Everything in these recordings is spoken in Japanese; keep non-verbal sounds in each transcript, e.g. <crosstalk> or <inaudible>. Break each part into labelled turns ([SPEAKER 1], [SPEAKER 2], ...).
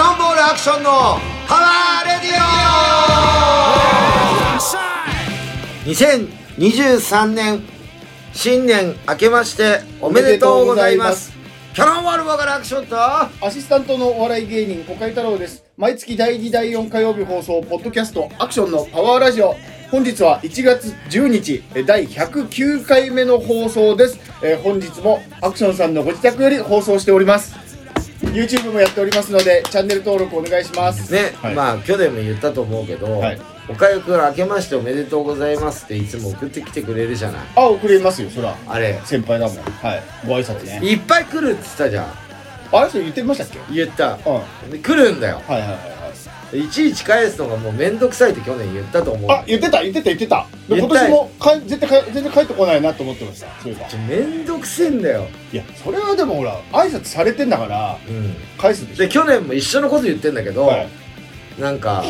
[SPEAKER 1] ションのパワーレディオ2023年新年明けましておめでとうございますキャノンワールドからアクションと
[SPEAKER 2] アシスタントのお笑い芸人、岡井太郎です。毎月第2、第4火曜日放送、ポッドキャスト、アクションのパワーラジオ。本日は1月10日、え第109回目の放送です。えー本日もアクションさんのご自宅より放送しております。YouTube もやっておりますので、チャンネル登録お願いします。
[SPEAKER 1] ね、
[SPEAKER 3] はい
[SPEAKER 1] まあ去年も言ったと思うけど、
[SPEAKER 3] はい
[SPEAKER 1] おかゆくん明けましておめでとうございますっていつも送ってきてくれるじゃない
[SPEAKER 2] あ、送れますよ、そら。
[SPEAKER 1] あれ
[SPEAKER 2] 先輩だもん。はい。ご挨拶ね。
[SPEAKER 1] いっぱい来るって言ったじゃん
[SPEAKER 2] あれ、それ言ってましたっけう
[SPEAKER 1] 言った
[SPEAKER 2] ん。はい
[SPEAKER 1] で来るんだよ
[SPEAKER 2] はいはいはい。
[SPEAKER 1] いちいち返すのがもうめんどくさいって去年言ったと思う
[SPEAKER 2] あ、言ってた、言ってた、言ってた。で
[SPEAKER 1] 言っ
[SPEAKER 2] 今
[SPEAKER 1] たよ
[SPEAKER 2] 年もかい絶対かい、全然帰ってこないなと思ってました。そういえば。
[SPEAKER 1] ちょめんどくせえんだよ、
[SPEAKER 2] いやそれはでもほら挨拶されてんだから
[SPEAKER 1] うん、
[SPEAKER 2] 返すでし
[SPEAKER 1] で去年も一緒のこと言ってんだけ
[SPEAKER 2] ょ
[SPEAKER 1] ど、
[SPEAKER 2] はい
[SPEAKER 1] なんか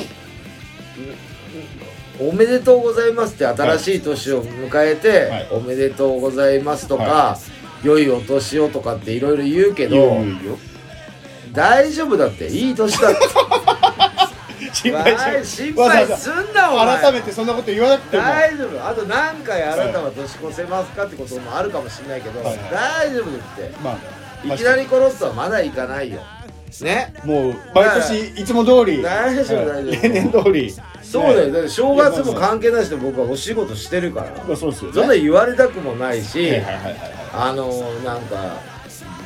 [SPEAKER 1] 「おめでとうございます」って新しい年を迎えて「
[SPEAKER 2] はい
[SPEAKER 1] おめでとうございます」とか、
[SPEAKER 2] は
[SPEAKER 1] 良いお年を」とかっていろいろ言うけ
[SPEAKER 2] いいよ
[SPEAKER 1] ど
[SPEAKER 2] いいよいいよ
[SPEAKER 1] 大丈夫だっていい年だって
[SPEAKER 2] <laughs> 心
[SPEAKER 1] わ
[SPEAKER 2] 配しない
[SPEAKER 1] ー心
[SPEAKER 2] わざ
[SPEAKER 1] 配
[SPEAKER 2] わざ
[SPEAKER 1] すんなお前
[SPEAKER 2] 改めてそんなこと言わなくても
[SPEAKER 1] 大丈夫あと何回あなたは年越せますかってこともあるかもしれないけど、
[SPEAKER 2] はいはい
[SPEAKER 1] 大丈夫だって
[SPEAKER 2] まあまあ
[SPEAKER 1] いきなり殺すとはまだいかないよね
[SPEAKER 2] もう毎年いつも通り
[SPEAKER 1] 大丈夫
[SPEAKER 2] はい
[SPEAKER 1] 大丈夫
[SPEAKER 2] 例年通り
[SPEAKER 1] そうだよ、
[SPEAKER 2] ね
[SPEAKER 1] だって正月も関係なしで僕はお仕事してるから、
[SPEAKER 2] まあそうですよね
[SPEAKER 1] そんな言われたくもないし、
[SPEAKER 2] はいはいはいはいは
[SPEAKER 1] あのなんか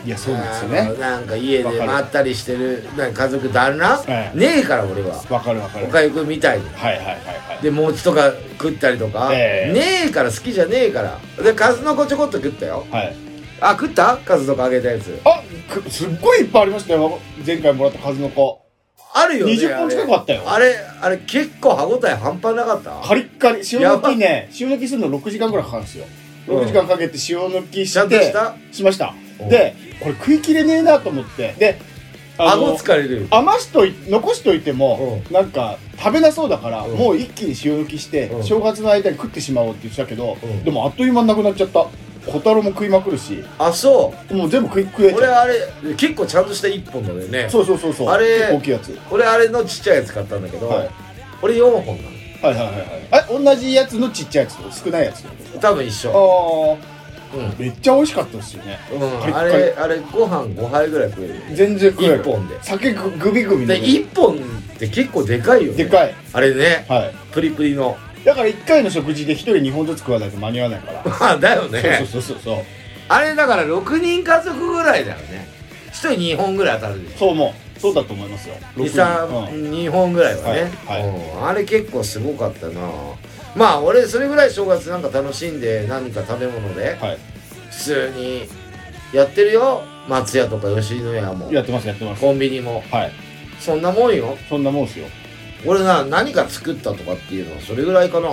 [SPEAKER 2] いいやそうですよ
[SPEAKER 1] あの
[SPEAKER 2] ね
[SPEAKER 1] なんか家
[SPEAKER 2] わか
[SPEAKER 1] で
[SPEAKER 2] る
[SPEAKER 1] まったりしてるなんか家族旦那、
[SPEAKER 2] はい
[SPEAKER 1] ねえから俺は
[SPEAKER 2] わかるわかる
[SPEAKER 1] お
[SPEAKER 2] はい
[SPEAKER 1] かゆくんみたいに
[SPEAKER 2] はいはいはい
[SPEAKER 1] で餅とか食ったりとか、
[SPEAKER 2] ええ
[SPEAKER 1] ねえから好きじゃねえからで数の子ちょこっと食ったよ
[SPEAKER 2] はい
[SPEAKER 1] あ食った数の子あげたやつ
[SPEAKER 2] あくすっごいいっぱいありましたよ前回もらった数の子
[SPEAKER 1] あるよね
[SPEAKER 2] 20本近くあったよ
[SPEAKER 1] あれあれ結構歯応え半端なかった
[SPEAKER 2] カリッカリ塩抜きね塩抜きするの6時間ぐらいかかるんですよ
[SPEAKER 1] うん
[SPEAKER 2] 6時間かけて塩抜き
[SPEAKER 1] ちゃ
[SPEAKER 2] し
[SPEAKER 1] んと
[SPEAKER 2] て
[SPEAKER 1] した
[SPEAKER 2] しました
[SPEAKER 1] お
[SPEAKER 2] でこれ食い切れねえなと思ってであの
[SPEAKER 1] 顎疲れるよ
[SPEAKER 2] 余しとい残しといてもなんか食べなそうだから
[SPEAKER 1] うん
[SPEAKER 2] もう一気に塩抜きして
[SPEAKER 1] うん
[SPEAKER 2] 正月の間に食ってしまおうって言ってたけど
[SPEAKER 1] うん
[SPEAKER 2] でもあっという間になくなっちゃった小太郎も食いまくるし
[SPEAKER 1] あそう
[SPEAKER 2] もう全部食い食えち
[SPEAKER 1] 俺
[SPEAKER 2] ゃ
[SPEAKER 1] あれ結構ちゃんとした1本だよね
[SPEAKER 2] うそうそうそうそう
[SPEAKER 1] あれ
[SPEAKER 2] 結構大きいやつ
[SPEAKER 1] 俺あれのちっちゃいやつ買ったんだけど、
[SPEAKER 2] はい
[SPEAKER 1] 俺4本なの
[SPEAKER 2] はいはいはいはいえ同じやつのちっちゃいやつ少ないやつあ
[SPEAKER 1] 多分一緒
[SPEAKER 2] あ
[SPEAKER 1] うん、
[SPEAKER 2] めっちゃ美味しかったですよね
[SPEAKER 1] うん
[SPEAKER 2] カリッ
[SPEAKER 1] あ
[SPEAKER 2] カリ
[SPEAKER 1] れあれご飯5杯ぐらい食えるよ
[SPEAKER 2] 全然食える
[SPEAKER 1] 一本で
[SPEAKER 2] 酒ぐグビグビ飲
[SPEAKER 1] で
[SPEAKER 2] める
[SPEAKER 1] 1本って結構でかいよね
[SPEAKER 2] でかい
[SPEAKER 1] あれね
[SPEAKER 2] はい
[SPEAKER 1] プリプリの
[SPEAKER 2] だから1回の食事で1人2本ずつ食わないと間に合わないから
[SPEAKER 1] まあだよね
[SPEAKER 2] そうそうそうそうそう
[SPEAKER 1] あれだから6人家族ぐらいだよね1人2本ぐらい当たるで
[SPEAKER 2] そう思うそうだと思いますよ
[SPEAKER 1] 二
[SPEAKER 2] 六人う
[SPEAKER 1] 三
[SPEAKER 2] ん
[SPEAKER 1] 二本ぐらいはね、
[SPEAKER 2] はいはい
[SPEAKER 1] うんあれ結構すごかったなまあ俺それぐらい正月なんか楽しんで何か食べ物で
[SPEAKER 2] はい
[SPEAKER 1] 普通にやってるよ松屋とか吉野家も
[SPEAKER 2] やってますやってます
[SPEAKER 1] コンビニも
[SPEAKER 2] はい
[SPEAKER 1] そんなもんよ
[SPEAKER 2] そんなもんですよ
[SPEAKER 1] 俺な何か作ったとかっていうのはそれぐらいかな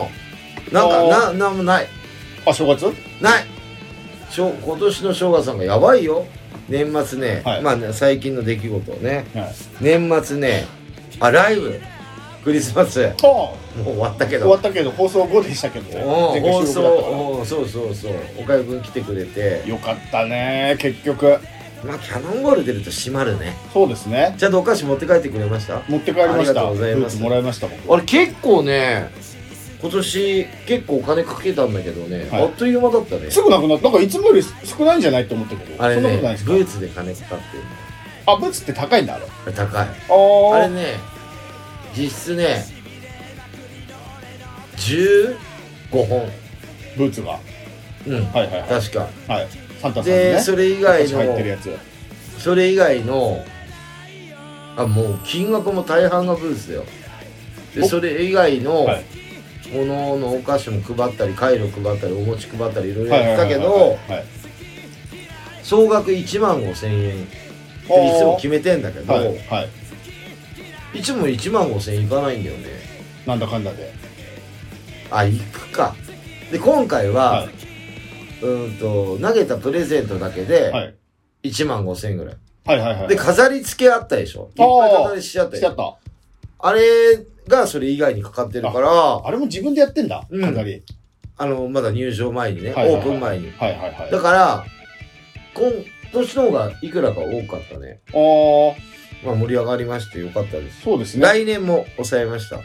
[SPEAKER 1] なんかななんもない
[SPEAKER 2] あ正月
[SPEAKER 1] ないしょ今年の正月さんがやばいよ年末ね、
[SPEAKER 2] はい
[SPEAKER 1] まあね最近の出来事をね
[SPEAKER 2] はい
[SPEAKER 1] 年末ねあライブクリスマス
[SPEAKER 2] あ
[SPEAKER 1] もう終わったけ
[SPEAKER 2] 終
[SPEAKER 1] ど
[SPEAKER 2] わったけど放送後でしたけどね
[SPEAKER 1] うん
[SPEAKER 2] 前
[SPEAKER 1] 放
[SPEAKER 2] 回収録だったから
[SPEAKER 1] 送うんそうそうそう岡井君来てくれて
[SPEAKER 2] よかったね結局
[SPEAKER 1] まあキャノンボール出ると閉まるね
[SPEAKER 2] そうですね
[SPEAKER 1] ちゃんとお菓子持って帰ってくれました
[SPEAKER 2] 持って帰りま
[SPEAKER 1] ありが
[SPEAKER 2] し
[SPEAKER 1] と
[SPEAKER 2] た
[SPEAKER 1] うございます
[SPEAKER 2] フルーツもらいました僕
[SPEAKER 1] あれ結構ね今年結構お金かけたんだけどね、
[SPEAKER 2] はい
[SPEAKER 1] あっという間だったね
[SPEAKER 2] すぐなくなったなんかいつもより少ないんじゃないって思ったけど
[SPEAKER 1] あれ
[SPEAKER 2] そんな
[SPEAKER 1] ね
[SPEAKER 2] ことないです
[SPEAKER 1] ブ
[SPEAKER 2] か
[SPEAKER 1] ーツで金かかってる
[SPEAKER 2] あブーツって高いんだあれあ
[SPEAKER 1] あれ高い
[SPEAKER 2] ー
[SPEAKER 1] あれね実質ね15本
[SPEAKER 2] ブーツがは
[SPEAKER 1] うん
[SPEAKER 2] いはいは
[SPEAKER 1] 確か
[SPEAKER 2] いはいサンタさんの
[SPEAKER 1] で
[SPEAKER 2] ね
[SPEAKER 1] それ以外
[SPEAKER 2] 私入ってる
[SPEAKER 1] の
[SPEAKER 2] やつ
[SPEAKER 1] それ以外のあもう金額も大半がブーツだよで
[SPEAKER 2] お
[SPEAKER 1] それ以外の
[SPEAKER 2] はい
[SPEAKER 1] もののお菓子も配ったりカイロ配ったりお餅配ったりいろいろ
[SPEAKER 2] はい
[SPEAKER 1] やってたけ
[SPEAKER 2] はい
[SPEAKER 1] ど
[SPEAKER 2] はい
[SPEAKER 1] 総額1万5千円っていつも決めてんだけど、
[SPEAKER 2] はい
[SPEAKER 1] い、
[SPEAKER 2] はい
[SPEAKER 1] つも1万5千円いかないんだよね
[SPEAKER 2] なんだかんだで
[SPEAKER 1] あ行くかで今回は、
[SPEAKER 2] は
[SPEAKER 1] うーんと投げたプレゼントだけで
[SPEAKER 2] いはい
[SPEAKER 1] 1万5千円ぐらい、
[SPEAKER 2] はいはいはい
[SPEAKER 1] で飾り付けあったでしょいっ
[SPEAKER 2] あー
[SPEAKER 1] ぱい飾りしちゃったで
[SPEAKER 2] しち
[SPEAKER 1] し
[SPEAKER 2] ゃ
[SPEAKER 1] ょ
[SPEAKER 2] った
[SPEAKER 1] あれがそれ以外にかかってるからあ
[SPEAKER 2] あれも自分でやってんだ、
[SPEAKER 1] うん
[SPEAKER 2] 飾り。
[SPEAKER 1] のまだ入場前にね、
[SPEAKER 2] はいはいは
[SPEAKER 1] オ
[SPEAKER 2] い
[SPEAKER 1] ープン前に
[SPEAKER 2] はいはいはい。
[SPEAKER 1] だから今年の方がいくらか多かったね
[SPEAKER 2] あ
[SPEAKER 1] まあ、盛り上がりましてよかったです。
[SPEAKER 2] そうですね。
[SPEAKER 1] 来年も抑えました。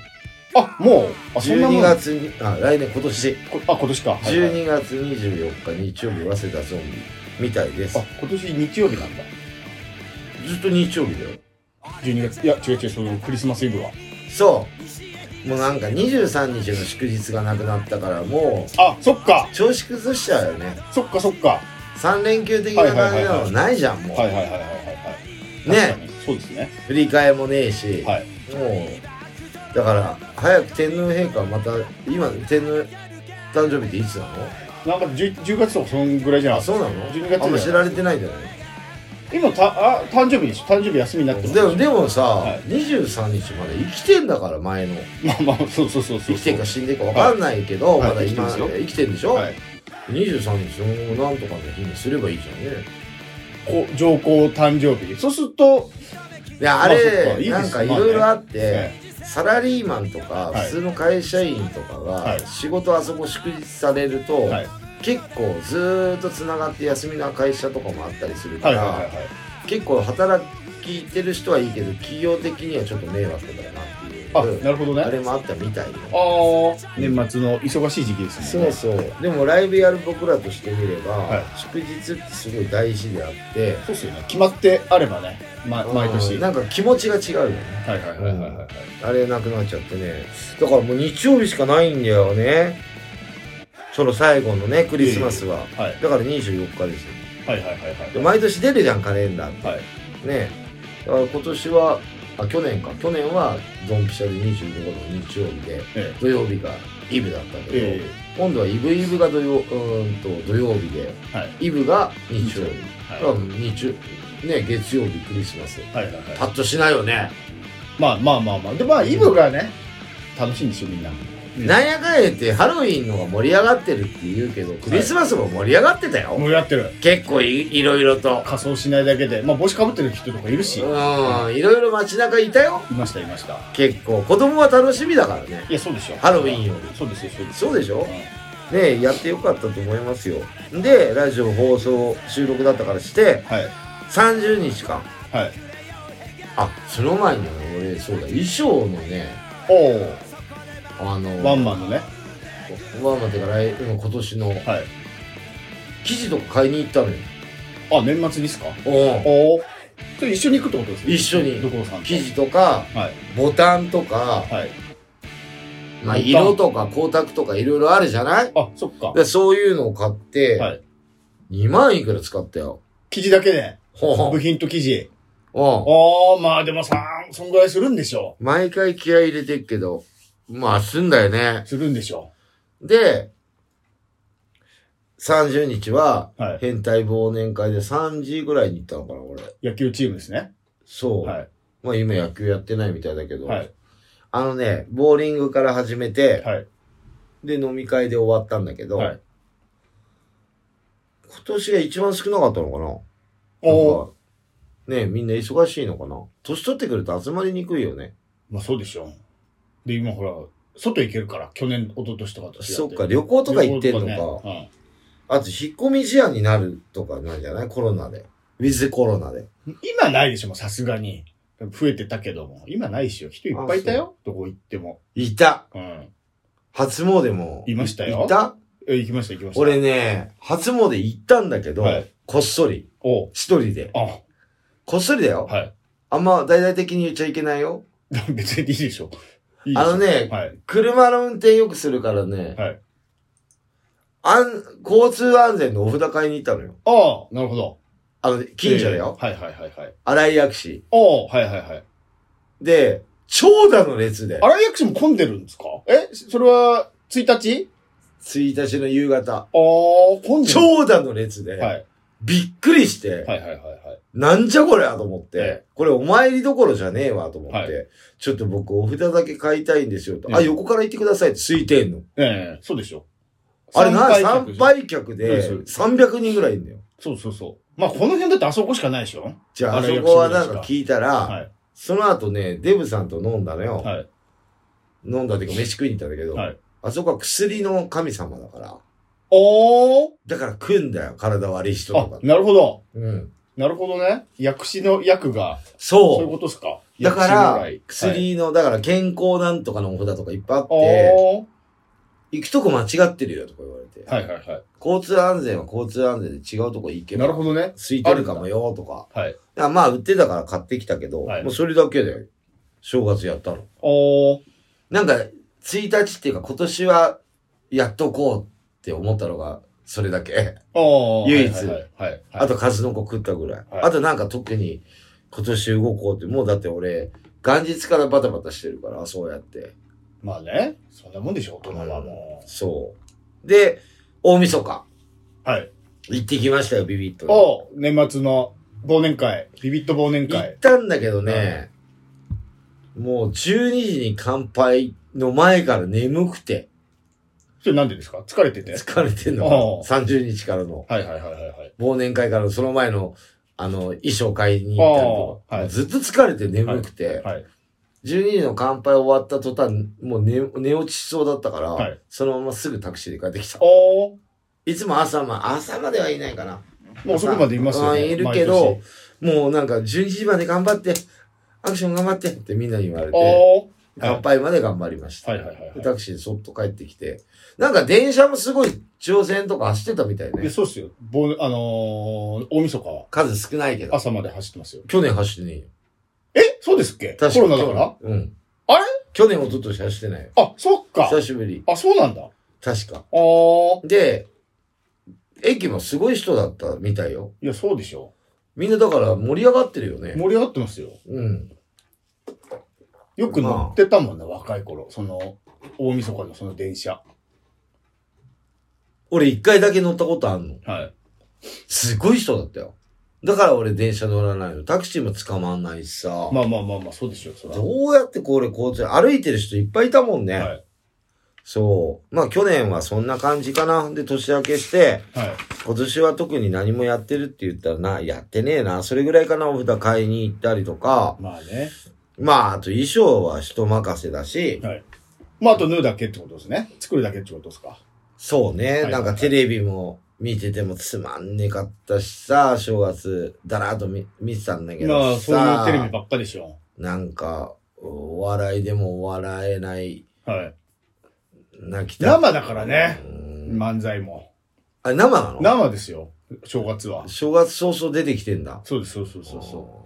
[SPEAKER 2] あ、もう、あ、そんなも
[SPEAKER 1] 12
[SPEAKER 2] ん。
[SPEAKER 1] 月に、あ、来年、今年。
[SPEAKER 2] こあ、今年か。はいはい
[SPEAKER 1] 12月24日日曜日、早稲田ゾンビみたいです
[SPEAKER 2] あ。、今年日曜日なんだ。
[SPEAKER 1] ずっと日曜日だよ。
[SPEAKER 2] 12月。いや、違う違う、そのクリスマスイブは。
[SPEAKER 1] そう。もうなんか23日の祝日がなくなったから、も
[SPEAKER 2] あ、そっか。
[SPEAKER 1] う、調子崩しちゃうよね。
[SPEAKER 2] そっかそっか。
[SPEAKER 1] 3連休的な感じな
[SPEAKER 2] はいはいはいは
[SPEAKER 1] の
[SPEAKER 2] い
[SPEAKER 1] ないじゃん、もう。
[SPEAKER 2] はいはいはいはいはい。
[SPEAKER 1] ね
[SPEAKER 2] 確かに。そうですね。
[SPEAKER 1] 振り替えもねえし、
[SPEAKER 2] はい。
[SPEAKER 1] もう、だから、早く天皇陛下また、今、天皇、誕生日っていつなの
[SPEAKER 2] なんか 10, 10月とかそんぐらいじゃな
[SPEAKER 1] あ、
[SPEAKER 2] かった
[SPEAKER 1] そうなの
[SPEAKER 2] 12月だよ
[SPEAKER 1] あんま知られてないんじゃない
[SPEAKER 2] 今たあ誕生日でしょ誕生日休みになってます
[SPEAKER 1] でもでもさ、
[SPEAKER 2] はい
[SPEAKER 1] 23日まで生きてんだから前の
[SPEAKER 2] まあまあそうそうそう
[SPEAKER 1] 生
[SPEAKER 2] そう
[SPEAKER 1] きてんか死んでんか分かんないけど、
[SPEAKER 2] はい
[SPEAKER 1] まだ今、
[SPEAKER 2] はい生きてます
[SPEAKER 1] 生きてんでしょ、
[SPEAKER 2] はい、
[SPEAKER 1] 23日のなんとかの日にすればいいじゃんね
[SPEAKER 2] こう上皇誕生日そうすると
[SPEAKER 1] であれ、
[SPEAKER 2] まあそっかいいです
[SPEAKER 1] なんかいろいろあって、
[SPEAKER 2] ね
[SPEAKER 1] サラリーマンとか、
[SPEAKER 2] はい
[SPEAKER 1] 普通の会社員とか
[SPEAKER 2] は
[SPEAKER 1] が
[SPEAKER 2] い
[SPEAKER 1] 仕事あそこ祝日されると、
[SPEAKER 2] はい
[SPEAKER 1] 結構ずーっとつながって休みな会社とかもあったりするか
[SPEAKER 2] はいはい
[SPEAKER 1] ら、
[SPEAKER 2] はいはい
[SPEAKER 1] 結構働いてる人はいいけど企業的にはちょっと迷惑だなっていう
[SPEAKER 2] あ、
[SPEAKER 1] うん
[SPEAKER 2] なるほどね
[SPEAKER 1] あ
[SPEAKER 2] あ
[SPEAKER 1] れもあったみたいよ
[SPEAKER 2] あ年末の忙しい時期ですもん
[SPEAKER 1] そう
[SPEAKER 2] ね
[SPEAKER 1] そうでもライブやる僕らとしてみれば、
[SPEAKER 2] はい
[SPEAKER 1] 祝日ってすごい大事であって
[SPEAKER 2] そうっすよね決まってあればね、ま、毎
[SPEAKER 1] う
[SPEAKER 2] 年
[SPEAKER 1] ん
[SPEAKER 2] は
[SPEAKER 1] なんか気持ちが違うよね
[SPEAKER 2] いはいはいはいはい
[SPEAKER 1] あれなくなっちゃってねだからもう日曜日しかないんだよねその最後のねクリスマスは、
[SPEAKER 2] はい
[SPEAKER 1] だから24日ですよ
[SPEAKER 2] はいはいはいはい
[SPEAKER 1] で毎年出るじゃんカレンダーって
[SPEAKER 2] はい
[SPEAKER 1] ねだから今年はあ去年か去年はドンピシャで25の日曜日で
[SPEAKER 2] え
[SPEAKER 1] 土曜日がイブだったんだ
[SPEAKER 2] え
[SPEAKER 1] けど、
[SPEAKER 2] え
[SPEAKER 1] 今度はイブイブが土曜うーんと土曜日で、
[SPEAKER 2] は
[SPEAKER 1] イブが日曜日、だ
[SPEAKER 2] え
[SPEAKER 1] から日曜ね月曜日クリスマス
[SPEAKER 2] はいはいはいはい
[SPEAKER 1] パッとしないよね、
[SPEAKER 2] まあまあまあまあでまあイブがね楽しいんですよみんなうん
[SPEAKER 1] なんやかんや言ってハロウィンのが盛り上がってるって言うけどクリスマスも盛り上がってたよ、
[SPEAKER 2] 盛り上がってる
[SPEAKER 1] 結構いいろいろと
[SPEAKER 2] 仮装しないだけでまあ帽子かぶってる人とかいる
[SPEAKER 1] う
[SPEAKER 2] しい
[SPEAKER 1] んいろいろ街中いたよ
[SPEAKER 2] ましたいました
[SPEAKER 1] 結構子供は楽しみだからね
[SPEAKER 2] いやそうでしょ
[SPEAKER 1] ハロウィンより
[SPEAKER 2] そうですよそうですよ
[SPEAKER 1] そうでしょ
[SPEAKER 2] ん
[SPEAKER 1] ねやってよかったと思いますよでラジオ放送収録だったからして
[SPEAKER 2] はい
[SPEAKER 1] 30日間
[SPEAKER 2] はい
[SPEAKER 1] あその前にね俺そうだ衣装のね
[SPEAKER 2] お
[SPEAKER 1] あの
[SPEAKER 2] おワンマンのね
[SPEAKER 1] ワンマンっていうか来うん今年の
[SPEAKER 2] はい
[SPEAKER 1] 生地とか買いに行ったのよ
[SPEAKER 2] あ年末にですか
[SPEAKER 1] うん
[SPEAKER 2] おおそれ一緒に行くってことですね
[SPEAKER 1] 一緒
[SPEAKER 2] ど
[SPEAKER 1] に
[SPEAKER 2] ころさんと
[SPEAKER 1] 生地とか
[SPEAKER 2] はい
[SPEAKER 1] ボタンとか、
[SPEAKER 2] はい
[SPEAKER 1] まあ、
[SPEAKER 2] ボタン
[SPEAKER 1] 色とか光沢とかいろいろあるじゃない
[SPEAKER 2] あそっか
[SPEAKER 1] でそういうのを買って、
[SPEAKER 2] はい
[SPEAKER 1] 2万いくら使ったよ。
[SPEAKER 2] 生地だけで
[SPEAKER 1] ほうほ
[SPEAKER 2] 部品と生地
[SPEAKER 1] <laughs> ううん
[SPEAKER 2] ああまあでもさそんぐらいするんでしょ
[SPEAKER 1] 毎回気合い入れてるけど、まあ、すんだよね
[SPEAKER 2] う。するんでしょ
[SPEAKER 1] で、30日は
[SPEAKER 2] うはい
[SPEAKER 1] 変態忘年会で3時ぐらいに行ったのかな、俺。
[SPEAKER 2] 野球チームですね
[SPEAKER 1] そう。
[SPEAKER 2] はい
[SPEAKER 1] まあ、今野球やってないみたいだけど、
[SPEAKER 2] はい
[SPEAKER 1] あのね、ボーリングから始めて、
[SPEAKER 2] はい
[SPEAKER 1] で、飲み会で終わったんだけど、
[SPEAKER 2] はい
[SPEAKER 1] 今年が一番少なかったのかな
[SPEAKER 2] おお
[SPEAKER 1] なんかねみんな忙しいのかな年取ってくると集まりにくいよね。
[SPEAKER 2] まあそうでしょうで今ほら外行けるから去年一昨年とかと違って
[SPEAKER 1] そっか、旅行とか行ってんのか。
[SPEAKER 2] 旅行とね
[SPEAKER 1] あと、引っ込み思案になるとかなんじゃないコロナで。ウィズコロナで。
[SPEAKER 2] うん今ないでしょもうさすがに増えてたけども今ないっしょ人いっぱいいたよどこ行っても
[SPEAKER 1] いた
[SPEAKER 2] うん
[SPEAKER 1] 初詣も。
[SPEAKER 2] いましたよ
[SPEAKER 1] いた
[SPEAKER 2] え行きました行きました
[SPEAKER 1] 俺ね、初詣行ったんだけど、
[SPEAKER 2] はい
[SPEAKER 1] こっそり。
[SPEAKER 2] おう
[SPEAKER 1] 一人で。
[SPEAKER 2] あ
[SPEAKER 1] こっそりだよ。
[SPEAKER 2] はい <laughs>
[SPEAKER 1] あんま大々的に言っちゃいけないよ。
[SPEAKER 2] 別にいいでしょいいでしょ
[SPEAKER 1] あのね、
[SPEAKER 2] はい
[SPEAKER 1] 車の運転よくするからね、
[SPEAKER 2] はい
[SPEAKER 1] 安交通安全のお札買いに行ったのよ。
[SPEAKER 2] ああなるほど
[SPEAKER 1] あの、近所だよ。
[SPEAKER 2] えーはいはいはいはい
[SPEAKER 1] 荒井薬師。
[SPEAKER 2] おうはいはいはい
[SPEAKER 1] で、長蛇の列で、
[SPEAKER 2] 荒井薬師も混んでるんですかえそれは1日
[SPEAKER 1] 1日の夕方、
[SPEAKER 2] ああ混んでる
[SPEAKER 1] 長蛇の列で、
[SPEAKER 2] はい
[SPEAKER 1] びっくりして、
[SPEAKER 2] はいはいはいはい
[SPEAKER 1] なんじゃこれやと思って、
[SPEAKER 2] え
[SPEAKER 1] これお参りどころじゃねえわと思って、
[SPEAKER 2] はい
[SPEAKER 1] ちょっと僕お札だけ買いたいんですよと、あ、
[SPEAKER 2] ええ
[SPEAKER 1] 横から行ってくださいってついてんの。
[SPEAKER 2] ええそうでしょ
[SPEAKER 1] あれな、
[SPEAKER 2] 参
[SPEAKER 1] 参
[SPEAKER 2] 客
[SPEAKER 1] 拝客で
[SPEAKER 2] そうです
[SPEAKER 1] 300人ぐらいいんだよ。
[SPEAKER 2] そうそうそう。まあ、この辺だってあそこしかないでしょ
[SPEAKER 1] じゃあ、あ
[SPEAKER 2] あれ
[SPEAKER 1] そこはな
[SPEAKER 2] 薬
[SPEAKER 1] ん
[SPEAKER 2] 師
[SPEAKER 1] か
[SPEAKER 2] 寺
[SPEAKER 1] 聞いたら、
[SPEAKER 2] はい
[SPEAKER 1] その後ね、デブさんと飲んだのよ。
[SPEAKER 2] はい。
[SPEAKER 1] 飲んだというか飯食いに行ったんだけど、
[SPEAKER 2] はい
[SPEAKER 1] あそこは薬の神様だから。
[SPEAKER 2] おー
[SPEAKER 1] だから食うんだよ、体悪い人と
[SPEAKER 2] あ
[SPEAKER 1] か、。
[SPEAKER 2] なるほど。
[SPEAKER 1] うん。
[SPEAKER 2] なるほどね。薬師の薬が、そういう
[SPEAKER 1] そ
[SPEAKER 2] ことですか
[SPEAKER 1] う。だか
[SPEAKER 2] 薬師如
[SPEAKER 1] ら
[SPEAKER 2] 来、
[SPEAKER 1] 薬の、だから健康なんとかのお札とかいっぱいあっ
[SPEAKER 2] はい
[SPEAKER 1] て、行くとこ間違ってるよとか言われて、
[SPEAKER 2] あーはいはいは
[SPEAKER 1] 交通安全は交通安全で違うとこ行け
[SPEAKER 2] い。なる
[SPEAKER 1] ば、
[SPEAKER 2] ほどね。
[SPEAKER 1] 空いてるかもよとか。
[SPEAKER 2] はい。
[SPEAKER 1] あまあ、売ってたから買ってきたけど、
[SPEAKER 2] はい
[SPEAKER 1] もうそれだけで正月やったの。
[SPEAKER 2] おー。
[SPEAKER 1] なんか、1日っていうか今年はやっとこうって思ったのが、それだけ。
[SPEAKER 2] おー。
[SPEAKER 1] 唯一
[SPEAKER 2] はいはいはい。はい
[SPEAKER 1] あと、数の子食ったぐらい。
[SPEAKER 2] はい
[SPEAKER 1] あと、なんか特に今年動こうって、もうだって俺、元日からバタバタしてるから、そうやって。
[SPEAKER 2] まあね。そんなもんでしょ、大人はも
[SPEAKER 1] そう。で、大晦日。
[SPEAKER 2] う。はい。
[SPEAKER 1] 行ってきましたよ、ビビッと。
[SPEAKER 2] お年末の忘年会。ビビット忘年
[SPEAKER 1] 行っ
[SPEAKER 2] 会。
[SPEAKER 1] たんだけどね、もう12時に乾杯の前から眠くて、
[SPEAKER 2] それなんでですか疲れてて。
[SPEAKER 1] 疲れてんのか
[SPEAKER 2] おう
[SPEAKER 1] な。30日からの。
[SPEAKER 2] はいはいはいはいはい。
[SPEAKER 1] 忘年会からのその前の、あの、衣装買いに行ったりとか、
[SPEAKER 2] ああはい
[SPEAKER 1] ずっと疲れて眠くて、
[SPEAKER 2] はい。
[SPEAKER 1] 12時の乾杯終わった途端、もう寝寝落ちしそうだったから、
[SPEAKER 2] はい
[SPEAKER 1] そのまますぐタクシーで帰ってきた。
[SPEAKER 2] おー。
[SPEAKER 1] いつも朝ま、朝まではいないかな。
[SPEAKER 2] もうそこまでいますよ
[SPEAKER 1] うん
[SPEAKER 2] ね。
[SPEAKER 1] いるけど、もうなんか12時まで頑張って、アクション頑張ってってみんなに言われ
[SPEAKER 2] 毎年。
[SPEAKER 1] て、
[SPEAKER 2] おー。
[SPEAKER 1] 乾杯まで頑張りました。
[SPEAKER 2] はいはいはいはい
[SPEAKER 1] でタクシーでそっと帰ってきて、なんか電車もすごい中央線とか走ってたみたい
[SPEAKER 2] で、
[SPEAKER 1] ね。
[SPEAKER 2] そうっすよ。ぼあのー、大晦日は
[SPEAKER 1] 数少ないけど。
[SPEAKER 2] 朝まで走ってますよ。
[SPEAKER 1] 去年走ってねえよ。
[SPEAKER 2] えそうですっけ
[SPEAKER 1] 確
[SPEAKER 2] コロナだから
[SPEAKER 1] うん。
[SPEAKER 2] あれ
[SPEAKER 1] 去年一昨年走ってないよ。
[SPEAKER 2] あ、そっか。
[SPEAKER 1] 久しぶり。
[SPEAKER 2] あ、そうなんだ。
[SPEAKER 1] 確か。
[SPEAKER 2] あー。
[SPEAKER 1] で、駅もすごい人だったみたいよ。
[SPEAKER 2] いや、そうでしょ。
[SPEAKER 1] みんなだから盛り上がってるよね。
[SPEAKER 2] 盛り上がってますよ。
[SPEAKER 1] うん。
[SPEAKER 2] よく乗ってたもんね、若い頃。その、大晦日のその電車。
[SPEAKER 1] 俺一回だけ乗ったことあんの。
[SPEAKER 2] はい。
[SPEAKER 1] すごい人だったよ。だから俺電車乗らないの。タクシーも捕まんないしさ。
[SPEAKER 2] まあまあまあまあ、そうでしょ、そら。
[SPEAKER 1] どうやってこれ交通、歩いてる人いっぱいいたもんね。
[SPEAKER 2] はい。
[SPEAKER 1] そう。まあ去年はそんな感じかな。で、年明けして、
[SPEAKER 2] はい。
[SPEAKER 1] 今年は特に何もやってるって言ったらな、やってねえな。それぐらいかな、お札買いに行ったりとか。
[SPEAKER 2] まあね。
[SPEAKER 1] まあ、あと衣装は人任せだし。
[SPEAKER 2] はい。まあ、あと縫うだけってことですね。作るだけってことですか。
[SPEAKER 1] そうね。
[SPEAKER 2] はい
[SPEAKER 1] なんかテレビも見ててもつまんねかったしさ、正月、だらーっと見見てたんだけ
[SPEAKER 2] ま
[SPEAKER 1] ど
[SPEAKER 2] あ、そう
[SPEAKER 1] さ、
[SPEAKER 2] いうテレビばっかでしょ。
[SPEAKER 1] なんか、お笑いでも笑えない、
[SPEAKER 2] はい。
[SPEAKER 1] 泣きた
[SPEAKER 2] 生だからね。
[SPEAKER 1] うん
[SPEAKER 2] 漫才も。
[SPEAKER 1] あれ、生なの
[SPEAKER 2] 生ですよ。正月は。
[SPEAKER 1] 正月早々出てきてんだ。
[SPEAKER 2] そうです、そうそうそうそう。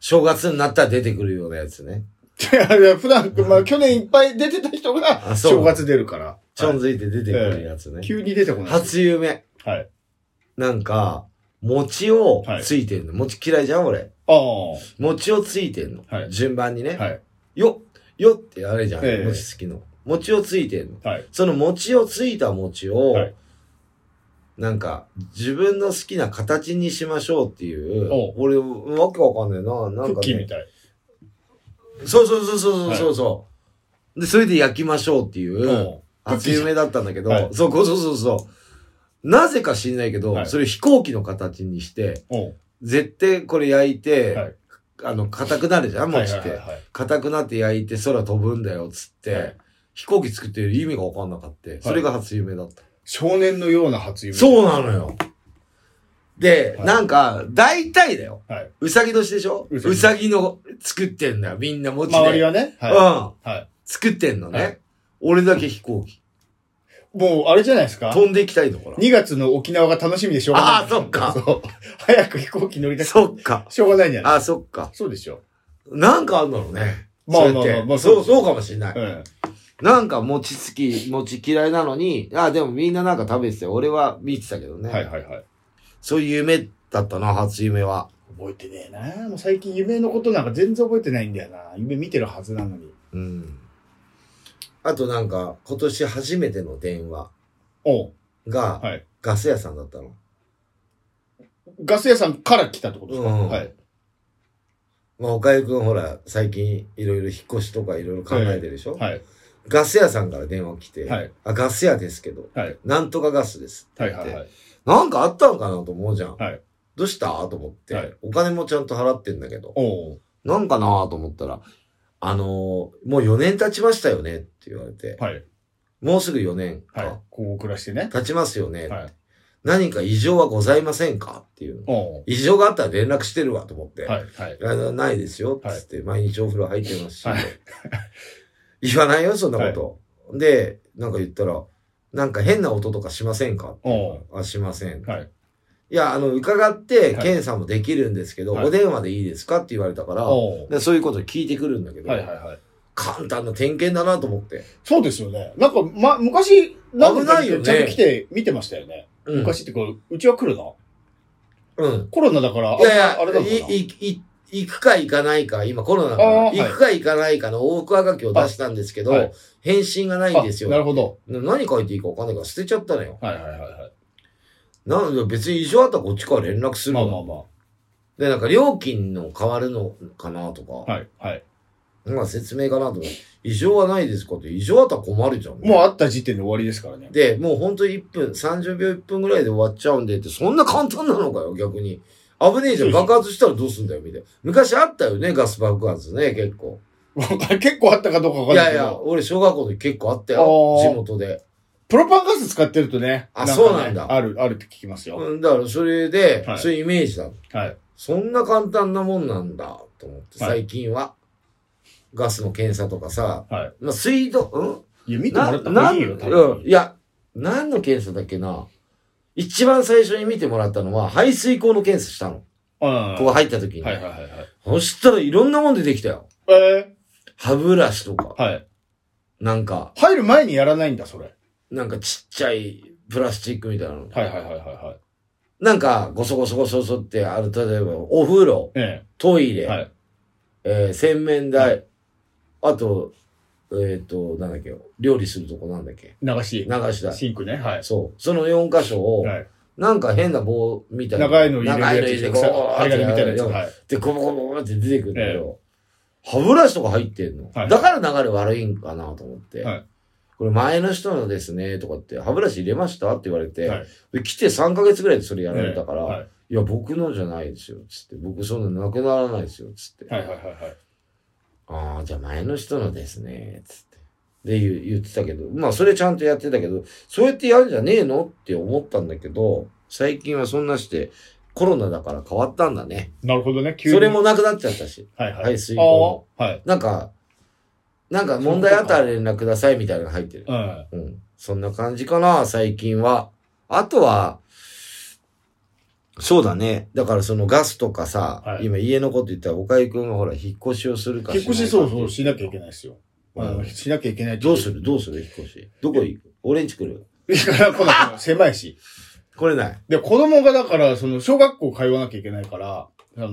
[SPEAKER 1] 正月になったら出てくるようなやつね。
[SPEAKER 2] いやいや、普段、まあ、去年いっぱい出てた人が、
[SPEAKER 1] あそう
[SPEAKER 2] 正月出るから。
[SPEAKER 1] ちょ
[SPEAKER 2] は
[SPEAKER 1] んづいて出てくるやつね
[SPEAKER 2] い。急に出てこない。
[SPEAKER 1] 初夢。
[SPEAKER 2] はい。
[SPEAKER 1] なんか、餅を
[SPEAKER 2] はい
[SPEAKER 1] ついてんの。餅嫌いじゃん、俺。
[SPEAKER 2] ああ。は
[SPEAKER 1] 餅をついてんの。
[SPEAKER 2] はい
[SPEAKER 1] 順番にね。
[SPEAKER 2] い。はい。
[SPEAKER 1] よよってあれじゃん、
[SPEAKER 2] ええ
[SPEAKER 1] 餅好きの。餅をついてんの。
[SPEAKER 2] はい。
[SPEAKER 1] その餅をついた餅を、
[SPEAKER 2] はい
[SPEAKER 1] なんか、自分の好きな形にしましょうっていう
[SPEAKER 2] おう、
[SPEAKER 1] 俺、わけわかんないな。な
[SPEAKER 2] ク
[SPEAKER 1] ん
[SPEAKER 2] ッ
[SPEAKER 1] か、
[SPEAKER 2] キーみ
[SPEAKER 1] ね、
[SPEAKER 2] たい。
[SPEAKER 1] そうそうそうそうそうそう。で、それで焼きましょうっていうう、
[SPEAKER 2] んクッキ
[SPEAKER 1] 初
[SPEAKER 2] ーじゃん
[SPEAKER 1] 夢だったんだけど、
[SPEAKER 2] はい
[SPEAKER 1] そうそうそうそうそう。なぜか知んないけど、
[SPEAKER 2] はい
[SPEAKER 1] それ飛行機の形にして、
[SPEAKER 2] うん。
[SPEAKER 1] 絶対これ焼いて、
[SPEAKER 2] はい
[SPEAKER 1] あの、硬くなるじゃん、
[SPEAKER 2] はい
[SPEAKER 1] 餅って。
[SPEAKER 2] はいはいはい。
[SPEAKER 1] 硬くなって焼いて空飛ぶんだよ、つって、
[SPEAKER 2] はい
[SPEAKER 1] 飛行機作ってる意味が分かんなかった。それが初夢だった。
[SPEAKER 2] 少年のような初夢。
[SPEAKER 1] そうなのよ。で、
[SPEAKER 2] はい
[SPEAKER 1] なんか、大体だよ。
[SPEAKER 2] はい。
[SPEAKER 1] うさぎ年でしょ
[SPEAKER 2] う
[SPEAKER 1] う
[SPEAKER 2] さぎ
[SPEAKER 1] さぎの作ってんだよ、みんな持ちで。
[SPEAKER 2] 周りはね。は
[SPEAKER 1] うん。
[SPEAKER 2] い。はい。
[SPEAKER 1] 作ってんのね。
[SPEAKER 2] はい
[SPEAKER 1] 俺だけ飛行機。
[SPEAKER 2] もう、あれじゃないですか。
[SPEAKER 1] 飛んでいきたいところ。
[SPEAKER 2] 2月の沖縄が楽しみでしょうがない。
[SPEAKER 1] あーそっか
[SPEAKER 2] そう。早く飛行機乗りたくて
[SPEAKER 1] そっか。
[SPEAKER 2] しょうがないんじゃない
[SPEAKER 1] あ、そっか。
[SPEAKER 2] そうでしょ。
[SPEAKER 1] なんかあんだろうね。
[SPEAKER 2] まあまあまあ
[SPEAKER 1] それって
[SPEAKER 2] まあ
[SPEAKER 1] そ
[SPEAKER 2] そう
[SPEAKER 1] う、そうかもしれない。
[SPEAKER 2] うん。
[SPEAKER 1] なんか餅つき、餅嫌いなのに、あ、でもみんななんか食べてて、俺は見てたけどね。
[SPEAKER 2] はいはいはい。
[SPEAKER 1] そういう夢だったな、初夢は。
[SPEAKER 2] 覚えてねえなもう最近夢のことなんか全然覚えてないんだよな夢見てるはずなのに。
[SPEAKER 1] うん。あとなんか、今年初めての電話
[SPEAKER 2] おう
[SPEAKER 1] が、
[SPEAKER 2] はい。
[SPEAKER 1] ガス屋さんだったの。
[SPEAKER 2] ガス屋さんから来たってことですか、
[SPEAKER 1] うん
[SPEAKER 2] はい。
[SPEAKER 1] まあ、岡井くんほら、最近いろいろ引っ越しとかいろいろ考えてるでしょ、
[SPEAKER 2] はい。
[SPEAKER 1] ガス屋さんから電話来て、
[SPEAKER 2] はい
[SPEAKER 1] あ、ガス屋ですけど、
[SPEAKER 2] はい
[SPEAKER 1] なんとかガスですって
[SPEAKER 2] は
[SPEAKER 1] 言
[SPEAKER 2] い
[SPEAKER 1] って、
[SPEAKER 2] はいはい。
[SPEAKER 1] なんかあったのかなと思うじゃん。
[SPEAKER 2] はい
[SPEAKER 1] どうしたと思って、
[SPEAKER 2] はい
[SPEAKER 1] お金もちゃんと払ってんだけど、
[SPEAKER 2] おう
[SPEAKER 1] なんかなと思ったら、あのーもう4年経ちましたよねって言われて、
[SPEAKER 2] はい。
[SPEAKER 1] もうすぐ4年か、
[SPEAKER 2] はい。こう暮らしてね。
[SPEAKER 1] 経ちますよねって、
[SPEAKER 2] はい
[SPEAKER 1] 何か異常はございませんかっていう。
[SPEAKER 2] お
[SPEAKER 1] 異常があったら連絡してるわと思って。
[SPEAKER 2] はい、はい。
[SPEAKER 1] あのないですよ、つって、毎日お風呂入ってますし、
[SPEAKER 2] はい
[SPEAKER 1] <laughs> 言わないよ、そんなこと。で、なんか言ったら、なんか変な音とかしませんか
[SPEAKER 2] おう
[SPEAKER 1] あ、しません。
[SPEAKER 2] はい。
[SPEAKER 1] いや、あの、伺って、
[SPEAKER 2] はい
[SPEAKER 1] 検査もできるんですけど、
[SPEAKER 2] はい
[SPEAKER 1] お電話でいいですかって言われたから、
[SPEAKER 2] おう
[SPEAKER 1] でそういうこと聞いてくるんだけど、
[SPEAKER 2] はい、はい、はい。
[SPEAKER 1] 簡単な点検だなと思って。
[SPEAKER 2] そうですよね。なんか、ま、昔、何度か
[SPEAKER 1] 危ないよね
[SPEAKER 2] ちゃんと来て見てましたよね。
[SPEAKER 1] うん。
[SPEAKER 2] 昔ってこう、うちは来るな。
[SPEAKER 1] うん。
[SPEAKER 2] コロナだから、
[SPEAKER 1] いやいや、
[SPEAKER 2] あれだもんな。
[SPEAKER 1] いいい行くか行かないか、今コロナだから、
[SPEAKER 2] あーはい
[SPEAKER 1] 行くか行かないかの往復あがきを出したんですけど、
[SPEAKER 2] はい
[SPEAKER 1] 返信がないんですよ
[SPEAKER 2] あな。るほど。
[SPEAKER 1] な何書いていいか分かんないから捨てちゃったのよ。
[SPEAKER 2] はいはいはいはい。
[SPEAKER 1] なので別に異常あったらこっちから連絡する
[SPEAKER 2] ま
[SPEAKER 1] わ
[SPEAKER 2] あまあまあ。
[SPEAKER 1] で、なんか料金の変わるのかなとか、
[SPEAKER 2] はいはい。
[SPEAKER 1] なんか説明かなと思って異常はないですかって、異常あったら困るじゃん。
[SPEAKER 2] もうあった時点で終わりですからね。 <laughs>
[SPEAKER 1] で、もうほんと1分、30秒1分ぐらいで終わっちゃうんでって、そんな簡単なのかよ、逆に。危ねえじゃん、
[SPEAKER 2] そうそう
[SPEAKER 1] 爆発したらどうすんだよ、みたいな。昔あったよね、ガス爆発ね、結構。
[SPEAKER 2] 結構あったかどうかわか
[SPEAKER 1] い
[SPEAKER 2] んない
[SPEAKER 1] やい
[SPEAKER 2] けど。
[SPEAKER 1] や、俺小学校の時結構あったよ、
[SPEAKER 2] あー
[SPEAKER 1] 地元で。
[SPEAKER 2] プロパンガス使ってるとね。
[SPEAKER 1] あ
[SPEAKER 2] かね
[SPEAKER 1] そうなんだ
[SPEAKER 2] ある、あるって聞きますよ。
[SPEAKER 1] うん、だからそれで、
[SPEAKER 2] はい
[SPEAKER 1] そういうイメージだった
[SPEAKER 2] はい。
[SPEAKER 1] そんな簡単なもんなんだと思って、
[SPEAKER 2] はい
[SPEAKER 1] 最近は。ガスの検査とかさ、
[SPEAKER 2] はい。
[SPEAKER 1] まあ、水道、
[SPEAKER 2] いや、
[SPEAKER 1] う
[SPEAKER 2] 見
[SPEAKER 1] ん
[SPEAKER 2] てもらった方がいいよ、多
[SPEAKER 1] なうん
[SPEAKER 2] 分。
[SPEAKER 1] いや、何の検査だっけな一番最初に見てもらったのは、排水口の検査したの。
[SPEAKER 2] うん。
[SPEAKER 1] ここ入った時に。
[SPEAKER 2] はいはいはいはい。
[SPEAKER 1] そしたらいろんなもん出てきたよ。
[SPEAKER 2] え
[SPEAKER 1] 歯ブラシとか、
[SPEAKER 2] ー、はい。
[SPEAKER 1] なんか、
[SPEAKER 2] 入る前にやらないんだ、それ。
[SPEAKER 1] なんかちっちゃいプラスチックみたいなの。
[SPEAKER 2] はいはいはいはいはい。
[SPEAKER 1] なんか、ゴソゴソゴソゴソって、ある、例えば、お風呂、
[SPEAKER 2] え
[SPEAKER 1] トイレ、
[SPEAKER 2] えはい。
[SPEAKER 1] えー洗面台、
[SPEAKER 2] は
[SPEAKER 1] あと、えっ、と、なんだっけ、料理するとこなんだっけ、
[SPEAKER 2] 流し。
[SPEAKER 1] 流し台。
[SPEAKER 2] シンクね。はい。
[SPEAKER 1] そう。その4箇所を、
[SPEAKER 2] はい。
[SPEAKER 1] なんか変な棒みたいな。
[SPEAKER 2] 長いの入れる
[SPEAKER 1] 長いの
[SPEAKER 2] や
[SPEAKER 1] 入
[SPEAKER 2] つ
[SPEAKER 1] れて、
[SPEAKER 2] で
[SPEAKER 1] こ
[SPEAKER 2] す
[SPEAKER 1] う、
[SPEAKER 2] ね、針金みたいなやつ。
[SPEAKER 1] や
[SPEAKER 2] はい。
[SPEAKER 1] で、コボコボコボって出てくるんだけど、歯ブラシとか入ってんの。
[SPEAKER 2] はい
[SPEAKER 1] だから流れ悪いんかなと思って。
[SPEAKER 2] はい
[SPEAKER 1] これ前の人のですね、とかって、歯ブラシ入れましたって言われて、
[SPEAKER 2] はい
[SPEAKER 1] で来て3ヶ月ぐらいでそれやられたから、、
[SPEAKER 2] はいい
[SPEAKER 1] や、僕のじゃないですよ、つって。僕そんななくならないですよ、つって。
[SPEAKER 2] はいはいはいはい。
[SPEAKER 1] ああ、じゃあ前の人のですね、つって。で、言う言ってたけど、まあそれちゃんとやってたけど、そうやってやるんじゃねえのって思ったんだけど、最近はそんなして、コロナだから変わったんだね。
[SPEAKER 2] なるほどね、急に。
[SPEAKER 1] それ、もなくなっちゃったし。
[SPEAKER 2] はいはい。
[SPEAKER 1] 排水
[SPEAKER 2] あ
[SPEAKER 1] 口
[SPEAKER 2] あ、はい。
[SPEAKER 1] なんか、なんか問題あったら連絡くださいみたいなの入ってる。
[SPEAKER 2] うん。
[SPEAKER 1] うん。そんな感じかな、最近は。あとは、そうだね。だからそのガスとかさ、
[SPEAKER 2] はい
[SPEAKER 1] 今家のこと言ったら、岡井くんがほら、引っ越しをするか
[SPEAKER 2] 引っ越しそうそうしなきゃ
[SPEAKER 1] ないかっ
[SPEAKER 2] い
[SPEAKER 1] て
[SPEAKER 2] けないですよ。
[SPEAKER 1] うん
[SPEAKER 2] あのしなきゃいけないってい
[SPEAKER 1] どうするどうする引っ越し。どこ行く俺んち来る
[SPEAKER 2] いや、この狭いし。
[SPEAKER 1] 来れない。
[SPEAKER 2] で、子供がだから、その、小学校通わなきゃいけないから、あの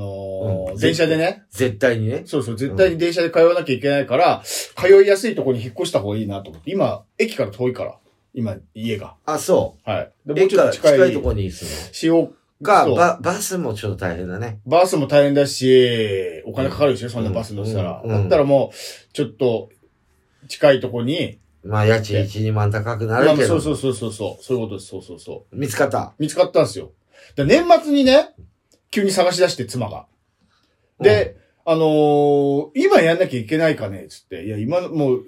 [SPEAKER 2] ー
[SPEAKER 1] うん
[SPEAKER 2] 電車でね、
[SPEAKER 1] 絶対にね。
[SPEAKER 2] そうそう、絶対に電車で通わなきゃいけないから、通いやすいところに引っ越した方がいいなと思って、今、駅から遠いから、今、家が。
[SPEAKER 1] あ、そ
[SPEAKER 2] はい。で
[SPEAKER 1] う。
[SPEAKER 2] もう
[SPEAKER 1] 駅
[SPEAKER 2] ち
[SPEAKER 1] か
[SPEAKER 2] ょっ
[SPEAKER 1] ら
[SPEAKER 2] と近い
[SPEAKER 1] 近いとこに住む
[SPEAKER 2] しよう
[SPEAKER 1] の。か、
[SPEAKER 2] そう
[SPEAKER 1] ババスもちょっと大変だね。
[SPEAKER 2] バスも大変だし、お金かかるでしょ、そんなバス乗せたら。
[SPEAKER 1] うんうん
[SPEAKER 2] だったらもう、ちょっと、近いとこに、
[SPEAKER 1] まあ、家賃1、2万高くな
[SPEAKER 2] ま
[SPEAKER 1] る
[SPEAKER 2] あ
[SPEAKER 1] け
[SPEAKER 2] そう
[SPEAKER 1] ど。
[SPEAKER 2] そうそうそうそう、そういうことです、そうそうそう。
[SPEAKER 1] 見つかった。
[SPEAKER 2] 見つかったんですよ。で、年末にね、急に探し出して、妻が。で、あのー今やんなきゃいけないかね、つって。いや、今の、もう、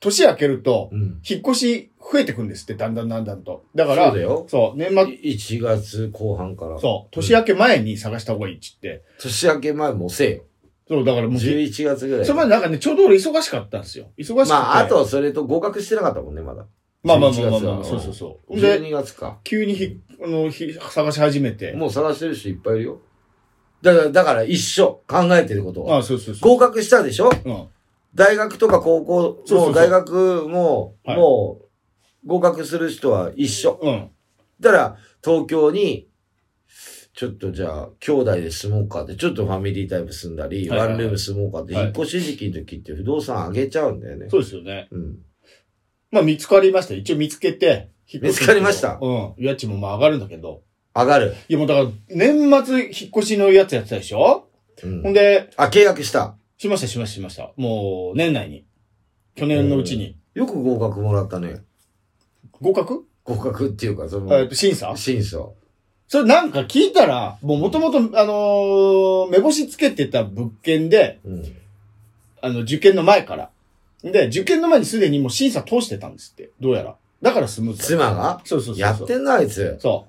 [SPEAKER 2] 年明けると、
[SPEAKER 1] うん。
[SPEAKER 2] 引っ越し増えてくんですって、だんだんだんだんと。だ
[SPEAKER 1] そ
[SPEAKER 2] か
[SPEAKER 1] う
[SPEAKER 2] ら、
[SPEAKER 1] だよ。
[SPEAKER 2] そう年末、
[SPEAKER 1] 1月後半から。
[SPEAKER 2] そう、年明け前に探した方がいいっつって。
[SPEAKER 1] 年明け前もせえよ。
[SPEAKER 2] そう、だからもう、そ
[SPEAKER 1] 11月ぐらい。
[SPEAKER 2] れまでなんかね、ちょうど俺忙しかったんですよ。忙しくて。
[SPEAKER 1] まあ、あと、それと合格してなかったもんね、まだ。
[SPEAKER 2] まあまあまあまあまあ
[SPEAKER 1] 11月
[SPEAKER 2] そ
[SPEAKER 1] は
[SPEAKER 2] うそうそう。で、
[SPEAKER 1] 12月か。
[SPEAKER 2] 急にひ、あの、ひ、探し始めて。
[SPEAKER 1] もう探してる人いっぱいいるよ。だから、だから一緒。考えてることは。
[SPEAKER 2] あそうそうそう。
[SPEAKER 1] 合格したでしょ
[SPEAKER 2] うん。
[SPEAKER 1] 大学とか高校、
[SPEAKER 2] そうそうそう
[SPEAKER 1] もう大学も、
[SPEAKER 2] はい
[SPEAKER 1] もう、合格する人は一緒。
[SPEAKER 2] うん。
[SPEAKER 1] だから、東京に、ちょっとじゃあ、兄弟で住もうかって、ちょっとファミリータイプ住んだり、
[SPEAKER 2] はいはいはい
[SPEAKER 1] ワンルーム住もうかって、
[SPEAKER 2] はい
[SPEAKER 1] 引っ越し時期の時って不動産上げちゃうんだよね。
[SPEAKER 2] そうですよね。
[SPEAKER 1] うん。
[SPEAKER 2] まあ見つかりました。一応見つけて、引っ越し
[SPEAKER 1] 見つかりました
[SPEAKER 2] うん。家賃もまあ上がるんだけど。
[SPEAKER 1] 上がる。
[SPEAKER 2] いやもうだから、年末引っ越しのやつやってたでしょ、
[SPEAKER 1] うん
[SPEAKER 2] ほんで、
[SPEAKER 1] あ、契約した。
[SPEAKER 2] しましたしましたしました。もう、年内に。去年のうちに。
[SPEAKER 1] よく合格もらったね。
[SPEAKER 2] 合格、
[SPEAKER 1] 合格っていうか、そ
[SPEAKER 2] えっ
[SPEAKER 1] の、
[SPEAKER 2] と、審査
[SPEAKER 1] 審査。
[SPEAKER 2] それなんか聞いたら、もう元々、あのー目星つけてた物件で、
[SPEAKER 1] うん。
[SPEAKER 2] あの、受験の前から。で、受験の前にすでにもう審査通してたんですって。どうやら。だからスムーズだ。
[SPEAKER 1] 妻が
[SPEAKER 2] そうそうそうそう。
[SPEAKER 1] やってんな、あいつ。
[SPEAKER 2] そ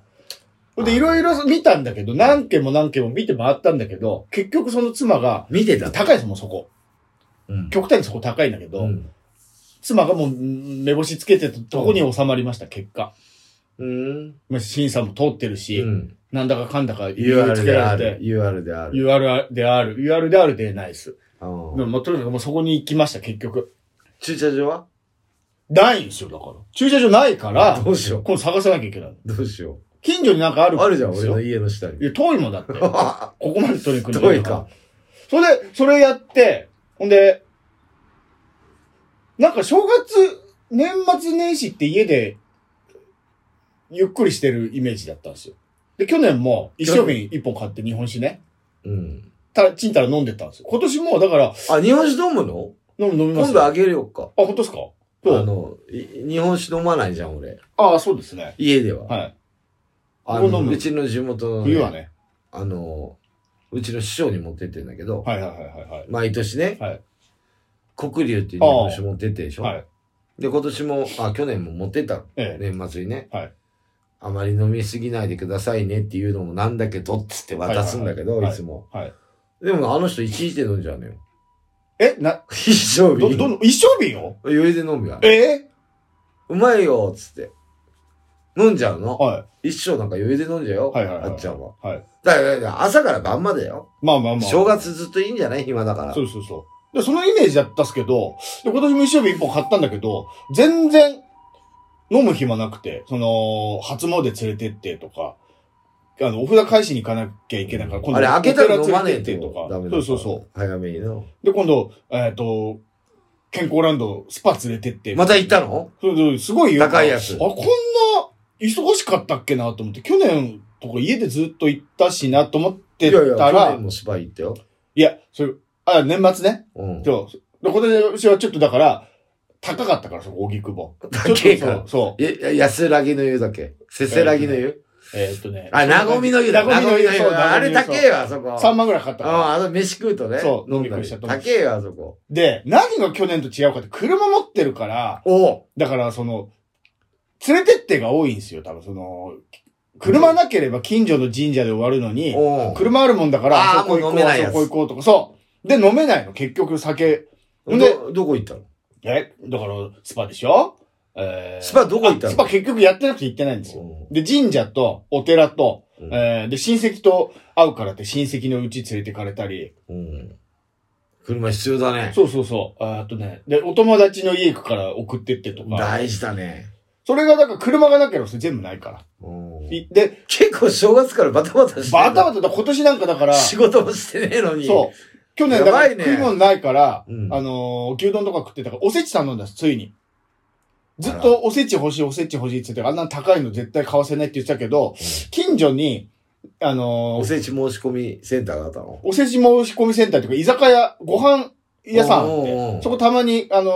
[SPEAKER 2] ほんで、いろいろ見たんだけど、何件も何件も見て回ったんだけど、結局その妻が、
[SPEAKER 1] 見てた。
[SPEAKER 2] 高いですもん、そこ。
[SPEAKER 1] うん。
[SPEAKER 2] 極端にそこ高いんだけど、
[SPEAKER 1] うん
[SPEAKER 2] 妻がもう、ん目星つけてたとこに収まりました、結果。
[SPEAKER 1] うん。
[SPEAKER 2] まあ審査も通ってるし、
[SPEAKER 1] うん。
[SPEAKER 2] なんだかかんだか理由
[SPEAKER 1] UR
[SPEAKER 2] つけ
[SPEAKER 1] で
[SPEAKER 2] ら
[SPEAKER 1] あ
[SPEAKER 2] れ
[SPEAKER 1] る。
[SPEAKER 2] て、
[SPEAKER 1] UR である。
[SPEAKER 2] UR である、UR であるでないです。
[SPEAKER 1] あ
[SPEAKER 2] でも
[SPEAKER 1] ー
[SPEAKER 2] まあ、とにかくもうそこに行きました、結局。
[SPEAKER 1] 駐車場は
[SPEAKER 2] ないんですよ、だから。駐車場ないから、
[SPEAKER 1] どうしよ
[SPEAKER 2] これ探さなきゃいけない。
[SPEAKER 1] う。どうしよ
[SPEAKER 2] 近所になんかある
[SPEAKER 1] う。あるじゃん、俺の家の下に
[SPEAKER 2] い。や、遠いもん
[SPEAKER 1] <laughs>
[SPEAKER 2] だって。ここまで取りに来る
[SPEAKER 1] 遠いか。。
[SPEAKER 2] それで、それやって、ほんで、なんか正月、年末年始って家で、ゆっくりしてるイメージだったんですよ。で、去年も一生瓶一本買って日本酒ね、
[SPEAKER 1] うん。
[SPEAKER 2] た、ちんたら飲んでたんですよ。今年も、だから、
[SPEAKER 1] あ、日本酒飲むの
[SPEAKER 2] 飲み、飲みます
[SPEAKER 1] 今度あげるよっか。
[SPEAKER 2] あ、本当ですか
[SPEAKER 1] あ
[SPEAKER 2] そう。
[SPEAKER 1] の、い日本酒飲まないじゃん、俺。
[SPEAKER 2] ああ、そうですね。
[SPEAKER 1] 家では。
[SPEAKER 2] はい。
[SPEAKER 1] あ
[SPEAKER 2] ここ飲
[SPEAKER 1] の、
[SPEAKER 2] む
[SPEAKER 1] うちの地元のね、
[SPEAKER 2] 冬はね。
[SPEAKER 1] あの、うちの師匠に持ってってんだけど、
[SPEAKER 2] はいはいはいはいはい。
[SPEAKER 1] 毎年ね、
[SPEAKER 2] はい
[SPEAKER 1] 黒龍っていう日本酒持ってってでしょ、
[SPEAKER 2] はい。
[SPEAKER 1] で、今年も、あ、去年も持ってったの。
[SPEAKER 2] ええ。
[SPEAKER 1] 年末にね。
[SPEAKER 2] はい
[SPEAKER 1] あまり飲みすぎないでくださいねっていうのもなんだけど、っつって渡すんだけど、
[SPEAKER 2] はいはいはい
[SPEAKER 1] いつも。
[SPEAKER 2] はい
[SPEAKER 1] でも、あの人一日で飲んじゃうのよ。 <laughs>
[SPEAKER 2] え、な、
[SPEAKER 1] 一生
[SPEAKER 2] ど、ど
[SPEAKER 1] 日。
[SPEAKER 2] の、一生瓶を
[SPEAKER 1] 余裕で飲むやん。
[SPEAKER 2] ええ
[SPEAKER 1] うまいよっつって。飲んじゃうの。
[SPEAKER 2] は
[SPEAKER 1] 一生なんか余裕で飲んじゃうよ。
[SPEAKER 2] はいはいはい
[SPEAKER 1] あっちゃんは。
[SPEAKER 2] い。はい。
[SPEAKER 1] だからだから、朝から晩までよ。
[SPEAKER 2] まあまあまあ。
[SPEAKER 1] 正月ずっといいんじゃない暇だから。
[SPEAKER 2] そうそうそう。で、そのイメージだったっすけど、で、今年も一生日一本買ったんだけど、全然、飲む暇なくて、その、初詣連れてってとか、あの、お札返しに行かなきゃいけないから、
[SPEAKER 1] あれ、開けたら飲まねえ
[SPEAKER 2] お
[SPEAKER 1] って
[SPEAKER 2] 寺連
[SPEAKER 1] と
[SPEAKER 2] れと
[SPEAKER 1] か
[SPEAKER 2] か。。
[SPEAKER 1] ダメだ。
[SPEAKER 2] そうそうそう
[SPEAKER 1] 早めにの。
[SPEAKER 2] う。で、今度、えっ、と、健康ランド、スパ連れてって。
[SPEAKER 1] また行ったの
[SPEAKER 2] そうそう、すごいよ
[SPEAKER 1] 高いやつ
[SPEAKER 2] あ、こんな、忙しかったっけなと思って、去年とか家でずっと行ったしなと思ってたら、いや
[SPEAKER 1] 去年もスパイ行ったよ。
[SPEAKER 2] それ、あ、年末ね。
[SPEAKER 1] うん。
[SPEAKER 2] そう。で、今年はちょっとだから、高かったから、そこ、荻窪。ちょっと
[SPEAKER 1] 高えから
[SPEAKER 2] そう。そ
[SPEAKER 1] え、や安らぎの湯だっけせせらぎの湯
[SPEAKER 2] う。えーっとね。
[SPEAKER 1] あ、なごみの湯だ。
[SPEAKER 2] な
[SPEAKER 1] な
[SPEAKER 2] ご
[SPEAKER 1] ご
[SPEAKER 2] みの
[SPEAKER 1] み
[SPEAKER 2] 湯
[SPEAKER 1] の湯。あれ高え。わ、あそこ。
[SPEAKER 2] 3万ぐらいかかったから。
[SPEAKER 1] ああの、飯食うとね。
[SPEAKER 2] そう
[SPEAKER 1] 飲んだ
[SPEAKER 2] びっく
[SPEAKER 1] り
[SPEAKER 2] りし
[SPEAKER 1] 高
[SPEAKER 2] たと思う
[SPEAKER 1] えわ、あそこ。
[SPEAKER 2] で、何が去年と違うかって、車持ってるから、
[SPEAKER 1] お
[SPEAKER 2] だから、その、連れてってが多いんですよ、多分、その、車なければ近所の神社で終わるのに、
[SPEAKER 1] おう
[SPEAKER 2] 車あるもんだから、
[SPEAKER 1] あー
[SPEAKER 2] あそこ行
[SPEAKER 1] もう
[SPEAKER 2] こ
[SPEAKER 1] 飲め
[SPEAKER 2] う、あ
[SPEAKER 1] ないやつ
[SPEAKER 2] そこ行こうとか、そう。で、飲めないの、結局、酒。んで
[SPEAKER 1] ど、どこ行ったの
[SPEAKER 2] え、だから、スパでしょえー
[SPEAKER 1] スパどこ行ったの
[SPEAKER 2] スパ結局やってなくて行ってないんですよ。
[SPEAKER 1] おう
[SPEAKER 2] で、神社とお寺と、
[SPEAKER 1] うん
[SPEAKER 2] えーで、親戚と会うからって親戚のうち連れてかれたり、
[SPEAKER 1] うん。車必要だね。
[SPEAKER 2] そうそうそう、ああとね、で、お友達の家行くから送ってってとか、
[SPEAKER 1] 大事だね。
[SPEAKER 2] それがだから車がなければそれ全部ないから。
[SPEAKER 1] うん
[SPEAKER 2] いで、
[SPEAKER 1] 結構正月からバタバタしてんだ
[SPEAKER 2] バタバタだ、今年なんかだから、
[SPEAKER 1] 仕事もしてねえのに。
[SPEAKER 2] そう、去年だから
[SPEAKER 1] やばいね
[SPEAKER 2] 食い物ないから、
[SPEAKER 1] うん
[SPEAKER 2] あのー牛丼とか食ってたから、おせち頼んだんです、ついに。ずっ
[SPEAKER 1] あら
[SPEAKER 2] とおせち欲しい、おせち欲しいって言ってたから、あんな高いの絶対買わせないって言ってたけど、
[SPEAKER 1] う
[SPEAKER 2] 近所に、あのー
[SPEAKER 1] おせち申し込みセンターがあったの
[SPEAKER 2] お世辞申し込みセンターというか、居酒屋、ご飯屋さんあ
[SPEAKER 1] おうおうお
[SPEAKER 2] っ
[SPEAKER 1] う
[SPEAKER 2] て、そこたまに、あの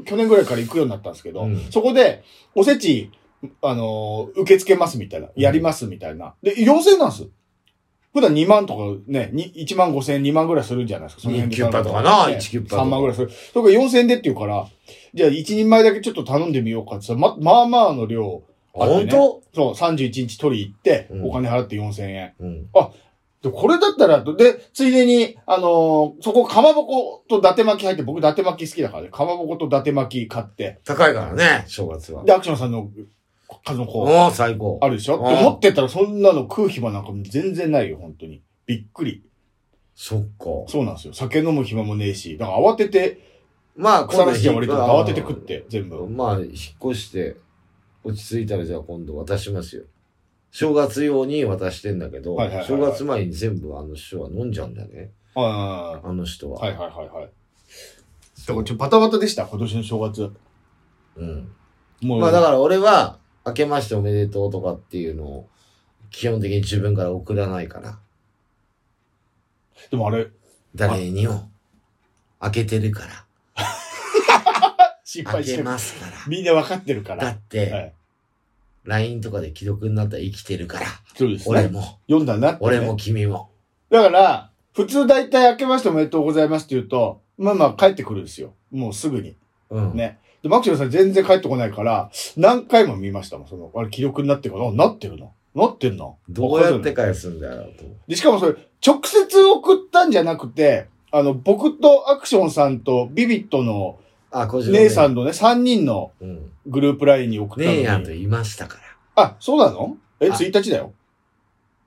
[SPEAKER 2] ー去年ぐらいから行くようになったんですけど、
[SPEAKER 1] うん
[SPEAKER 2] そこで、おせち、あのー受け付けますみたいな、やりますみたいな。で、要請なんです。普段2万とかね、に1万5千、2万ぐらいするんじゃないですか、その辺で
[SPEAKER 1] 198とかな
[SPEAKER 2] ね
[SPEAKER 1] 198とか
[SPEAKER 2] 3万ぐらいする。それから4000でって言うから、じゃあ1人前だけちょっと頼んでみようかって言ったら、ま、まあまあの量、あって
[SPEAKER 1] 本
[SPEAKER 2] ね
[SPEAKER 1] 当
[SPEAKER 2] そう、31日取り行って
[SPEAKER 1] う、ん
[SPEAKER 2] お金払って4000円。
[SPEAKER 1] うん。
[SPEAKER 2] で、これだったら、で、ついでに、あのーそこ、かまぼこと伊達巻き入って、僕伊達巻き好きだからね、かまぼこと伊達巻き買って、
[SPEAKER 1] 高いからね、正月は。
[SPEAKER 2] で、アクションさんの数の子、
[SPEAKER 1] おお最高。
[SPEAKER 2] あるでしょって思ってたら、そんなの食う暇なんか全然ないよ、本当に。びっくり。
[SPEAKER 1] そっか。
[SPEAKER 2] そうなんですよ。酒飲む暇もねえし、だから慌てて、
[SPEAKER 1] まあ、
[SPEAKER 2] 腐らしちゃわれてるから
[SPEAKER 1] あー
[SPEAKER 2] 慌てて食って、全部。
[SPEAKER 1] まあ、引っ越して、落ち着いたらじゃあ今度渡しますよ。正月用に渡してんだけど、
[SPEAKER 2] はいはいはいはい
[SPEAKER 1] 正月前に全部あの人は飲んじゃうんだよね。
[SPEAKER 2] あ
[SPEAKER 1] あの人
[SPEAKER 2] ー
[SPEAKER 1] は。
[SPEAKER 2] はいはいはいはい。だからちょっとバタバタでした、今年の正月。
[SPEAKER 1] うん。
[SPEAKER 2] もう、
[SPEAKER 1] まあだから俺は、明けましておめでとうとかっていうのを、基本的に自分から送らないから。
[SPEAKER 2] でもあれ、
[SPEAKER 1] 誰にも、開けてるか
[SPEAKER 2] 失
[SPEAKER 1] ら。
[SPEAKER 2] 敗
[SPEAKER 1] 開
[SPEAKER 2] し
[SPEAKER 1] け
[SPEAKER 2] てる。
[SPEAKER 1] ますから。
[SPEAKER 2] みんな分かってるか
[SPEAKER 1] だ
[SPEAKER 2] ら。
[SPEAKER 1] って、
[SPEAKER 2] はい
[SPEAKER 1] LINE とかで既読になったら生きてるから。
[SPEAKER 2] そうです
[SPEAKER 1] 俺
[SPEAKER 2] ね。
[SPEAKER 1] も、
[SPEAKER 2] 読んだなってね。
[SPEAKER 1] 俺も君も。
[SPEAKER 2] だから、普通大体明けましておめでとうございますって言うと、まあまあ帰ってくるんですよ。もうすぐに。
[SPEAKER 1] うん。
[SPEAKER 2] ねで、マクシムさん全然帰ってこないから、何回も見ましたもん、その、あれ、記録になってるから、あなってるの。なってんな。
[SPEAKER 1] どうやって返すんだろうと。
[SPEAKER 2] で、しかもそれ、直接送ったんじゃなくて、あの、僕とアクションさんとビビットの
[SPEAKER 1] あ、小次郎
[SPEAKER 2] 姉さんのね、3人の
[SPEAKER 1] うん。
[SPEAKER 2] グループラインに送ったの
[SPEAKER 1] 姉
[SPEAKER 2] に。
[SPEAKER 1] やんと言いましたから。
[SPEAKER 2] あ、そうなのえ、
[SPEAKER 1] あ
[SPEAKER 2] 1日だよ。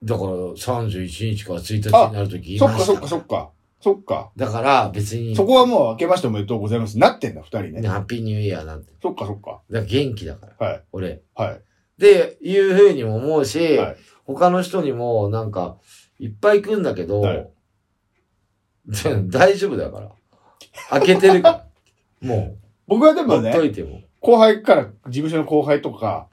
[SPEAKER 1] だから、31日から1日になるとき言い
[SPEAKER 2] そ
[SPEAKER 1] ま
[SPEAKER 2] っか
[SPEAKER 1] し
[SPEAKER 2] そ
[SPEAKER 1] た
[SPEAKER 2] っ
[SPEAKER 1] か
[SPEAKER 2] か
[SPEAKER 1] ら。
[SPEAKER 2] そっか。そっか。
[SPEAKER 1] だから、別に、
[SPEAKER 2] そこはもう明けましておめでとうございます。なってんだ、2人
[SPEAKER 1] ね
[SPEAKER 2] ね。
[SPEAKER 1] ハッピーニューイヤーなんて。
[SPEAKER 2] そっかそっか。
[SPEAKER 1] だから元気だから、
[SPEAKER 2] はい。
[SPEAKER 1] 俺。
[SPEAKER 2] はい。
[SPEAKER 1] で、いうふうにも思うし、
[SPEAKER 2] はい
[SPEAKER 1] 他の人にも、なんか、いっぱい来るんだけど、
[SPEAKER 2] はい
[SPEAKER 1] <laughs> 大丈夫だから。開けてる
[SPEAKER 2] <laughs>
[SPEAKER 1] から。も
[SPEAKER 2] 僕はで
[SPEAKER 1] う、ほ
[SPEAKER 2] も
[SPEAKER 1] っと
[SPEAKER 2] ね、
[SPEAKER 1] いても。
[SPEAKER 2] 後輩から、事務所の後輩とか、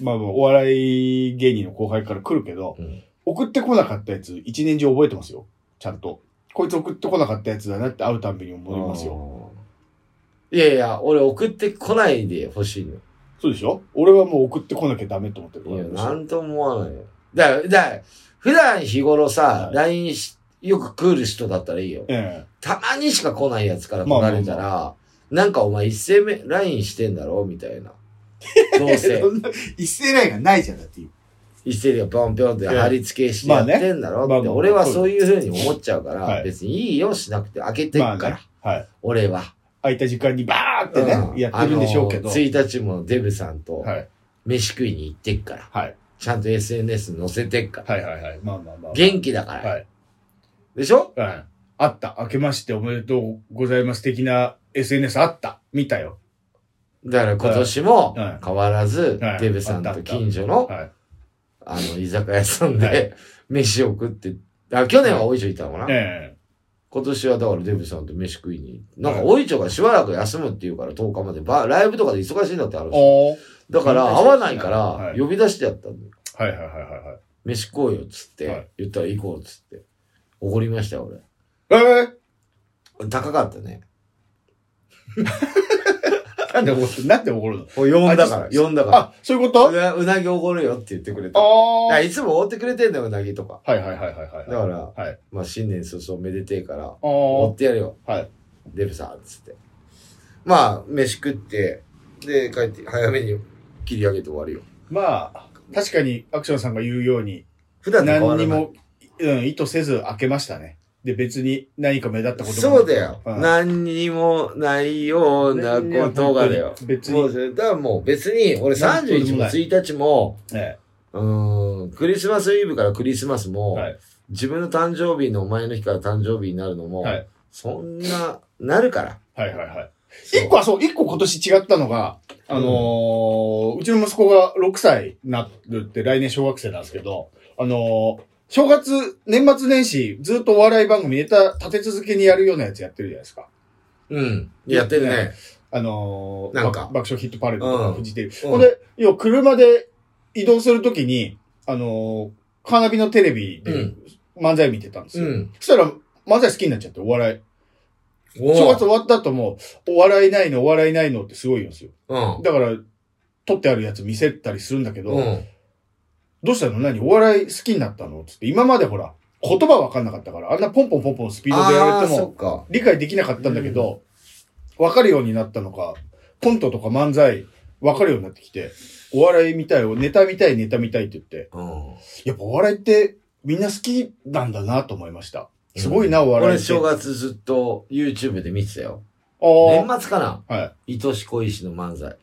[SPEAKER 2] まあ、お笑い芸人の後輩から来るけど、
[SPEAKER 1] うん
[SPEAKER 2] 送ってこなかったやつ、一年中覚えてますよ。ちゃんと。こいつ送ってこなかったやつだなって会うたんびに思いますよ。
[SPEAKER 1] いやいや、俺送ってこないでほしいの。
[SPEAKER 2] そうでしょ俺はもう送ってこなきゃダメと思ってる
[SPEAKER 1] いや、
[SPEAKER 2] から
[SPEAKER 1] なんとも思わないよ。だから、だから普段日頃さ
[SPEAKER 2] は、い
[SPEAKER 1] LINE し、よく来る人だったらいいよ。
[SPEAKER 2] え
[SPEAKER 1] たまにしか来ないやつから
[SPEAKER 2] まあ
[SPEAKER 1] 来
[SPEAKER 2] まあ
[SPEAKER 1] ら
[SPEAKER 2] まあ
[SPEAKER 1] れたら、なんかお前一斉目、LINE してんだろみたいな。どう
[SPEAKER 2] え。
[SPEAKER 1] せ
[SPEAKER 2] <laughs> そ、んな一斉ラインがないじゃん、だって。
[SPEAKER 1] 一斉でポンピョンって
[SPEAKER 2] ええ
[SPEAKER 1] 貼り付けして
[SPEAKER 2] ま
[SPEAKER 1] や
[SPEAKER 2] あ
[SPEAKER 1] っ
[SPEAKER 2] ね
[SPEAKER 1] てんだろって、
[SPEAKER 2] まあまあまあ
[SPEAKER 1] 俺はそういうふうに思っちゃうから、
[SPEAKER 2] はい
[SPEAKER 1] 別にいいよ、しなくて、開けてっから、
[SPEAKER 2] まあねはい。
[SPEAKER 1] 俺は。
[SPEAKER 2] 空いた時間にバーってね、
[SPEAKER 1] うん
[SPEAKER 2] やってるんでしょうけ
[SPEAKER 1] あ
[SPEAKER 2] ど。
[SPEAKER 1] の1日もデブさんと
[SPEAKER 2] はい。
[SPEAKER 1] 飯食いに行ってっから、
[SPEAKER 2] はい。
[SPEAKER 1] ちゃんと SNS 載せてっから、
[SPEAKER 2] はいはいはい。まあまあまあ。
[SPEAKER 1] 元気だから。
[SPEAKER 2] はい。
[SPEAKER 1] でしょ
[SPEAKER 2] はい。あった。明けましておめでとうございます的な SNS あった。見たよ。
[SPEAKER 1] だから今年も
[SPEAKER 2] はい
[SPEAKER 1] 変わらず
[SPEAKER 2] はい、
[SPEAKER 1] デブさんと近所の、
[SPEAKER 2] は
[SPEAKER 1] あの、居酒屋さん
[SPEAKER 2] は
[SPEAKER 1] で、 <laughs> 飯を食って、あ、去年は大井町いたのか
[SPEAKER 2] い。
[SPEAKER 1] な
[SPEAKER 2] え
[SPEAKER 1] 今年はだからデブさんと飯食いに。なんか
[SPEAKER 2] はい
[SPEAKER 1] 大井町がしばらく休むっていうから、10日まで、ばライブとかで忙しいんだってある
[SPEAKER 2] え。
[SPEAKER 1] し。
[SPEAKER 2] おー。
[SPEAKER 1] だから会わないか
[SPEAKER 2] は
[SPEAKER 1] ら、
[SPEAKER 2] い
[SPEAKER 1] 呼び出してやったんだよ。
[SPEAKER 2] はいはいはいはいはい。
[SPEAKER 1] 飯食おうよ、っつっ
[SPEAKER 2] は
[SPEAKER 1] て
[SPEAKER 2] い。
[SPEAKER 1] 言ったら行こう、っつって。怒りましたよ、俺。
[SPEAKER 2] え
[SPEAKER 1] 高かったね。
[SPEAKER 2] えなんで怒るなんで怒るの
[SPEAKER 1] 呼んだから、
[SPEAKER 2] あ
[SPEAKER 1] 呼んだか
[SPEAKER 2] あ、そういうこ
[SPEAKER 1] ら。
[SPEAKER 2] と
[SPEAKER 1] う
[SPEAKER 2] あ
[SPEAKER 1] なうなぎおごるよって言ってくれた。だ
[SPEAKER 2] あ。
[SPEAKER 1] か
[SPEAKER 2] は
[SPEAKER 1] ら
[SPEAKER 2] い
[SPEAKER 1] いつも追ってくれてんだよ、うなぎとか。
[SPEAKER 2] はいはいはいは
[SPEAKER 1] だ
[SPEAKER 2] い。
[SPEAKER 1] から、
[SPEAKER 2] はい。
[SPEAKER 1] まあ新年早々めでてえから、
[SPEAKER 2] あ
[SPEAKER 1] 追
[SPEAKER 2] あ
[SPEAKER 1] っ。てやるよ。
[SPEAKER 2] はい。
[SPEAKER 1] デブさん、つって。まあ、飯食って、で、帰って、早めに切り上げて終わるよ。
[SPEAKER 2] まあ、確かにアクションさんが言うように、
[SPEAKER 1] 普段と変わ
[SPEAKER 2] 何
[SPEAKER 1] らな
[SPEAKER 2] に
[SPEAKER 1] い。
[SPEAKER 2] も、うん、意図せず開けましたね。で、別に何か目立ったこともな
[SPEAKER 1] そ
[SPEAKER 2] く
[SPEAKER 1] うだよ。
[SPEAKER 2] うん
[SPEAKER 1] 何にもないようなことがだよ。
[SPEAKER 2] 別
[SPEAKER 1] もう
[SPEAKER 2] に。
[SPEAKER 1] それ、だからもう別に、俺
[SPEAKER 2] なんとで
[SPEAKER 1] 31
[SPEAKER 2] も
[SPEAKER 1] も
[SPEAKER 2] ない
[SPEAKER 1] 1日も、
[SPEAKER 2] え
[SPEAKER 1] うーん、クリスマスイブからクリスマス
[SPEAKER 2] え
[SPEAKER 1] も、
[SPEAKER 2] はい。
[SPEAKER 1] 自分の誕生日のお前の日から誕生日になるのも、
[SPEAKER 2] はい
[SPEAKER 1] そんな、なるから。
[SPEAKER 2] はいはいはい。
[SPEAKER 1] そう
[SPEAKER 2] 一個はそう、一個今年違ったのが、あのーうちの息子が6歳になるって来年小学生なんですけど、あのー正月、年末年始、ずっとお笑い番組ネタ立て続けにやるようなやつやってるじゃないですか。
[SPEAKER 1] うん。やってるね
[SPEAKER 2] ね。あのー
[SPEAKER 1] なんか
[SPEAKER 2] ば爆笑ヒットパレードと
[SPEAKER 1] う
[SPEAKER 2] か
[SPEAKER 1] ん
[SPEAKER 2] フジテレビ。
[SPEAKER 1] うん
[SPEAKER 2] ほんで、要は車で移動するときに、あのーカーナビのテレビ
[SPEAKER 1] う
[SPEAKER 2] で
[SPEAKER 1] ん。
[SPEAKER 2] 漫才見てたんです
[SPEAKER 1] う
[SPEAKER 2] よ。
[SPEAKER 1] ん。
[SPEAKER 2] そしたら漫才好きになっちゃって、お笑い。
[SPEAKER 1] お
[SPEAKER 2] 正月終わった後も、お笑いないの、お笑いないのってすごい言うんですよ。
[SPEAKER 1] うん。
[SPEAKER 2] だから、撮ってあるやつ見せたりするんだけど、
[SPEAKER 1] うん。
[SPEAKER 2] どうしたの何お笑い好きになったのつって、今までほら、言葉わかんなかったから、あんなポンポンポンポンスピードでや
[SPEAKER 1] ああ
[SPEAKER 2] れ
[SPEAKER 1] ー
[SPEAKER 2] て
[SPEAKER 1] そ
[SPEAKER 2] も
[SPEAKER 1] っか。
[SPEAKER 2] 理解できなかったんだけど、わ、かるようになったのか、コントとか漫才、わかるようになってきて、お笑い見たい、ネタ見たい、ネタ見たいって言って、
[SPEAKER 1] うん。
[SPEAKER 2] やっぱお笑いってみんな好きなんだなと思いました。すごいな、お笑い
[SPEAKER 1] 俺
[SPEAKER 2] って。
[SPEAKER 1] 正月ずっと YouTube で見てたよ。
[SPEAKER 2] あ
[SPEAKER 1] 年末かな
[SPEAKER 2] あ、はい。
[SPEAKER 1] 愛し恋しの漫才。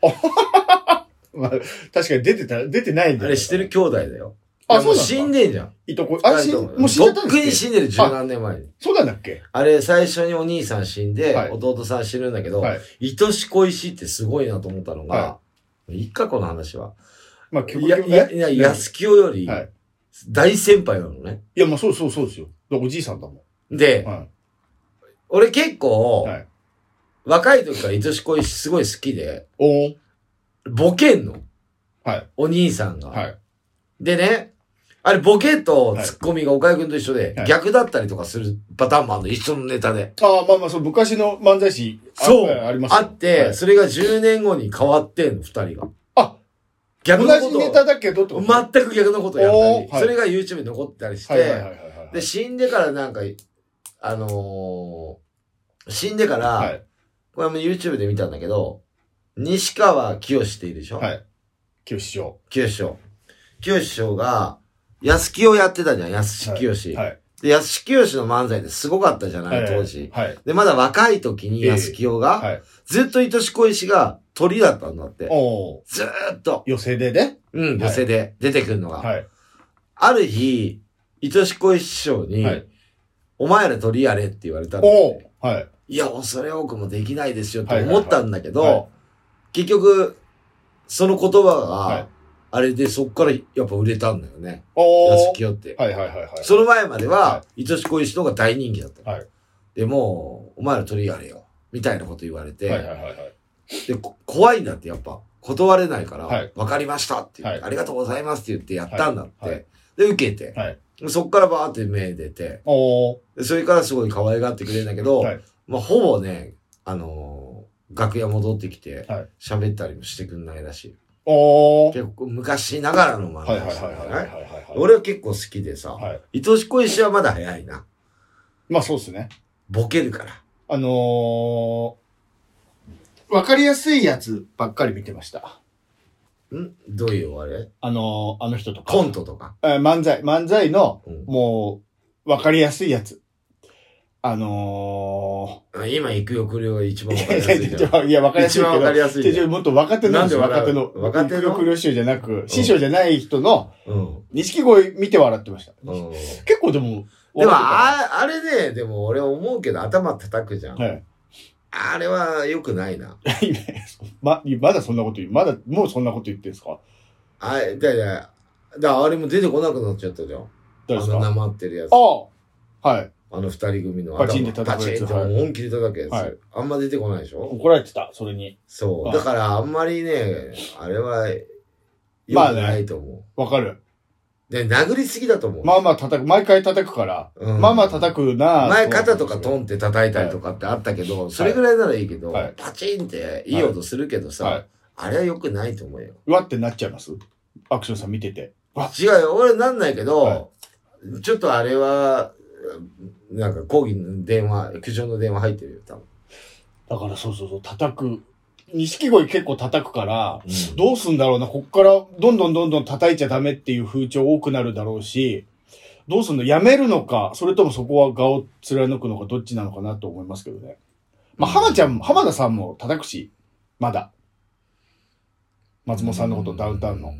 [SPEAKER 2] まあ、確かに出てた、出てないん
[SPEAKER 1] あ
[SPEAKER 2] だよ
[SPEAKER 1] れしてる兄弟だよ。
[SPEAKER 2] あ、
[SPEAKER 1] もう
[SPEAKER 2] そうなんだ
[SPEAKER 1] 死んでんじゃん。
[SPEAKER 2] いとこ、あ、死ん、もう死んじゃったん
[SPEAKER 1] とっ
[SPEAKER 2] です
[SPEAKER 1] く
[SPEAKER 2] け
[SPEAKER 1] に死んでる、十何年前に。
[SPEAKER 2] そうなんだっけ
[SPEAKER 1] あれ、最初にお兄さん死んで
[SPEAKER 2] は、い
[SPEAKER 1] 弟さん死ぬんだけど、
[SPEAKER 2] はい。
[SPEAKER 1] 愛し恋しってすごいなと思ったのが
[SPEAKER 2] は、
[SPEAKER 1] いっか、この話は。
[SPEAKER 2] まあ、
[SPEAKER 1] いや、いや、いや、安清より
[SPEAKER 2] はい、
[SPEAKER 1] 大先輩なのね。
[SPEAKER 2] いや、まあ、そうそうそうですよ。おじいさんだもん。
[SPEAKER 1] で、
[SPEAKER 2] は
[SPEAKER 1] 俺結
[SPEAKER 2] い。
[SPEAKER 1] 構
[SPEAKER 2] は、い。
[SPEAKER 1] 若い時から愛し恋しすごい好きで、
[SPEAKER 2] おー
[SPEAKER 1] ボケんの。
[SPEAKER 2] はい。
[SPEAKER 1] お兄さんが。
[SPEAKER 2] はい。
[SPEAKER 1] でね、あれ、ボケとツッコミが岡井くんと一緒で、
[SPEAKER 2] はい
[SPEAKER 1] 逆だったりとかするパターンもあるの、一緒のネタで。
[SPEAKER 2] ああ、まあまあ、そう、昔の漫才師、あ
[SPEAKER 1] そう
[SPEAKER 2] ありますよ
[SPEAKER 1] あって、
[SPEAKER 2] はい
[SPEAKER 1] それが10年後に変わってんの、二人が。
[SPEAKER 2] あ
[SPEAKER 1] 逆の
[SPEAKER 2] 同じ
[SPEAKER 1] こ
[SPEAKER 2] ネ
[SPEAKER 1] と
[SPEAKER 2] タだけどってこと
[SPEAKER 1] を、全く逆のことをやったり
[SPEAKER 2] お、ーはい
[SPEAKER 1] それが YouTube に残ってたりして、
[SPEAKER 2] はいはいはいはいはい。
[SPEAKER 1] で、死んでからなんか、あのー死んでから、
[SPEAKER 2] はい。
[SPEAKER 1] これも YouTube で見たんだけど、西川清っているでしょ
[SPEAKER 2] はい。清志師匠。
[SPEAKER 1] 清志師匠。清志師匠が、安清をやってたじゃん、安清志。
[SPEAKER 2] はい。
[SPEAKER 1] で、安清志の漫才ってすごかったじゃない、当時。
[SPEAKER 2] はい。
[SPEAKER 1] で、まだ若い時に
[SPEAKER 2] ええ
[SPEAKER 1] 安清が、
[SPEAKER 2] はい。
[SPEAKER 1] ずっと愛し恋しが鳥だったんだって。
[SPEAKER 2] おー
[SPEAKER 1] ずーっと、
[SPEAKER 2] 寄せでね。
[SPEAKER 1] うん、
[SPEAKER 2] はい
[SPEAKER 1] 寄せで出てくるのが。
[SPEAKER 2] はい。
[SPEAKER 1] ある日、愛し恋師匠に、
[SPEAKER 2] はい
[SPEAKER 1] お前ら鳥やれって言われたんだって
[SPEAKER 2] おーはい。
[SPEAKER 1] いや、恐れ多くもできないですよっ
[SPEAKER 2] は
[SPEAKER 1] て
[SPEAKER 2] いはいはい
[SPEAKER 1] 思ったんだけ
[SPEAKER 2] は
[SPEAKER 1] ど
[SPEAKER 2] い、
[SPEAKER 1] 結局、その言葉
[SPEAKER 2] はい
[SPEAKER 1] が、あれでそっからやっぱ売れたんだよね。安
[SPEAKER 2] おー
[SPEAKER 1] 清って。
[SPEAKER 2] はいはいはいはい。
[SPEAKER 1] その前までは
[SPEAKER 2] は、
[SPEAKER 1] 愛し恋しの方が大人気だった。
[SPEAKER 2] はい
[SPEAKER 1] でもう、お前ら鳥やれよ。みたいなこと言われて、
[SPEAKER 2] はいはいはいはい。
[SPEAKER 1] で、こ怖いんだってやっぱ、断れないから、わ、
[SPEAKER 2] はい
[SPEAKER 1] かりましたって言って、
[SPEAKER 2] はい
[SPEAKER 1] ありがとうございますって言ってやったんだって。
[SPEAKER 2] はいはい
[SPEAKER 1] で、受けて、
[SPEAKER 2] はい
[SPEAKER 1] そっからバーって目出て、
[SPEAKER 2] おー
[SPEAKER 1] でそれからすごい可愛がってくれるんだけど、
[SPEAKER 2] はい
[SPEAKER 1] まあ、ほぼね、あのー楽屋戻ってきて
[SPEAKER 2] はい、
[SPEAKER 1] 喋、ったりもしてくんないらしい。
[SPEAKER 2] おー
[SPEAKER 1] 結構昔ながらの漫
[SPEAKER 2] はい
[SPEAKER 1] 才
[SPEAKER 2] はいはい
[SPEAKER 1] 師
[SPEAKER 2] は
[SPEAKER 1] だ
[SPEAKER 2] い
[SPEAKER 1] よね
[SPEAKER 2] はいはいはい。
[SPEAKER 1] 俺は結構好きでさ、
[SPEAKER 2] はい。
[SPEAKER 1] 愛し恋しはまだ早いな。
[SPEAKER 2] まあそうですね。
[SPEAKER 1] ボケるから。
[SPEAKER 2] あのー、わかりやすいやつばっかり見てました。
[SPEAKER 1] んどういうあれ
[SPEAKER 2] あのー、あの人とか。
[SPEAKER 1] コントとか。
[SPEAKER 2] えー漫才、漫才の、
[SPEAKER 1] うん
[SPEAKER 2] もう、わかりやすいやつ。あの
[SPEAKER 1] 今行くよ、来るよが一番わかりやすいじゃん。
[SPEAKER 2] <laughs> ー、いや、わかりやすい
[SPEAKER 1] 一
[SPEAKER 2] け
[SPEAKER 1] 番わか
[SPEAKER 2] ど、
[SPEAKER 1] りやすい
[SPEAKER 2] ち
[SPEAKER 1] じゃ
[SPEAKER 2] ょ
[SPEAKER 1] ん。
[SPEAKER 2] もっと若手の、
[SPEAKER 1] なんで
[SPEAKER 2] 若手の、
[SPEAKER 1] 若手の
[SPEAKER 2] 黒黒師匠じゃなく、師匠じゃない人の、
[SPEAKER 1] うん。
[SPEAKER 2] 錦鯉見て笑ってました。
[SPEAKER 1] うん
[SPEAKER 2] 結構でも、
[SPEAKER 1] でも、
[SPEAKER 2] 笑
[SPEAKER 1] ああれね、でも俺思うけど頭叩くじゃ
[SPEAKER 2] っ
[SPEAKER 1] ん。
[SPEAKER 2] てたはい。 <laughs>
[SPEAKER 1] あれは良くないな。
[SPEAKER 2] ま、まだそんなこと言う。まだ、もうそんなこと言ってんですか
[SPEAKER 1] あれ、だいだいだからあれも出てこなくなっちゃったじゃん。
[SPEAKER 2] 誰
[SPEAKER 1] あ
[SPEAKER 2] です
[SPEAKER 1] の
[SPEAKER 2] か
[SPEAKER 1] なまってるやつ。
[SPEAKER 2] ああはい。
[SPEAKER 1] あの二人組の
[SPEAKER 2] パチンって叩く
[SPEAKER 1] パ
[SPEAKER 2] やつ
[SPEAKER 1] チンって
[SPEAKER 2] はい
[SPEAKER 1] もう本気で叩くやつ、
[SPEAKER 2] はい
[SPEAKER 1] あんま出てこないでしょ
[SPEAKER 2] 怒られてた、それに。
[SPEAKER 1] そう。
[SPEAKER 2] はい
[SPEAKER 1] だからあんまりね、あれは良く
[SPEAKER 2] まあね
[SPEAKER 1] ないと思
[SPEAKER 2] わかる。
[SPEAKER 1] う。で、殴りすぎだと思う。
[SPEAKER 2] まあまあ叩く、毎回叩くから。
[SPEAKER 1] うん
[SPEAKER 2] まあまあ叩くな
[SPEAKER 1] 前肩とか
[SPEAKER 2] ん
[SPEAKER 1] トンって叩いたりとかってあったけど、それぐらいならいいけど、
[SPEAKER 2] はい
[SPEAKER 1] パチンっていい音するけどさ、
[SPEAKER 2] はい。
[SPEAKER 1] あれは良くないと思うよ。
[SPEAKER 2] うわってなっちゃいますアクションさん見てて。
[SPEAKER 1] 違うよ、俺なんないけど、
[SPEAKER 2] は
[SPEAKER 1] ちょっとあれは、なんか抗議の電話、苦情の電話入ってるよ、多分。
[SPEAKER 2] だからそうそうそう、叩く。錦鯉結構叩くから、
[SPEAKER 1] うん
[SPEAKER 2] どうすんだろうな、こっからどんどんどんどん叩いちゃダメっていう風潮多くなるだろうし、どうすんのやめるのか、それともそこは顔を貫くのか、どっちなのかなと思いますけどね。まあ、浜ちゃん、浜田さんも叩くし、まだ。松本さんのこと、ダウンタウン
[SPEAKER 1] う
[SPEAKER 2] の。
[SPEAKER 1] ん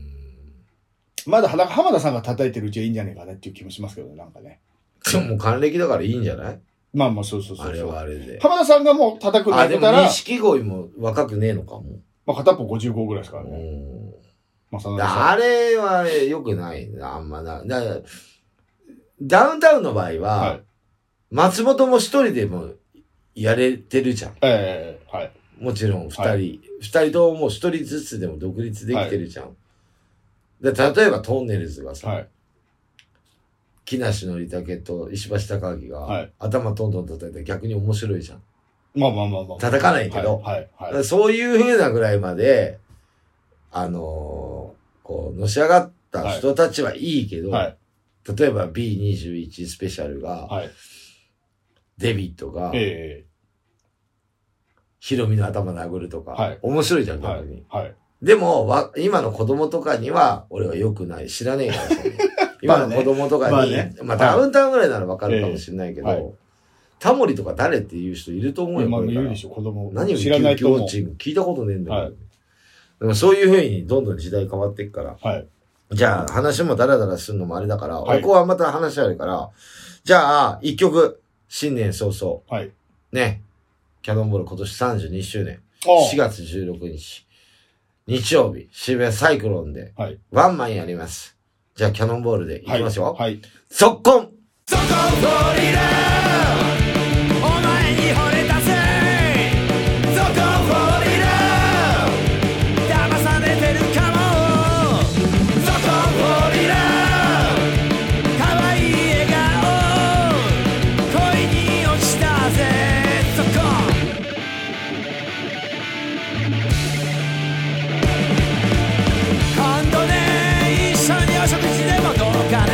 [SPEAKER 2] まだ、なんか浜田さんが叩いてるうちはいいんじゃねえかねっていう気もしますけどね、なんかね。
[SPEAKER 1] でももう還暦だからいいんじゃない
[SPEAKER 2] まあまあ、そうそうそ
[SPEAKER 1] あ
[SPEAKER 2] う
[SPEAKER 1] れ
[SPEAKER 2] そう。
[SPEAKER 1] はあれ
[SPEAKER 2] <laughs>
[SPEAKER 1] で。
[SPEAKER 2] 浜田さんがもう叩くの
[SPEAKER 1] あ、
[SPEAKER 2] や
[SPEAKER 1] で
[SPEAKER 2] め
[SPEAKER 1] も
[SPEAKER 2] たら、
[SPEAKER 1] 錦鯉も若くねえのかも。
[SPEAKER 2] まあ、片っぽ55ぐらいですから
[SPEAKER 1] う
[SPEAKER 2] ね。
[SPEAKER 1] ん
[SPEAKER 2] まあ、その
[SPEAKER 1] あれは良くないな、あんまな。だからダウンタウンの場合は、
[SPEAKER 2] はい。
[SPEAKER 1] 松本も一人でもやれてるじゃん。
[SPEAKER 2] ええはい。
[SPEAKER 1] もちろん二人、二、
[SPEAKER 2] は
[SPEAKER 1] 人とももう一人ずつでも独立できてるじゃん。で例えばトンネルズがさ、
[SPEAKER 2] はい。
[SPEAKER 1] 木梨憲武と石橋貴明が、
[SPEAKER 2] はい
[SPEAKER 1] 頭トントン叩いて逆に面白いじゃん。
[SPEAKER 2] まあまあまあまあ。
[SPEAKER 1] 叩かないけど
[SPEAKER 2] はい。
[SPEAKER 1] だ
[SPEAKER 2] はい
[SPEAKER 1] か
[SPEAKER 2] は
[SPEAKER 1] ら
[SPEAKER 2] い。
[SPEAKER 1] そういう風なぐらいまで、あのーこう、のし上がった人たちはいいけど、
[SPEAKER 2] はい。
[SPEAKER 1] 例えば B21 スペシャルが、
[SPEAKER 2] はい。
[SPEAKER 1] デビットが、
[SPEAKER 2] え
[SPEAKER 1] ヒロミの頭殴るとか、
[SPEAKER 2] はい
[SPEAKER 1] 面白いじゃん、
[SPEAKER 2] えは
[SPEAKER 1] 逆
[SPEAKER 2] い
[SPEAKER 1] に。。
[SPEAKER 2] はい。
[SPEAKER 1] でも、わ、今の子供とかには、俺は良くない。知らねえから
[SPEAKER 2] <laughs>
[SPEAKER 1] そんな今の子供とかに、ま
[SPEAKER 2] ま
[SPEAKER 1] あ
[SPEAKER 2] あね
[SPEAKER 1] ダウンタウンぐらいならわかるかもしれないけど、
[SPEAKER 2] ええはい
[SPEAKER 1] タモリとか誰っていう人いると思うよ。
[SPEAKER 2] 今
[SPEAKER 1] こ
[SPEAKER 2] の
[SPEAKER 1] れか
[SPEAKER 2] 言う
[SPEAKER 1] ら
[SPEAKER 2] でしょ、子供。
[SPEAKER 1] 何を
[SPEAKER 2] 知らないと思う。
[SPEAKER 1] チーム聞いたことねえんだけど。
[SPEAKER 2] はい
[SPEAKER 1] でもそういうふうにどんどん時代変わっていくから。
[SPEAKER 2] はい。
[SPEAKER 1] じゃあ話もダラダラするのもあれだから、
[SPEAKER 2] はい
[SPEAKER 1] ここはまた話あるから、じゃあ一曲、新年早々、
[SPEAKER 2] はい。
[SPEAKER 1] ね、キャノンボール今年32周年。
[SPEAKER 2] お
[SPEAKER 1] 4月16日、日曜日、渋谷サイクロンで
[SPEAKER 2] はい、
[SPEAKER 1] ワンマンやります。じゃあ、キャノンボールでいき
[SPEAKER 2] はい。
[SPEAKER 1] ますよ。
[SPEAKER 2] はい。
[SPEAKER 1] 速攻
[SPEAKER 3] そこゴリラお前に惚れたぜそこゴリラ騙されてるかもそこゴリラ可愛い笑顔恋に落ちたぜそこ今度ね一緒にお食事でもどうかね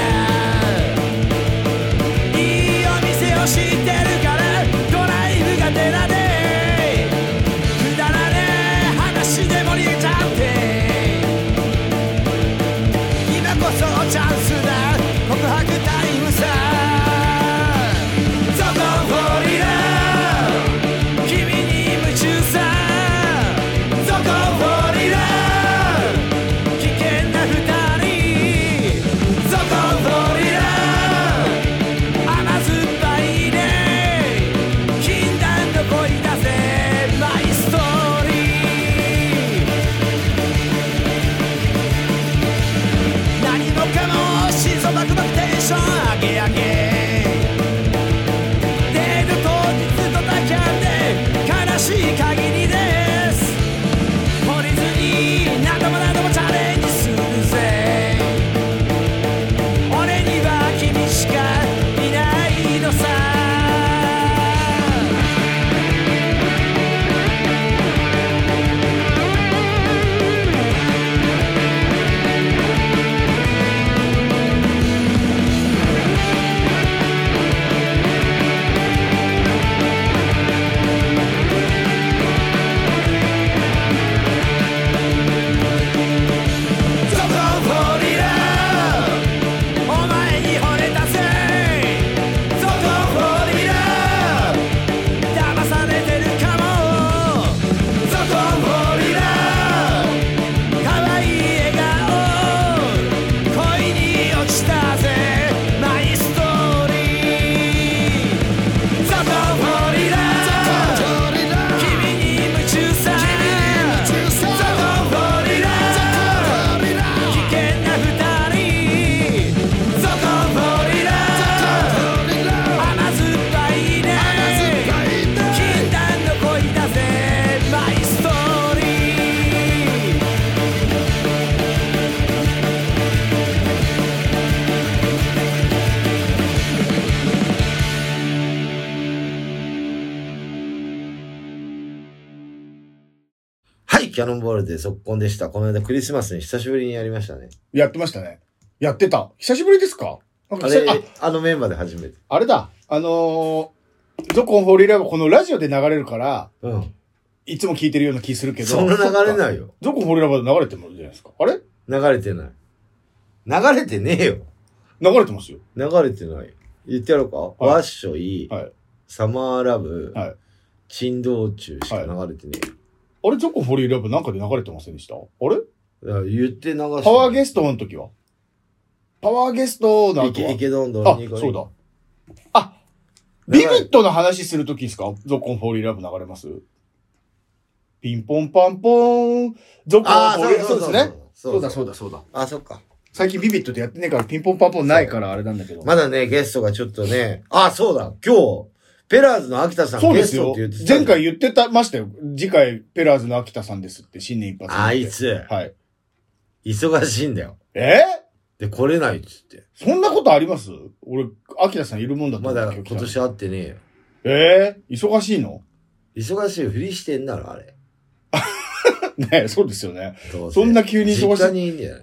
[SPEAKER 3] いいお店上げデート当日と抱き合って悲しい限りです懲りずに何度も何度もチャレンジするぜ俺には君しかいないのさ「ゾコンフォリラお前に惚れたぜ」「ゾコンフォリラ騙されてるかも」「ゾコンフォリラ可愛い笑顔」「恋に落ちたぜマイストーリー」「ゾコンフォリラ君に夢中さ」「ゾコンフォリラ危険な二人「ゾコンボリラ」「甘酸っぱいね」「禁断の恋だぜマイストーリー」
[SPEAKER 1] はい、キャノンボールで速攻でした。この間クリスマスに久しぶりにやりましたね。
[SPEAKER 2] やってましたね。やってた。久しぶりですかなん
[SPEAKER 1] あ
[SPEAKER 2] か久
[SPEAKER 1] れ
[SPEAKER 2] 々あ、
[SPEAKER 1] あのメンバーで初めて。
[SPEAKER 2] あれだ。あのー、ゾコンフォーリーライブこのラジオで流れるから、
[SPEAKER 1] うん。
[SPEAKER 2] いつも聞いてるような気するけど。
[SPEAKER 1] そんな流れないよ。
[SPEAKER 2] ゾコンフォーリーライブで流れてるじゃないですか。あれ
[SPEAKER 1] 流れてない。流れてねえよ。
[SPEAKER 2] 流れてますよ。
[SPEAKER 1] 流れてない。言ってやろうか、
[SPEAKER 2] い
[SPEAKER 1] ワッショイ、
[SPEAKER 2] はい
[SPEAKER 1] サマーラブ、
[SPEAKER 2] はい
[SPEAKER 1] 珍道中しか流れてねえよ
[SPEAKER 2] あれゾコンフォーリーライブなんかで流れてませんでしたあれ。
[SPEAKER 1] だから言って流して。
[SPEAKER 2] パワーゲストの時はパワーゲストの
[SPEAKER 1] い
[SPEAKER 2] 後
[SPEAKER 1] け
[SPEAKER 2] はい
[SPEAKER 1] けどんどん
[SPEAKER 2] あ
[SPEAKER 1] ニコ、ニコ
[SPEAKER 2] そうだ。あ、ビビットの話するときですかゾッコンフォーリーラブ流れますピンポンパンポーン、ゾッコン
[SPEAKER 1] あ
[SPEAKER 2] フォ
[SPEAKER 1] あ、そう
[SPEAKER 2] ーリーラブ。
[SPEAKER 1] そ
[SPEAKER 2] そう
[SPEAKER 1] そ
[SPEAKER 2] うで
[SPEAKER 1] う
[SPEAKER 2] すね。
[SPEAKER 1] そ
[SPEAKER 2] そう
[SPEAKER 1] う
[SPEAKER 2] だ
[SPEAKER 1] だ。
[SPEAKER 2] そうだそうだ。
[SPEAKER 1] あ、そっか。
[SPEAKER 2] 最近ビビットでやってねえからピンポンパンポンないからあれなんだけど。
[SPEAKER 1] まだね、ゲストがちょっとね、あ、そうだ、今日、ペラーズの秋田さん
[SPEAKER 2] そう
[SPEAKER 1] ゲ
[SPEAKER 2] で
[SPEAKER 1] ス
[SPEAKER 2] す
[SPEAKER 1] ト
[SPEAKER 2] よ
[SPEAKER 1] って言ってた。
[SPEAKER 2] 前。回言ってたましたよ。次回、ペラーズの秋田さんですって、新年一発目で。
[SPEAKER 1] あいつ、
[SPEAKER 2] はい。
[SPEAKER 1] 忙しいんだよ。
[SPEAKER 2] え
[SPEAKER 1] で、来れないっつって。
[SPEAKER 2] ーそんなことあります俺、秋田さんいるもんだと思
[SPEAKER 1] ま
[SPEAKER 2] う
[SPEAKER 1] だ今年。会ってねえよ。
[SPEAKER 2] えー忙しいの <laughs>
[SPEAKER 1] 忙しいふりしてんだろ、あれ。
[SPEAKER 2] ねそうですよね。
[SPEAKER 1] どうせ
[SPEAKER 2] そんな急に忙しい
[SPEAKER 1] 実家にいんじゃない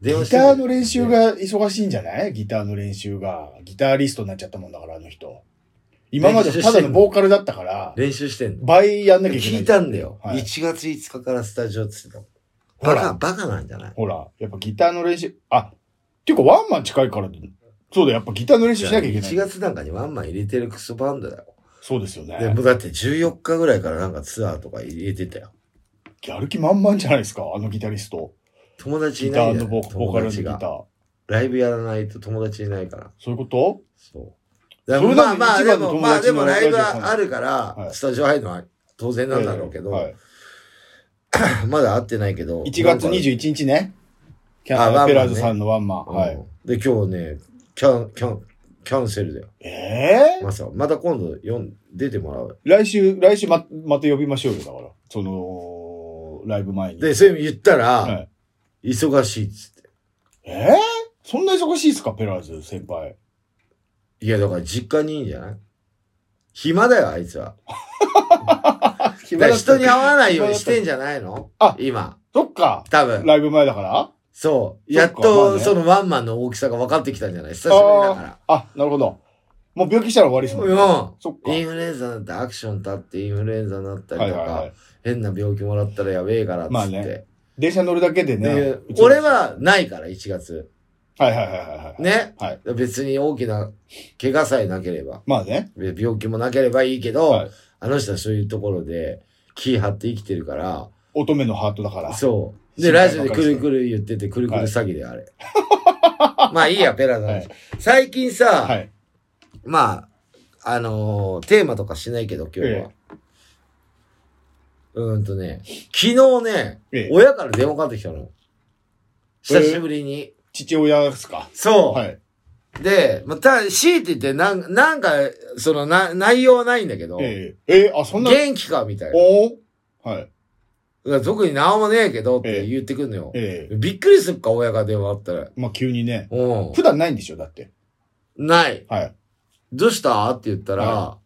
[SPEAKER 1] 電話
[SPEAKER 2] ギ
[SPEAKER 1] して
[SPEAKER 2] タ
[SPEAKER 1] んだ
[SPEAKER 2] ー
[SPEAKER 1] よ
[SPEAKER 2] の練習が忙しいんじゃないギターの練習が。ギタリストになっちゃったもんだから、あの人。今までただのボーカルだったから、
[SPEAKER 1] 練習してんの。
[SPEAKER 2] 倍やんなきゃいけない。
[SPEAKER 1] 聞いたんだよ。
[SPEAKER 2] はい
[SPEAKER 1] 1月5日からスタジオっつってたもん。
[SPEAKER 2] ほ
[SPEAKER 1] バカ、
[SPEAKER 2] ら、
[SPEAKER 1] バカなんじゃない
[SPEAKER 2] ほら、やっぱギターの練習、あ、っていうかワンマン近いから、そうだ、やっぱギターの練習しなきゃいけ
[SPEAKER 1] 1
[SPEAKER 2] ない。
[SPEAKER 1] 月なんかにワンマン入れてるクソバンドだよ。
[SPEAKER 2] そうですよ
[SPEAKER 1] で
[SPEAKER 2] ね
[SPEAKER 1] も。うだって14日ぐらいからなんかツアーとか入れてたよ。
[SPEAKER 2] やる気満々じゃないですか、あのギタリスト。
[SPEAKER 1] 友達い
[SPEAKER 2] ギ
[SPEAKER 1] な
[SPEAKER 2] タ
[SPEAKER 1] い
[SPEAKER 2] ー
[SPEAKER 1] んだ
[SPEAKER 2] の
[SPEAKER 1] よ。
[SPEAKER 2] ボボー
[SPEAKER 1] 友
[SPEAKER 2] カルのギ
[SPEAKER 1] 達
[SPEAKER 2] ター
[SPEAKER 1] が。。ライブやらないと友達いないから。
[SPEAKER 2] そういうこと
[SPEAKER 1] そう。だか
[SPEAKER 2] そ
[SPEAKER 1] ら
[SPEAKER 2] れ
[SPEAKER 1] まあまあ、
[SPEAKER 2] な
[SPEAKER 1] で
[SPEAKER 2] のに一番の
[SPEAKER 1] も、
[SPEAKER 2] 友達の
[SPEAKER 1] まあでもライブ
[SPEAKER 2] ラジオさん
[SPEAKER 1] はあるから
[SPEAKER 2] は、い
[SPEAKER 1] スタジオ入るのは当然なんだろうけど、
[SPEAKER 2] はい、
[SPEAKER 1] まだ会ってないけど。
[SPEAKER 2] 1月
[SPEAKER 1] なんか
[SPEAKER 2] 21日ね。キ
[SPEAKER 1] あ
[SPEAKER 2] ャ
[SPEAKER 1] ワンマンね
[SPEAKER 2] ペラーズさんのワンマン。はい。
[SPEAKER 1] で、今日ね、キャン、キャン、キャンセルだよ。
[SPEAKER 2] ええー
[SPEAKER 1] まさ、また今度読ん、出てもらうよ。
[SPEAKER 2] 来週、来週ま、また呼びましょうよ、だから。その、ライブ前に。
[SPEAKER 1] で、そういうの言ったら、
[SPEAKER 2] はい
[SPEAKER 1] 忙しいっつって。
[SPEAKER 2] えー、そんな忙しいですか、ペラーズ先輩。
[SPEAKER 1] いや、だから実家にいいんじゃない暇だよ、あいつは。だから人に会わないようにしてんじゃないの
[SPEAKER 2] あ
[SPEAKER 1] 今。
[SPEAKER 2] そっか。
[SPEAKER 1] 多分。
[SPEAKER 2] ライブ前だから
[SPEAKER 1] そう。
[SPEAKER 2] そ
[SPEAKER 1] やっ
[SPEAKER 2] っかまあ
[SPEAKER 1] と、
[SPEAKER 2] ね
[SPEAKER 1] そのワンマンの大きさが分かってきたんじゃない久しぶりだから。
[SPEAKER 2] あ、なるほど。もう病気したら終わりですもんね。
[SPEAKER 1] う
[SPEAKER 2] そっか
[SPEAKER 1] ん。イ。ンフルエンザになってアクション立ってインフルエンザになった
[SPEAKER 2] は
[SPEAKER 1] り
[SPEAKER 2] い
[SPEAKER 1] とか、
[SPEAKER 2] はいはい。
[SPEAKER 1] 変な病気もらったらやべえからっつって。
[SPEAKER 2] まあね電車乗るだけでね。
[SPEAKER 1] で
[SPEAKER 2] うちの
[SPEAKER 1] 俺、はないから、1月。
[SPEAKER 2] はいはいはいはいはい。
[SPEAKER 1] ね、
[SPEAKER 2] はい
[SPEAKER 1] 別に大きな怪我さえなければ、
[SPEAKER 2] まあね。
[SPEAKER 1] で病気もなければいいけど、
[SPEAKER 2] はい
[SPEAKER 1] あの人はそういうところで気張って生きてるから、
[SPEAKER 2] 乙女のハートだから。
[SPEAKER 1] そう。
[SPEAKER 2] 心
[SPEAKER 1] で、
[SPEAKER 2] 配
[SPEAKER 1] ラジオでくるくる言ってて、くるくる詐欺で、あれ。まあいいや、ペラの話。
[SPEAKER 2] はい
[SPEAKER 1] 最近さ、
[SPEAKER 2] はい。
[SPEAKER 1] まあ、あのーテーマとかしないけど、今日は。
[SPEAKER 2] え
[SPEAKER 1] うーんとね、昨日ね、
[SPEAKER 2] ええ
[SPEAKER 1] 親から電話かかってきたの。久しぶりに。
[SPEAKER 2] 父親ですか。
[SPEAKER 1] そう、
[SPEAKER 2] はい。
[SPEAKER 1] で、まあ、た、強いて言って、なん、なんか、その、な、内容はないんだけど、
[SPEAKER 2] ええええあ、そんな。
[SPEAKER 1] 元気かみたいな。
[SPEAKER 2] おおはい。
[SPEAKER 1] だから特に何もねえけどって言ってくんのよ。
[SPEAKER 2] ええ
[SPEAKER 1] びっくりするか、親が電話あったら。
[SPEAKER 2] まあ、急にね。
[SPEAKER 1] うん。
[SPEAKER 2] 普段ないんでしょだって。
[SPEAKER 1] ない。
[SPEAKER 2] はい。
[SPEAKER 1] どうしたって言ったら、、
[SPEAKER 2] は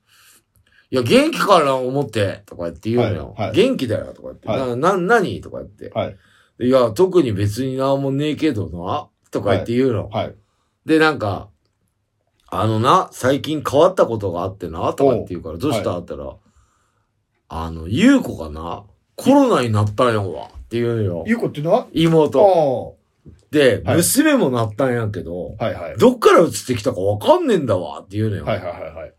[SPEAKER 2] い
[SPEAKER 1] や、元気かな、思って、とか言って言うのよ。
[SPEAKER 2] はいはい
[SPEAKER 1] 元気だよ、とか言って。
[SPEAKER 2] はい
[SPEAKER 1] な、な、何とか言って。
[SPEAKER 2] はい。
[SPEAKER 1] いや、特に別に何もねえけどな、とか言って言うの。
[SPEAKER 2] はい。
[SPEAKER 1] で、なんか、あのな、最近変わったことがあってな、とかって言うから、どうした、
[SPEAKER 2] は
[SPEAKER 1] って言ったら、あの、ゆうこがな、コロナになったんやわ、って言うのよ。
[SPEAKER 2] ゆうこってのはあ
[SPEAKER 1] 妹。
[SPEAKER 2] あ。
[SPEAKER 1] で、
[SPEAKER 2] はい
[SPEAKER 1] 娘もなったんやけど、
[SPEAKER 2] はいはい。
[SPEAKER 1] どっから移ってきたかわかんねえんだわ、って言うのよ。
[SPEAKER 2] はいはいはいはい。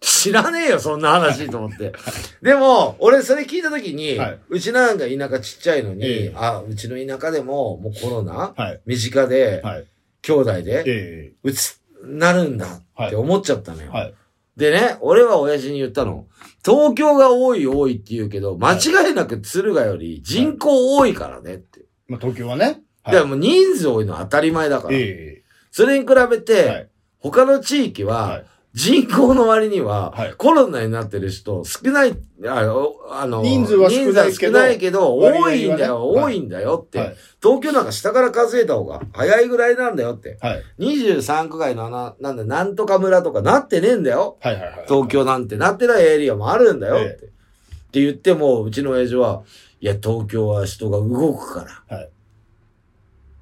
[SPEAKER 1] 知らねえよ、そんな話と思って。でも、俺それ聞いたときに、
[SPEAKER 2] はいう
[SPEAKER 1] ちなんか田舎ちっちゃいのに、
[SPEAKER 2] ええ
[SPEAKER 1] あ、うちの田舎でも、もうコロナ、
[SPEAKER 2] はい。
[SPEAKER 1] 身近で、
[SPEAKER 2] はい。
[SPEAKER 1] 兄弟で、
[SPEAKER 2] え
[SPEAKER 1] うつ、なるんだって思っちゃったのよ。
[SPEAKER 2] はいはい
[SPEAKER 1] でね、俺は親父に言ったの。東京が多い多いって言うけど、間違いなく敦賀より人口多いからねって。
[SPEAKER 2] えまあ、東京はね。はい
[SPEAKER 1] でもう人数多いのは当たり前だから。
[SPEAKER 2] え
[SPEAKER 1] それに比べて、
[SPEAKER 2] はい
[SPEAKER 1] 他の地域
[SPEAKER 2] は、
[SPEAKER 1] はい人口の割には、
[SPEAKER 2] はい
[SPEAKER 1] コロナになってる人少ない、あの、あの
[SPEAKER 2] 人数は少ない
[SPEAKER 1] 人
[SPEAKER 2] けど
[SPEAKER 1] 数は少ないけど、
[SPEAKER 2] 割合は
[SPEAKER 1] 多
[SPEAKER 2] ね
[SPEAKER 1] いんだよ、
[SPEAKER 2] はい
[SPEAKER 1] 多いんだよっ
[SPEAKER 2] え
[SPEAKER 1] て、
[SPEAKER 2] はい。
[SPEAKER 1] 東京なんか下から数えた方が早いぐらいなんだよって。
[SPEAKER 2] はい。
[SPEAKER 1] 23区外のな、なんだ、なんとか村とかなってねえんだよ。
[SPEAKER 2] はいはいはい。
[SPEAKER 1] 東京なんてなってないエリアもあるんだよって。
[SPEAKER 2] ええ
[SPEAKER 1] って言っても、うちの親父は、いや、東京は人が動くから。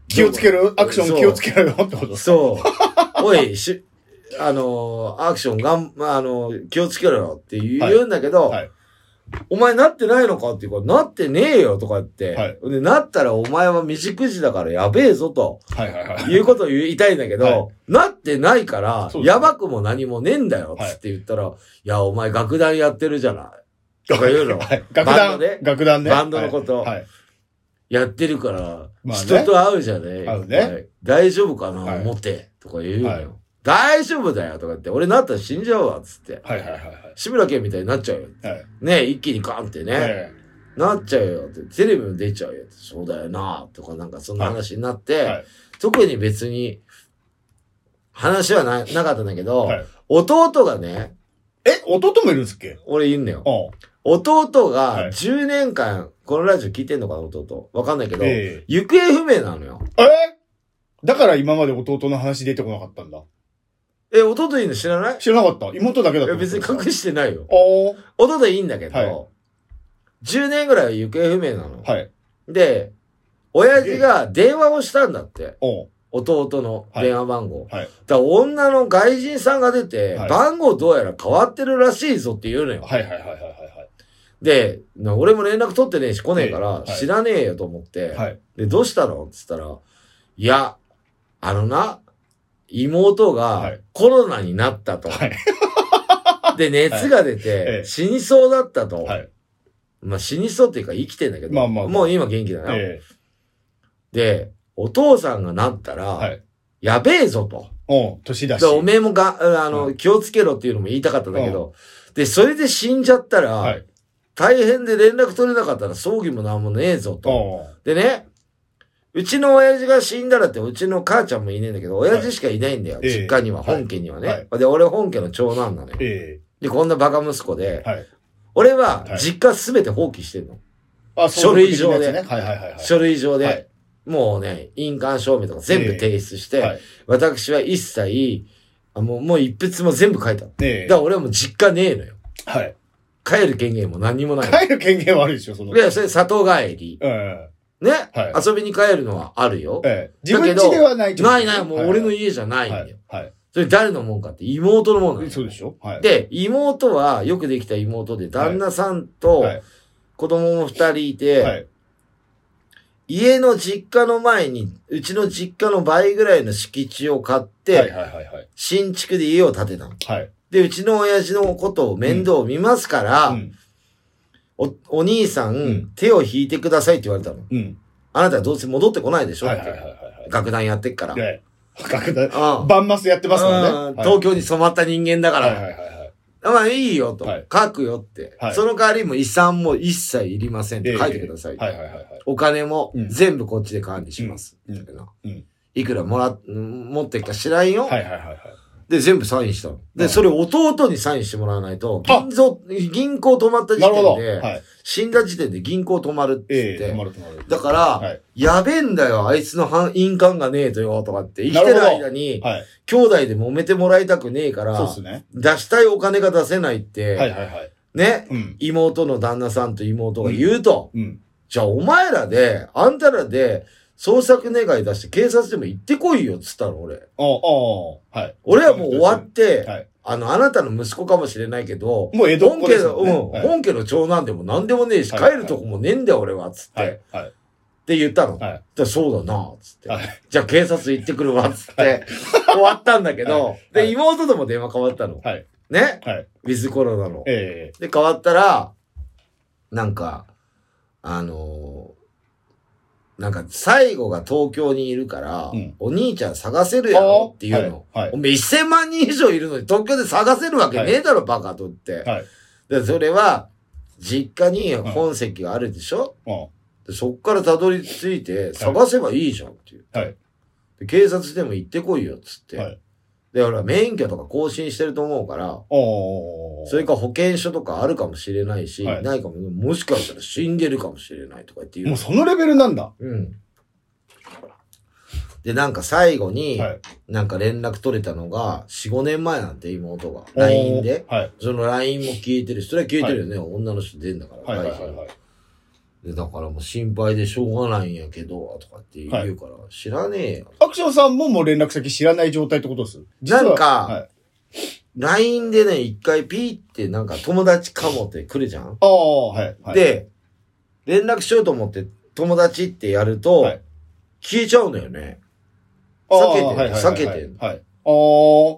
[SPEAKER 2] 気をつけるアクション気をつけろよってことう。
[SPEAKER 1] そう。 <laughs> おい、し、あのーアクションがん、まあ、あのー気をつけろよって言う
[SPEAKER 2] はい
[SPEAKER 1] 言うんだけど、
[SPEAKER 2] はい
[SPEAKER 1] お前なってないのかっていうから、なってねえよとか言って、
[SPEAKER 2] はい
[SPEAKER 1] で、なったらお前は未熟児だからやべえぞと、
[SPEAKER 2] はいはいはい。
[SPEAKER 1] いうことを言いたいんだけど、
[SPEAKER 2] はい
[SPEAKER 1] なってないから、
[SPEAKER 2] そうです
[SPEAKER 1] や
[SPEAKER 2] ね
[SPEAKER 1] ばくも何もねえんだよ、つって言ったら、い、や、お前楽団やってるじゃない。とか言う
[SPEAKER 2] <laughs>
[SPEAKER 1] の。
[SPEAKER 2] はい楽
[SPEAKER 1] バンド
[SPEAKER 2] 団
[SPEAKER 1] ね。
[SPEAKER 2] 楽団ね。
[SPEAKER 1] バンドのこと
[SPEAKER 2] はい。はい
[SPEAKER 1] やってるから、
[SPEAKER 2] まあね
[SPEAKER 1] 人と会うじゃねえ。
[SPEAKER 2] 会うね
[SPEAKER 1] はい大丈夫かな、
[SPEAKER 2] はい
[SPEAKER 1] 思って。とか言うのよ。
[SPEAKER 2] はい
[SPEAKER 1] 大丈夫だよとか言って、俺なったら死んじゃうわ、つって。
[SPEAKER 2] はいはいはい
[SPEAKER 1] 志村けんみたいになっちゃうよ。
[SPEAKER 2] はい。はい。
[SPEAKER 1] ねえ一気にガンってね。
[SPEAKER 2] え
[SPEAKER 1] なっちゃうよって、テレビも出ちゃうよって、そうだよなとかなんかそんな話になって、
[SPEAKER 2] はい
[SPEAKER 1] 特に別に話はななかったんだけど、
[SPEAKER 2] はい
[SPEAKER 1] 弟がね、
[SPEAKER 2] え。え、弟もいるんですっけ
[SPEAKER 1] 俺言うんだよ。
[SPEAKER 2] うん。
[SPEAKER 1] 弟が
[SPEAKER 2] はい
[SPEAKER 1] 10年間、このラジオ聞いてんのかな、弟。わかんないけど、
[SPEAKER 2] え
[SPEAKER 1] 行方不明なのよ。
[SPEAKER 2] え。えだから今まで弟の話出てこなかったんだ。
[SPEAKER 1] え、弟いいの知らない
[SPEAKER 2] 知らなかった。妹だけだ
[SPEAKER 1] い
[SPEAKER 2] った。
[SPEAKER 1] や別に隠してないよ。
[SPEAKER 2] おー
[SPEAKER 1] 弟いいんだけど、
[SPEAKER 2] はい
[SPEAKER 1] 10年ぐらいは行方不明なの。
[SPEAKER 2] はい。
[SPEAKER 1] で、親父が電話をしたんだって。
[SPEAKER 2] おう
[SPEAKER 1] 弟の電話番号。
[SPEAKER 2] はいはい
[SPEAKER 1] だから女の外人さんが出て、
[SPEAKER 2] はい
[SPEAKER 1] 番号どうやら変わってるらしいぞって言うのよ。
[SPEAKER 2] はいはいはいはいは
[SPEAKER 1] で、な俺も連絡取ってねえし来ねえから、
[SPEAKER 2] ええはい
[SPEAKER 1] 知らねえよと思って、
[SPEAKER 2] いはい。はい。
[SPEAKER 1] で、どうしたのって言ったら、いや、あのな、妹
[SPEAKER 2] は
[SPEAKER 1] が
[SPEAKER 2] い
[SPEAKER 1] コロナになったと。
[SPEAKER 2] はい
[SPEAKER 1] <laughs> で、熱が出て
[SPEAKER 2] え、え
[SPEAKER 1] 死にそうだったと。
[SPEAKER 2] はい
[SPEAKER 1] まあ死にそうっていうか生きてんだけど、
[SPEAKER 2] まあまあまあ
[SPEAKER 1] もう今元気だな、
[SPEAKER 2] ええ。
[SPEAKER 1] で、お父さんがなったら、
[SPEAKER 2] はい
[SPEAKER 1] やべえぞと。
[SPEAKER 2] おう年だし。
[SPEAKER 1] だからおめえもが、あの、
[SPEAKER 2] う
[SPEAKER 1] 気をつけろっていうのも言いたかったんだけど、で、それで死んじゃったら、
[SPEAKER 2] はい
[SPEAKER 1] 大変で連絡取れなかったら葬儀もなんもねえぞと。
[SPEAKER 2] おう
[SPEAKER 1] でね、うちの親父が死んだらって、うちの母ちゃんもいねえんだけど、親父しかいないんだよ。
[SPEAKER 2] ええ
[SPEAKER 1] 実家には、
[SPEAKER 2] はい
[SPEAKER 1] 本家にはね、
[SPEAKER 2] はい
[SPEAKER 1] で、俺本家の長男なのよ。
[SPEAKER 2] え
[SPEAKER 1] で、こんなバカ息子
[SPEAKER 2] え。
[SPEAKER 1] で、
[SPEAKER 2] はい。
[SPEAKER 1] 俺は
[SPEAKER 2] はい
[SPEAKER 1] 実家すべて放棄してんの。
[SPEAKER 2] あ
[SPEAKER 1] 書類上で
[SPEAKER 2] 相続的なやつねはいはいはいはい。
[SPEAKER 1] 書類上で、
[SPEAKER 2] はい
[SPEAKER 1] もうね、印鑑証明とか全部提出して、
[SPEAKER 2] はい
[SPEAKER 1] 私は一切、あもう、もう一筆も全部書いたの。だ
[SPEAKER 2] ええ。
[SPEAKER 1] から俺はもう実家ねえのよ。
[SPEAKER 2] はい。
[SPEAKER 1] 帰る権限も何にもない。
[SPEAKER 2] 帰る権限はあるでしょ、その。
[SPEAKER 1] いや、それ里帰り。
[SPEAKER 2] え
[SPEAKER 1] ね、
[SPEAKER 2] は
[SPEAKER 1] 遊びに帰るのはあるよ
[SPEAKER 2] え。。ええ。自分家ではないってこと
[SPEAKER 1] な
[SPEAKER 2] で
[SPEAKER 1] い
[SPEAKER 2] すね
[SPEAKER 1] ない、もう俺の
[SPEAKER 2] はい
[SPEAKER 1] 家じゃないんだよ。
[SPEAKER 2] はい。
[SPEAKER 1] それ誰のもんかって妹のもんな
[SPEAKER 2] は
[SPEAKER 1] の
[SPEAKER 2] い。
[SPEAKER 1] よ。
[SPEAKER 2] そうでしょはい。
[SPEAKER 1] で、妹は、よくできた妹で、旦那さんと
[SPEAKER 2] はい、
[SPEAKER 1] 子供も二人いて、
[SPEAKER 2] はい。
[SPEAKER 1] 家の実家の前に、うちの実家の倍ぐらいの敷地を買って、
[SPEAKER 2] はいはいはいはい。
[SPEAKER 1] 新築で家を建てたの。
[SPEAKER 2] はい。
[SPEAKER 1] で、うちの親父のことを面倒を見ますから、
[SPEAKER 2] うん。
[SPEAKER 1] お、お兄さん,、
[SPEAKER 2] ん
[SPEAKER 1] 手を引いてくださいって言われたの。
[SPEAKER 2] うん。
[SPEAKER 1] あなたはどうせ戻ってこないでしょ、
[SPEAKER 2] はいはいはい
[SPEAKER 1] って
[SPEAKER 2] はい
[SPEAKER 1] 楽団やってっから。
[SPEAKER 2] はい。ええ。格段
[SPEAKER 1] ああ
[SPEAKER 2] バンマスやってますもんね。
[SPEAKER 1] うん
[SPEAKER 2] はい
[SPEAKER 1] 東京に染まった人間だから、
[SPEAKER 2] はいはいはいはい。
[SPEAKER 1] まあいいよと、
[SPEAKER 2] はい
[SPEAKER 1] 書くよって、
[SPEAKER 2] はい
[SPEAKER 1] その代わりも遺産も一切いりませんっ
[SPEAKER 2] え
[SPEAKER 1] て
[SPEAKER 2] え
[SPEAKER 1] 書いてください。
[SPEAKER 2] はいはいはいはい。
[SPEAKER 1] お金も
[SPEAKER 2] うん
[SPEAKER 1] 全部こっちで管理します。
[SPEAKER 2] うん
[SPEAKER 1] みたいな
[SPEAKER 2] うん
[SPEAKER 1] いくらもら、持ってっか知らんよ。
[SPEAKER 2] はいはいはいはい。
[SPEAKER 1] で、全部サインしたの。
[SPEAKER 2] う
[SPEAKER 1] で、
[SPEAKER 2] ん
[SPEAKER 1] それ弟にサインしてもらわないと、
[SPEAKER 2] あ
[SPEAKER 1] 銀行、銀行止まった時
[SPEAKER 2] なるほど。
[SPEAKER 1] 点で、
[SPEAKER 2] はい。
[SPEAKER 1] 死んだ時点で銀行止まるって言
[SPEAKER 2] え
[SPEAKER 1] っ
[SPEAKER 2] え、
[SPEAKER 1] て、
[SPEAKER 2] 止まる止まる。
[SPEAKER 1] だから、
[SPEAKER 2] はい
[SPEAKER 1] やべえんだよ、あいつのはん印鑑がねえとよ、とかって、生きてる間に、
[SPEAKER 2] はい。
[SPEAKER 1] 兄弟で揉めてもらいたくねえから、
[SPEAKER 2] そうですね。
[SPEAKER 1] 出したいお金が出せないって、
[SPEAKER 2] はいはいはい。
[SPEAKER 1] ね、
[SPEAKER 2] うん。
[SPEAKER 1] 妹の旦那さんと妹が言うと、
[SPEAKER 2] うん。
[SPEAKER 1] じゃあお前らで、あんたらで、捜索願い出して警察でも行ってこいよ、っつったの、俺。
[SPEAKER 2] ああ、ああ、はい。
[SPEAKER 1] 俺はもう終わって、
[SPEAKER 2] はい。
[SPEAKER 1] あの、あなたの息子かもしれないけど、
[SPEAKER 2] もう江戸っ
[SPEAKER 1] 本
[SPEAKER 2] 子
[SPEAKER 1] 家
[SPEAKER 2] です
[SPEAKER 1] の、
[SPEAKER 2] もんね。
[SPEAKER 1] うん、
[SPEAKER 2] はい
[SPEAKER 1] 本家の長男でも何でもねえし、
[SPEAKER 2] はい
[SPEAKER 1] 帰るとこもねえんだよ、俺は、つって。
[SPEAKER 2] は
[SPEAKER 1] っ
[SPEAKER 2] い。はい。
[SPEAKER 1] て言ったの。
[SPEAKER 2] はい
[SPEAKER 1] でそうだな、つって。
[SPEAKER 2] はい
[SPEAKER 1] じゃあ警察行ってくるわ、つって。終わったんだけど、
[SPEAKER 2] はいは
[SPEAKER 1] で、
[SPEAKER 2] い
[SPEAKER 1] 妹とも電話変わったの。
[SPEAKER 2] はい。
[SPEAKER 1] ね
[SPEAKER 2] はい。
[SPEAKER 1] ウィズコロナの。
[SPEAKER 2] え
[SPEAKER 1] で、変わったら、なんか、あのーなんか、最後が東京にいるから、
[SPEAKER 2] うん
[SPEAKER 1] お兄ちゃん探せる
[SPEAKER 2] え。
[SPEAKER 1] やろっていうの。
[SPEAKER 2] はい。
[SPEAKER 1] おめえ1000万人以上いるのに東京で探せるわけねえだろ、バカとって。
[SPEAKER 2] はい。
[SPEAKER 1] で、それは、実家に本籍があるでしょ、
[SPEAKER 2] うん。
[SPEAKER 1] でそっからたどり着いて、探せばいいじゃんっていう。
[SPEAKER 2] はい。
[SPEAKER 1] で警察でも行ってこいよ、つって。
[SPEAKER 2] はい
[SPEAKER 1] で、ほら、免許とか更新してると思うから、
[SPEAKER 2] おー。
[SPEAKER 1] それか保険証とかあるかもしれないし、
[SPEAKER 2] はい
[SPEAKER 1] ないかも、もしかしたら死んでるかもしれないとかってい
[SPEAKER 2] も
[SPEAKER 1] う
[SPEAKER 2] う。そのレベルなんだ。は
[SPEAKER 1] うん。で、なんか最後に、
[SPEAKER 2] い。
[SPEAKER 1] なんか連絡取れたのが、4、5年前なんて妹が。LINE で。
[SPEAKER 2] おーはい。
[SPEAKER 1] その LINE も聞いてるし、それは聞いてるよね。女の人出んだから。
[SPEAKER 2] はいはいはい
[SPEAKER 1] 会社
[SPEAKER 2] はい。
[SPEAKER 1] でだからもう心配でしょうがないんやけど、とかって言うから、知らねえよ。
[SPEAKER 2] アクションさんももう連絡先知らない状態ってことです実は
[SPEAKER 1] なんか
[SPEAKER 2] はい、
[SPEAKER 1] LINE でね、一回ピーってなんか友達かもって来るじゃん、
[SPEAKER 2] ああ、はい。はい、
[SPEAKER 1] で、連絡しようと思って友達ってやると、
[SPEAKER 2] はい
[SPEAKER 1] 消えちゃうのよね。
[SPEAKER 2] あー、
[SPEAKER 1] 避けてる
[SPEAKER 2] はいはいはい
[SPEAKER 1] 避けてる
[SPEAKER 2] はい。あ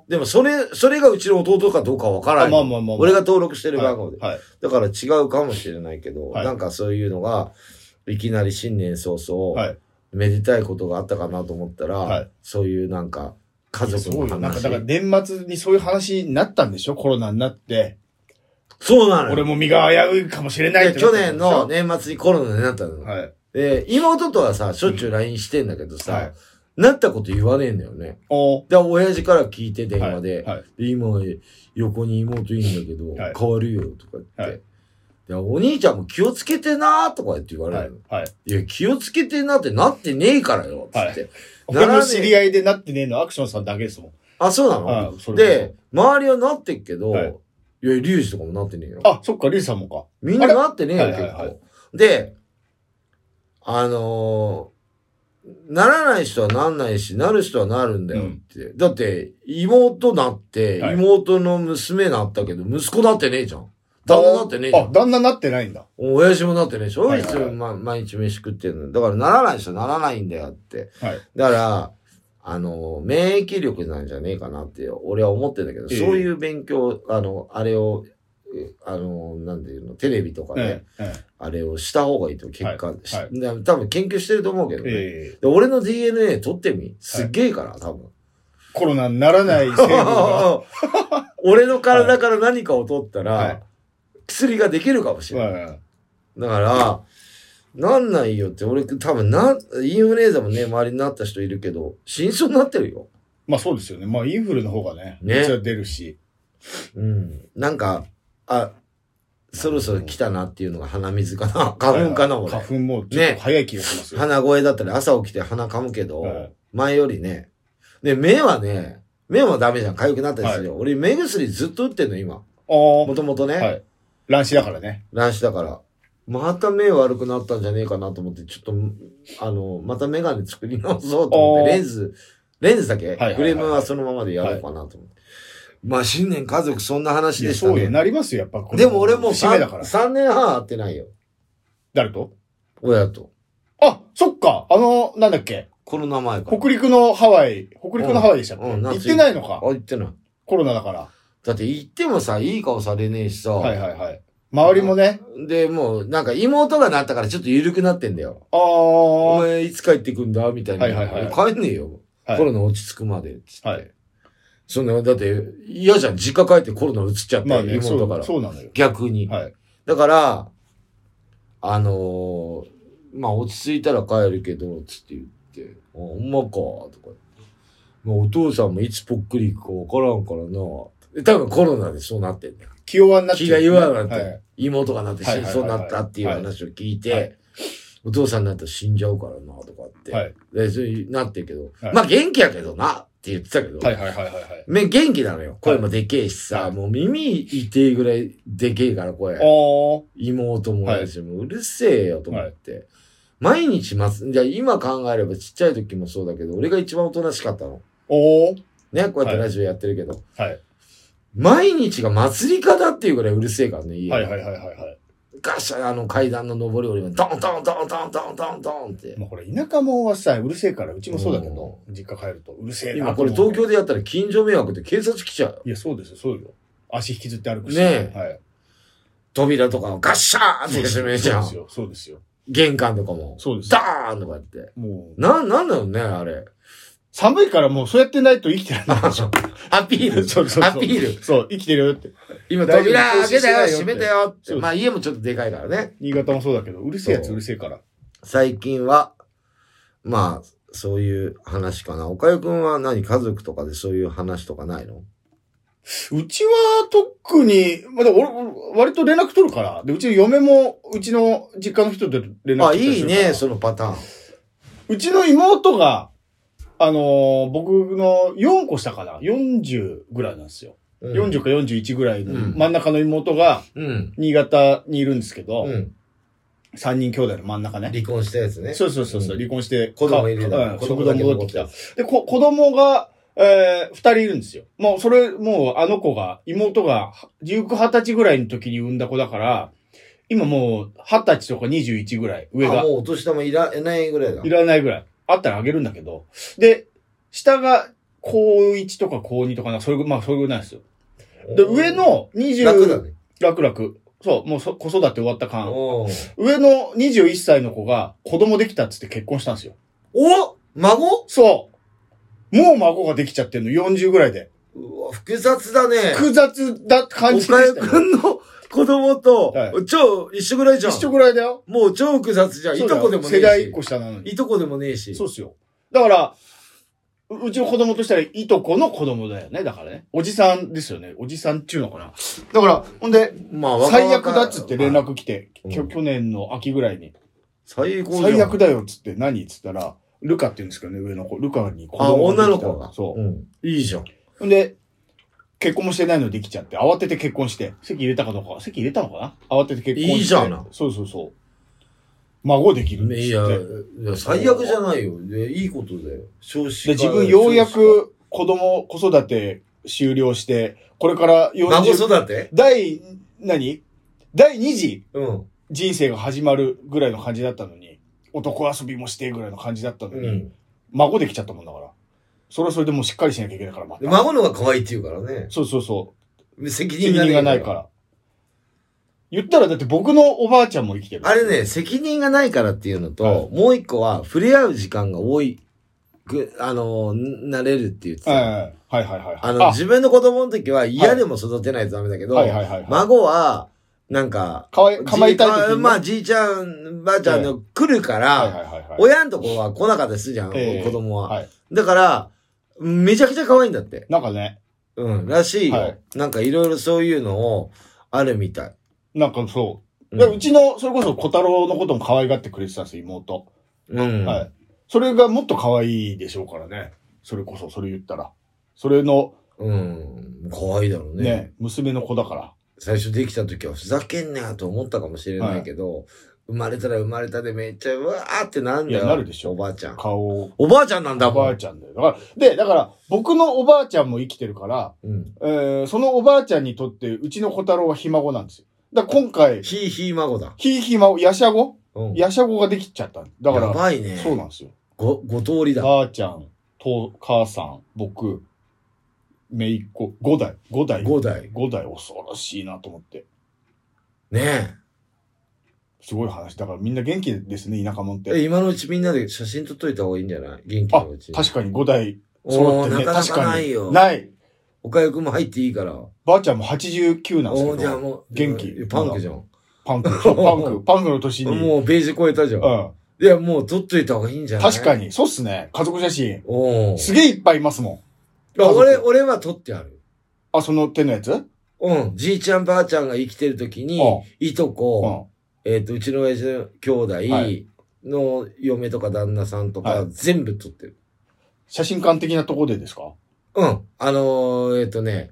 [SPEAKER 1] でもそれ、それがうちの弟かどうかわから
[SPEAKER 2] あ。
[SPEAKER 1] ん
[SPEAKER 2] あ、
[SPEAKER 1] い。
[SPEAKER 2] まあまあまあまあ。
[SPEAKER 1] 俺が
[SPEAKER 2] っ
[SPEAKER 1] 登録して
[SPEAKER 2] て
[SPEAKER 1] る番号で。
[SPEAKER 2] はい。
[SPEAKER 1] だから違うかもしれないけど、
[SPEAKER 2] はい
[SPEAKER 1] なんかそういうのが、いきなり新年早々、
[SPEAKER 2] はい。
[SPEAKER 1] めでたいことがあったかなと思ったら、
[SPEAKER 2] はい
[SPEAKER 1] そういうなんか、家族
[SPEAKER 2] そう
[SPEAKER 1] の
[SPEAKER 2] よ。なんか、
[SPEAKER 1] 話。
[SPEAKER 2] だから年末にそういう話になったんでしょコロナになって。
[SPEAKER 1] そうなのよ
[SPEAKER 2] 俺も身が危ういかもしれないっ
[SPEAKER 1] で
[SPEAKER 2] て
[SPEAKER 1] 去年の。年末にコロナになったの。
[SPEAKER 2] はい。
[SPEAKER 1] で、妹とはさ、しょっちゅう LINE してんだけどさ、
[SPEAKER 2] はい
[SPEAKER 1] なったこと言わねえんだよね。
[SPEAKER 2] おー
[SPEAKER 1] で、親父から聞いて電話で、
[SPEAKER 2] はいはい。
[SPEAKER 1] で今、横に妹いるんだけど、
[SPEAKER 2] はい
[SPEAKER 1] 変わるよ、とか言って。
[SPEAKER 2] はい
[SPEAKER 1] でお兄ちゃんも気をつけてなーとか言って言われる
[SPEAKER 2] はい
[SPEAKER 1] の。い、。
[SPEAKER 2] はい。
[SPEAKER 1] や、気をつけてなってなってねえからよ、つって。
[SPEAKER 2] 他
[SPEAKER 1] なら
[SPEAKER 2] の
[SPEAKER 1] ねえ
[SPEAKER 2] 知り合いでなってねえの、アクションさんだけですもん。
[SPEAKER 1] あ、そうなの、
[SPEAKER 2] ああそれ
[SPEAKER 1] で、周りはなってっけど、
[SPEAKER 2] はい
[SPEAKER 1] い、や、リュウジとかもなってねえよ。
[SPEAKER 2] こそあ、そっか、リュウさんもか。
[SPEAKER 1] みんななってねえよ、
[SPEAKER 2] あれ
[SPEAKER 1] 結構。
[SPEAKER 2] はいはいは
[SPEAKER 1] で、あのーならない人はなんないし、なる人はなるんだよって。だって、妹なって、
[SPEAKER 2] はい
[SPEAKER 1] 妹の娘なったけど、息子なってねえじゃん。旦那なってねえじゃ
[SPEAKER 2] あ、
[SPEAKER 1] ん。
[SPEAKER 2] 旦那なってないんだ。
[SPEAKER 1] 親父もなってねえし、
[SPEAKER 2] は
[SPEAKER 1] 俺
[SPEAKER 2] い
[SPEAKER 1] い
[SPEAKER 2] はい
[SPEAKER 1] つ
[SPEAKER 2] はい
[SPEAKER 1] もま毎日飯食ってんの。だから、ならない人はならないんだよって。
[SPEAKER 2] はい。
[SPEAKER 1] だから、あの、免疫力なんじゃねえかなって、俺は思ってんだけど、
[SPEAKER 2] ええ
[SPEAKER 1] そういう勉強、あの、あれを、えあの、なんていうの、テレビとかね、
[SPEAKER 2] ええ。え
[SPEAKER 1] あれをした方がいいと、結果、し
[SPEAKER 2] は
[SPEAKER 1] 多分研究してると思うけどね。
[SPEAKER 2] ええ。
[SPEAKER 1] で俺の DNA 取ってみ。すっげえから、多分。 <laughs>
[SPEAKER 2] コロナにならない成分が。
[SPEAKER 1] 俺の体から何かを取ったら、
[SPEAKER 2] はい
[SPEAKER 1] 薬ができるかもしれない。
[SPEAKER 2] はい
[SPEAKER 1] だから、なんないよって、俺多分な、インフルエンザもね、周りになった人いるけど、真相になってるよ。
[SPEAKER 2] まあそうですよね。まあインフルの方がね、
[SPEAKER 1] ね
[SPEAKER 2] 熱は出るし。
[SPEAKER 1] うん。なんか、あ、そろそろ来たなっていうのが鼻水かな。花粉かな、
[SPEAKER 2] はい
[SPEAKER 1] 俺。
[SPEAKER 2] 花粉もちょっと早い気がしますよ。
[SPEAKER 1] 鼻声だったり朝起きて鼻噛むけど、
[SPEAKER 2] はい
[SPEAKER 1] 前よりね。で、目はね、目もダメじゃん。痒くなったりするよ。俺、目薬ずっと打ってんの、今。
[SPEAKER 2] ああ
[SPEAKER 1] もともとね、
[SPEAKER 2] はい。乱視だからね。
[SPEAKER 1] 乱視だから。また目悪くなったんじゃねえかなと思って、ちょっと、あの、またメガネ作り直そうと思って、
[SPEAKER 2] あー
[SPEAKER 1] レンズ、レンズだけ、
[SPEAKER 2] はいはいはい
[SPEAKER 1] フレームはそのままでやろうかなと思って。まあ、新年家族そんな話
[SPEAKER 2] い
[SPEAKER 1] で
[SPEAKER 2] や
[SPEAKER 1] したね。
[SPEAKER 2] そうよ。なりますよ、やっぱこの。
[SPEAKER 1] でも俺もう
[SPEAKER 2] 節目だか
[SPEAKER 1] 3,
[SPEAKER 2] ら。
[SPEAKER 1] 3年半会ってないよ。
[SPEAKER 2] 誰と
[SPEAKER 1] 親と。
[SPEAKER 2] あ、そっか。あの、なんだっけ。
[SPEAKER 1] コロナ前から。
[SPEAKER 2] 北陸のハワイ。北陸のハワイでしたっけ
[SPEAKER 1] うんうん
[SPEAKER 2] 行ってないの
[SPEAKER 1] あ、
[SPEAKER 2] か。
[SPEAKER 1] 行ってない。
[SPEAKER 2] コロナだから。
[SPEAKER 1] だって行ってもさ、いい顔されねえしさ。
[SPEAKER 2] はいはいはい。周りもね。
[SPEAKER 1] で、もう、なんか妹がなったからちょっと緩くなってんだよ。
[SPEAKER 2] あ
[SPEAKER 1] お
[SPEAKER 2] あ。
[SPEAKER 1] 前いつ帰ってくんだみたいな。
[SPEAKER 2] はいはいはい
[SPEAKER 1] 帰んねえよ。
[SPEAKER 2] はい
[SPEAKER 1] コロナ落ち着くまで。つって。
[SPEAKER 2] はい
[SPEAKER 1] そんな、だって嫌じゃん。実家帰ってコロナ移っちゃって、
[SPEAKER 2] まあね、そ
[SPEAKER 1] 妹か
[SPEAKER 2] う
[SPEAKER 1] ら。
[SPEAKER 2] そうなのよ。
[SPEAKER 1] 逆に。
[SPEAKER 2] はい。
[SPEAKER 1] だから、あのーまあ落ち着いたら帰るけど、つって言っ
[SPEAKER 2] って。
[SPEAKER 1] あほんまか、とか。まあ、お父さんもいつぽっくり行くかわからんからな。え多分コロナでそうなってんだよ。
[SPEAKER 2] 気弱になっちゃう。
[SPEAKER 1] 気が弱くなって、
[SPEAKER 2] はい
[SPEAKER 1] 妹がなって
[SPEAKER 2] はい
[SPEAKER 1] 死
[SPEAKER 2] はい
[SPEAKER 1] に
[SPEAKER 2] はい
[SPEAKER 1] そうになったっていう話を聞いて、
[SPEAKER 2] はい
[SPEAKER 1] お父さんになったら死んじゃうからな、とかって。
[SPEAKER 2] はい
[SPEAKER 1] でそういうなってるけど、
[SPEAKER 2] はい
[SPEAKER 1] まあ元気やけどな、って言ってたけど、
[SPEAKER 2] はいはいはいはいはい。
[SPEAKER 1] め元気なのよ。声もでけえしさ、
[SPEAKER 2] はい
[SPEAKER 1] もう耳痛いぐらいでけえから
[SPEAKER 2] あ
[SPEAKER 1] 声。
[SPEAKER 2] ー。
[SPEAKER 1] 妹もやし、もううるせえよと思って。毎日ます、じゃあ今考えればちっちゃい時もそうだけど、俺が一番おとなしかったの。
[SPEAKER 2] おー。
[SPEAKER 1] ね、こうやってラジオやってるけど。
[SPEAKER 2] はい。
[SPEAKER 1] 毎日が祭りかだっていうぐらいうるせえからね、家が
[SPEAKER 2] はいはいはいはいはい。
[SPEAKER 1] ガシャンあの階段の上り下りもドンドンドンドンドンドンドンって。
[SPEAKER 2] まあこれ田舎もんはさ、うるせえから、うちもそうだけど、実家帰ると、うるせえな
[SPEAKER 1] 今
[SPEAKER 2] と
[SPEAKER 1] こ
[SPEAKER 2] 思
[SPEAKER 1] れ
[SPEAKER 2] う。
[SPEAKER 1] 東京でやったら近所迷惑で警察来ちゃうよ。
[SPEAKER 2] いや、そうですよ、そうよ。足引きずって歩くし。
[SPEAKER 1] ねえ
[SPEAKER 2] はい。
[SPEAKER 1] 扉とかをガッシャーンって閉めるじゃ
[SPEAKER 2] そうです
[SPEAKER 1] ん。
[SPEAKER 2] よ、そうですよ。
[SPEAKER 1] 玄関とかも。
[SPEAKER 2] そうですよ。
[SPEAKER 1] ダーンとかやって。
[SPEAKER 2] もう、
[SPEAKER 1] な、なんだろうね、あれ。
[SPEAKER 2] 寒いからもうそうやってないと生きてられないでしょ。
[SPEAKER 1] アピール。
[SPEAKER 2] そうそうそう
[SPEAKER 1] アピール。
[SPEAKER 2] そう、生きてるよって。
[SPEAKER 1] 今
[SPEAKER 2] 大丈夫
[SPEAKER 1] 扉開けたよ、
[SPEAKER 2] 通信
[SPEAKER 1] 閉
[SPEAKER 2] しないよって
[SPEAKER 1] めたよって。
[SPEAKER 2] そうです
[SPEAKER 1] まあ家もちょっとでかいからね。
[SPEAKER 2] 新潟もそうだけど、うるせえやつ
[SPEAKER 1] そう
[SPEAKER 2] うるせえから。
[SPEAKER 1] 最近は、まあ、そういう話かな。おかゆくんは何家族とかでそういう話とかないの
[SPEAKER 2] うちは特に、まあ、でも俺俺、割と連絡取るから。で、うちの嫁も、うちの実家の人と連絡
[SPEAKER 1] あ、
[SPEAKER 2] 取ったり
[SPEAKER 1] い
[SPEAKER 2] す
[SPEAKER 1] い
[SPEAKER 2] るから
[SPEAKER 1] ね、そのパターン。
[SPEAKER 2] うちの妹が、あのー僕の4個下かな ?40 ぐらいなんですよ。
[SPEAKER 1] うん。
[SPEAKER 2] 40か41ぐらいの
[SPEAKER 1] うん
[SPEAKER 2] 真ん中の妹が
[SPEAKER 1] うん。
[SPEAKER 2] 新潟にいるんですけど、
[SPEAKER 1] うん。
[SPEAKER 2] 3人兄弟の真ん中ね。
[SPEAKER 1] 離婚したやつね。
[SPEAKER 2] そうそうそうそう、
[SPEAKER 1] うん
[SPEAKER 2] 離婚して。
[SPEAKER 1] 子供いる
[SPEAKER 2] かうん、
[SPEAKER 1] 子
[SPEAKER 2] 食
[SPEAKER 1] 供
[SPEAKER 2] 堂
[SPEAKER 1] だけ
[SPEAKER 2] 戻っ
[SPEAKER 1] 残
[SPEAKER 2] て
[SPEAKER 1] っ
[SPEAKER 2] き
[SPEAKER 1] た
[SPEAKER 2] た。で、こ、子供が、えー、二人いるんですよ。もう、それ、もう、あの子が、妹が、19、20歳ぐらいの時に産んだ子だから、今もう、20歳とか21ぐらい、上
[SPEAKER 1] あ、
[SPEAKER 2] が
[SPEAKER 1] も、うお年玉いらないぐらいだ。
[SPEAKER 2] いらないぐらい。あったらあげるんだけど。で、下が、高1とか高2とかな、それぐ、まあ、それぐらいなんですよ。で、上の20、
[SPEAKER 1] 楽だね。
[SPEAKER 2] 楽々。そう、もうそ、子育て終わった感。
[SPEAKER 1] お
[SPEAKER 2] 上の21歳の子が、子供できたっつって結婚したんですよ。
[SPEAKER 1] お孫
[SPEAKER 2] そう。もう孫ができちゃってんの、40ぐらいで。
[SPEAKER 1] うわ、複雑だね。
[SPEAKER 2] 複雑だ感じで
[SPEAKER 1] 岡
[SPEAKER 2] し
[SPEAKER 1] ゆ
[SPEAKER 2] たよ
[SPEAKER 1] く。んの子供と
[SPEAKER 2] は、
[SPEAKER 1] 超一緒ぐらいじゃん。
[SPEAKER 2] 一緒ぐらいだよ。
[SPEAKER 1] もう超複雑じゃん。い
[SPEAKER 2] そうだ
[SPEAKER 1] と
[SPEAKER 2] よ
[SPEAKER 1] こでもね
[SPEAKER 2] 世代一
[SPEAKER 1] え
[SPEAKER 2] 個下なの
[SPEAKER 1] し。
[SPEAKER 2] に。
[SPEAKER 1] いとこでもねえし。
[SPEAKER 2] そうっすよ。だから、ううちの子供としたら、いとこの子供だよね。だからね。おじさんですよね。おじさんっちゅうのかな。だから、ほんで、
[SPEAKER 1] まあ
[SPEAKER 2] 最悪だっつって連。絡来て、
[SPEAKER 1] うん
[SPEAKER 2] きょ去年の秋ぐらいに。
[SPEAKER 1] 最高じゃん
[SPEAKER 2] 最悪だよっつって、何っつったら、ルカって言うんですけどね、上の子。ルカに子
[SPEAKER 1] あ、
[SPEAKER 2] 供が
[SPEAKER 1] 女
[SPEAKER 2] で
[SPEAKER 1] の
[SPEAKER 2] きた
[SPEAKER 1] 子が。
[SPEAKER 2] そう。
[SPEAKER 1] ん。いいじゃん。
[SPEAKER 2] ほんで、結婚もしてないのできちゃって、慌てて結婚して、席入れたかどうか、席入れたのかな慌てて結婚して。
[SPEAKER 1] いいじゃんな
[SPEAKER 2] そうそうそう。孫できるんです
[SPEAKER 1] いや、
[SPEAKER 2] って。
[SPEAKER 1] いや最悪じゃないよ。いやいいことだよ。少子
[SPEAKER 2] で、
[SPEAKER 1] 化
[SPEAKER 2] 自分ようや、く子供、子育て終了して、これから40、
[SPEAKER 1] 孫育て
[SPEAKER 2] 第、何第2次
[SPEAKER 1] うん。
[SPEAKER 2] 人生が始まるぐらいの感じだったのに、男遊びもしてぐらいの感じだったのに、
[SPEAKER 1] うん。
[SPEAKER 2] 孫できちゃったもんだから。それはそれでもうしっかりしなきゃいけないから、また
[SPEAKER 1] で孫の方が可愛いって言うからね。
[SPEAKER 2] そうそうそう。
[SPEAKER 1] 責
[SPEAKER 2] 責
[SPEAKER 1] 任がね
[SPEAKER 2] 任がないから。言ったらだって僕のおばあちゃんも生きてる。
[SPEAKER 1] あれね、責任がないからっていうのと、
[SPEAKER 2] はい
[SPEAKER 1] もう一個は、触れ合う時間が多い、く、あの、なれるって言って
[SPEAKER 2] はい
[SPEAKER 1] た。
[SPEAKER 2] はいはいはいはい。
[SPEAKER 1] あの、自分の子供の時は嫌でも育てないとダメだけど、
[SPEAKER 2] はいはいはいはい。
[SPEAKER 1] 孫は、なんか、
[SPEAKER 2] かわい、かまいたい時
[SPEAKER 1] じ
[SPEAKER 2] に
[SPEAKER 1] いまあ、じいちゃん、ばあちゃんの来るから、
[SPEAKER 2] はいはいはいはい。
[SPEAKER 1] 親んとこは来なかったりするじゃん、
[SPEAKER 2] ええ
[SPEAKER 1] 子供は。
[SPEAKER 2] はい
[SPEAKER 1] だから、めちゃくちゃ可愛いんだって。
[SPEAKER 2] なんかね、
[SPEAKER 1] うん、らしいよ。
[SPEAKER 2] はい
[SPEAKER 1] なんかいろいろそういうのを、あるみたい。
[SPEAKER 2] なんかそう。
[SPEAKER 1] うん
[SPEAKER 2] だからうちの、それこそ小太郎のことも可愛がってくれてたんですよ、妹。
[SPEAKER 1] うん。
[SPEAKER 2] はい。それがもっと可愛いでしょうからね。それこそ、それ言ったら。それの、
[SPEAKER 1] うん。可愛いだろう
[SPEAKER 2] ね、娘の子だから。
[SPEAKER 1] 最初できた時はふざけんなよと思ったかもしれないけど、生まれたら生まれたでめっちゃうわーってなんだよ。
[SPEAKER 2] いやなるでしょ
[SPEAKER 1] おばあちゃん。
[SPEAKER 2] 顔を。
[SPEAKER 1] おばあちゃんなんだ
[SPEAKER 2] お
[SPEAKER 1] も
[SPEAKER 2] ば
[SPEAKER 1] ん。
[SPEAKER 2] あちゃんだよ。だから、で、だから、僕のおばあちゃんも生きてるから、
[SPEAKER 1] うん。
[SPEAKER 2] えーそのおばあちゃんにとって、うちの小太郎はひ孫なんですよ。だから今回、
[SPEAKER 1] ひいひい孫だ。
[SPEAKER 2] ひいひ孫、やしゃご
[SPEAKER 1] うん。や
[SPEAKER 2] やしゃごができちゃった。だから、
[SPEAKER 1] ばいね。
[SPEAKER 2] そうなんですよ。
[SPEAKER 1] ご、ご通りだ。
[SPEAKER 2] ばあちゃん、と、母さん、僕、めいっ子、五代、五代、
[SPEAKER 1] 五代。
[SPEAKER 2] 五代、恐ろしいなと思って。
[SPEAKER 1] ね
[SPEAKER 2] すごい話。だからみんな元気ですね、田舎もんっ
[SPEAKER 1] え。え、
[SPEAKER 2] て。
[SPEAKER 1] 今のうちみんなで写真撮っといた方がいいんじゃない元気のうちに。
[SPEAKER 2] 確かに五代
[SPEAKER 1] お
[SPEAKER 2] 揃
[SPEAKER 1] お
[SPEAKER 2] って
[SPEAKER 1] な
[SPEAKER 2] ね。
[SPEAKER 1] かな
[SPEAKER 2] 確
[SPEAKER 1] か
[SPEAKER 2] か
[SPEAKER 1] ない
[SPEAKER 2] に。
[SPEAKER 1] よ。
[SPEAKER 2] ない。
[SPEAKER 1] おかゆくんも入っていいから。お
[SPEAKER 2] ばあちゃんも89なんです
[SPEAKER 1] おー
[SPEAKER 2] け
[SPEAKER 1] じゃあ
[SPEAKER 2] ど、
[SPEAKER 1] もう。
[SPEAKER 2] 元気
[SPEAKER 1] パンクじゃん。 <laughs>
[SPEAKER 2] パンク、そうパンク、パンクの年に、
[SPEAKER 1] もうベージュ超えたじゃん。
[SPEAKER 2] うん。
[SPEAKER 1] いや、もう撮っといた方がいいんじゃない
[SPEAKER 2] 確か。に。そうっすね。家族写真。
[SPEAKER 1] おお。
[SPEAKER 2] すげえいっぱいいますもん。
[SPEAKER 1] いや俺、俺は撮ってある。
[SPEAKER 2] あ、その手のやつ
[SPEAKER 1] うん。じいちゃんばあちゃんが生きてる時に
[SPEAKER 2] うん、
[SPEAKER 1] いと
[SPEAKER 2] う
[SPEAKER 1] こ、
[SPEAKER 2] ん。
[SPEAKER 1] えっ、と、うちの親父の
[SPEAKER 2] は
[SPEAKER 1] 兄
[SPEAKER 2] い
[SPEAKER 1] 弟の嫁とか旦那さんと
[SPEAKER 2] は
[SPEAKER 1] か
[SPEAKER 2] い
[SPEAKER 1] 全部撮ってる。
[SPEAKER 2] 写真館的なとこでですか
[SPEAKER 1] うん。あのー、えっ、とね、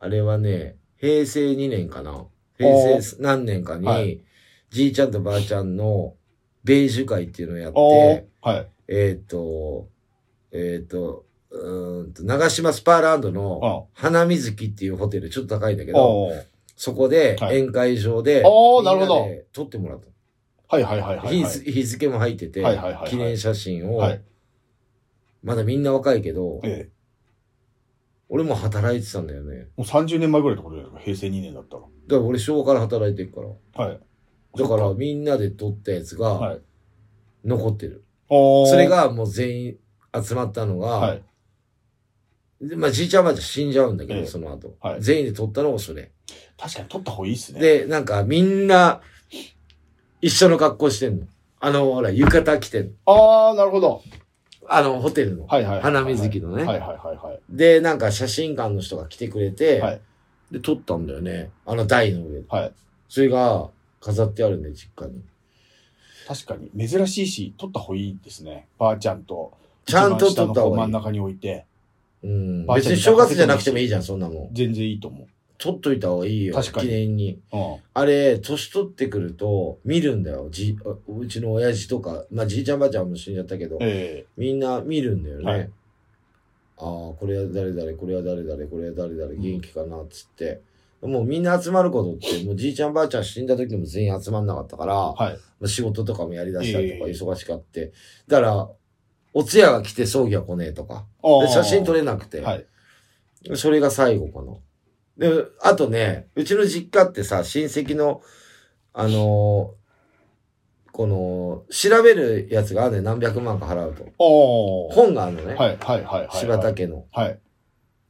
[SPEAKER 1] あれはね、平成2年かな。平成何年かに、
[SPEAKER 2] はい
[SPEAKER 1] じいちゃんとばあちゃんの米寿会っていうのをやっ
[SPEAKER 2] ああ。はい
[SPEAKER 1] て、。えっ、と、えっ、と、うーんと、長島スパーランドの
[SPEAKER 2] あ
[SPEAKER 1] 花水木っていうホテル、ちょっと高いんだけ
[SPEAKER 2] あ。
[SPEAKER 1] ど、そこで
[SPEAKER 2] はい
[SPEAKER 1] 宴会場で、
[SPEAKER 2] あーなるほど
[SPEAKER 1] みんなで撮ってもらった。
[SPEAKER 2] はいはいはいはい
[SPEAKER 1] 日
[SPEAKER 2] はい。
[SPEAKER 1] 付日付も入ってて
[SPEAKER 2] はいはいはいは、い
[SPEAKER 1] 記念写真を
[SPEAKER 2] は、い。
[SPEAKER 1] まだみんな若いけど、
[SPEAKER 2] ええ。
[SPEAKER 1] 俺も働いてたんだよね。
[SPEAKER 2] もう30年前ぐらいってことですか平成2年だったら。
[SPEAKER 1] だから俺昭和から働いてるから。
[SPEAKER 2] はい。
[SPEAKER 1] だからみんなで撮ったやつ
[SPEAKER 2] は
[SPEAKER 1] が
[SPEAKER 2] い。
[SPEAKER 1] 残ってる。
[SPEAKER 2] ああ。
[SPEAKER 1] それ、がもう全員集まったのが、
[SPEAKER 2] はい。
[SPEAKER 1] でまあじいちゃんばあちゃん死んじゃうんだけど、
[SPEAKER 2] ええ
[SPEAKER 1] その後、
[SPEAKER 2] はい
[SPEAKER 1] 全員で撮ったのがそれ。
[SPEAKER 2] 確かに撮った方がいいっすね。
[SPEAKER 1] で、なんかみんな一緒の格好してんの。あの、ほら、浴衣着てんの。
[SPEAKER 2] ああ、なるほど。
[SPEAKER 1] あの、ホテルの。
[SPEAKER 2] はいはいはい。
[SPEAKER 1] 花水木の
[SPEAKER 2] は
[SPEAKER 1] ね、
[SPEAKER 2] いはいはい
[SPEAKER 1] で、なんか写真館の人が来てくれて、
[SPEAKER 2] はい
[SPEAKER 1] で、撮ったんだよね。あの台の上で。
[SPEAKER 2] はい。はい。
[SPEAKER 1] それが飾ってあるんで、実家に。
[SPEAKER 2] 確かに。珍しいし、撮った方がいいですね。ばあちゃんと。
[SPEAKER 1] ちゃんと撮った
[SPEAKER 2] 一番下の
[SPEAKER 1] 方
[SPEAKER 2] 子真
[SPEAKER 1] がい
[SPEAKER 2] ん
[SPEAKER 1] い。
[SPEAKER 2] 中に置いて。
[SPEAKER 1] うん。
[SPEAKER 2] ばあ
[SPEAKER 1] 別
[SPEAKER 2] ちゃん
[SPEAKER 1] に
[SPEAKER 2] に
[SPEAKER 1] 正月じゃなくてもいいじゃん、そんなもん。
[SPEAKER 2] 全然いいと思
[SPEAKER 1] 撮っといた方がいいよ。
[SPEAKER 2] 確かに
[SPEAKER 1] 記念に。
[SPEAKER 2] う。うん。
[SPEAKER 1] あれ、年取ってくると、見るんだよ。じ、あうちの親父とか、まあ、じいちゃんばあちゃんも死んじゃったけど、
[SPEAKER 2] え
[SPEAKER 1] みんな見るんだよね。
[SPEAKER 2] はい
[SPEAKER 1] ああ、これは誰々、これは誰々、これは誰々、元気かな、つって。もうみんな集まることって、もうじいちゃんばあちゃん死んだ時も全員集まんなかったから、
[SPEAKER 2] えはい。
[SPEAKER 1] まあ仕事とかもやりだしたりとか
[SPEAKER 2] ええ
[SPEAKER 1] 忙しかって。だから、お通夜が来て葬儀は来ねえとか。
[SPEAKER 2] あ
[SPEAKER 1] で
[SPEAKER 2] あ
[SPEAKER 1] 写真撮れなくて。
[SPEAKER 2] はい。
[SPEAKER 1] それが最後かな。で、あとね、うちの実家ってさ、親戚の、あのーこの、調べるやつがあるねん何百万か払うと。
[SPEAKER 2] ああ。
[SPEAKER 1] 本があるのね。
[SPEAKER 2] はいはいはいはい。
[SPEAKER 1] 柴田家の。
[SPEAKER 2] はい。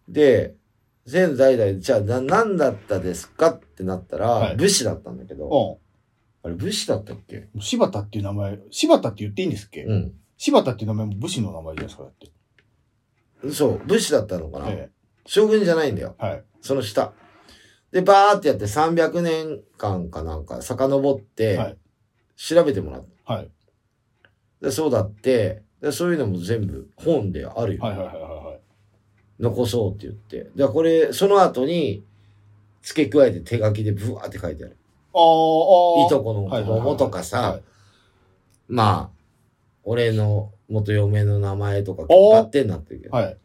[SPEAKER 1] で、先祖代々、じゃあな、何だったですかってなったら、
[SPEAKER 2] はい
[SPEAKER 1] 武士だったんだけど、あ
[SPEAKER 2] う
[SPEAKER 1] れ武士だったっけ
[SPEAKER 2] ん。柴田っていう名前、柴田って言っていいんですっけ、
[SPEAKER 1] うん。
[SPEAKER 2] 柴田っていう名前も武士の名前じゃないですか、だって。
[SPEAKER 1] そう、武士だったのかな、
[SPEAKER 2] え
[SPEAKER 1] 将軍じゃないんだよ。
[SPEAKER 2] えはい。
[SPEAKER 1] その下。で、バーってやって300年間かなんか遡って、
[SPEAKER 2] はい
[SPEAKER 1] 調べてもらった。
[SPEAKER 2] はい。
[SPEAKER 1] で、そうだって、でそういうのも全部本であるよ。
[SPEAKER 2] はいはいはいはい。
[SPEAKER 1] 残そうって言って。で、これ、その後に、付け加えて手書きでブワーって書いてある。
[SPEAKER 2] ああ、ああ。
[SPEAKER 1] いとこの子供とか
[SPEAKER 2] はいはい
[SPEAKER 1] さ
[SPEAKER 2] はい、
[SPEAKER 1] まあ、俺の元嫁の名前とか、
[SPEAKER 2] お
[SPEAKER 1] 勝手になってるけど、
[SPEAKER 2] はい。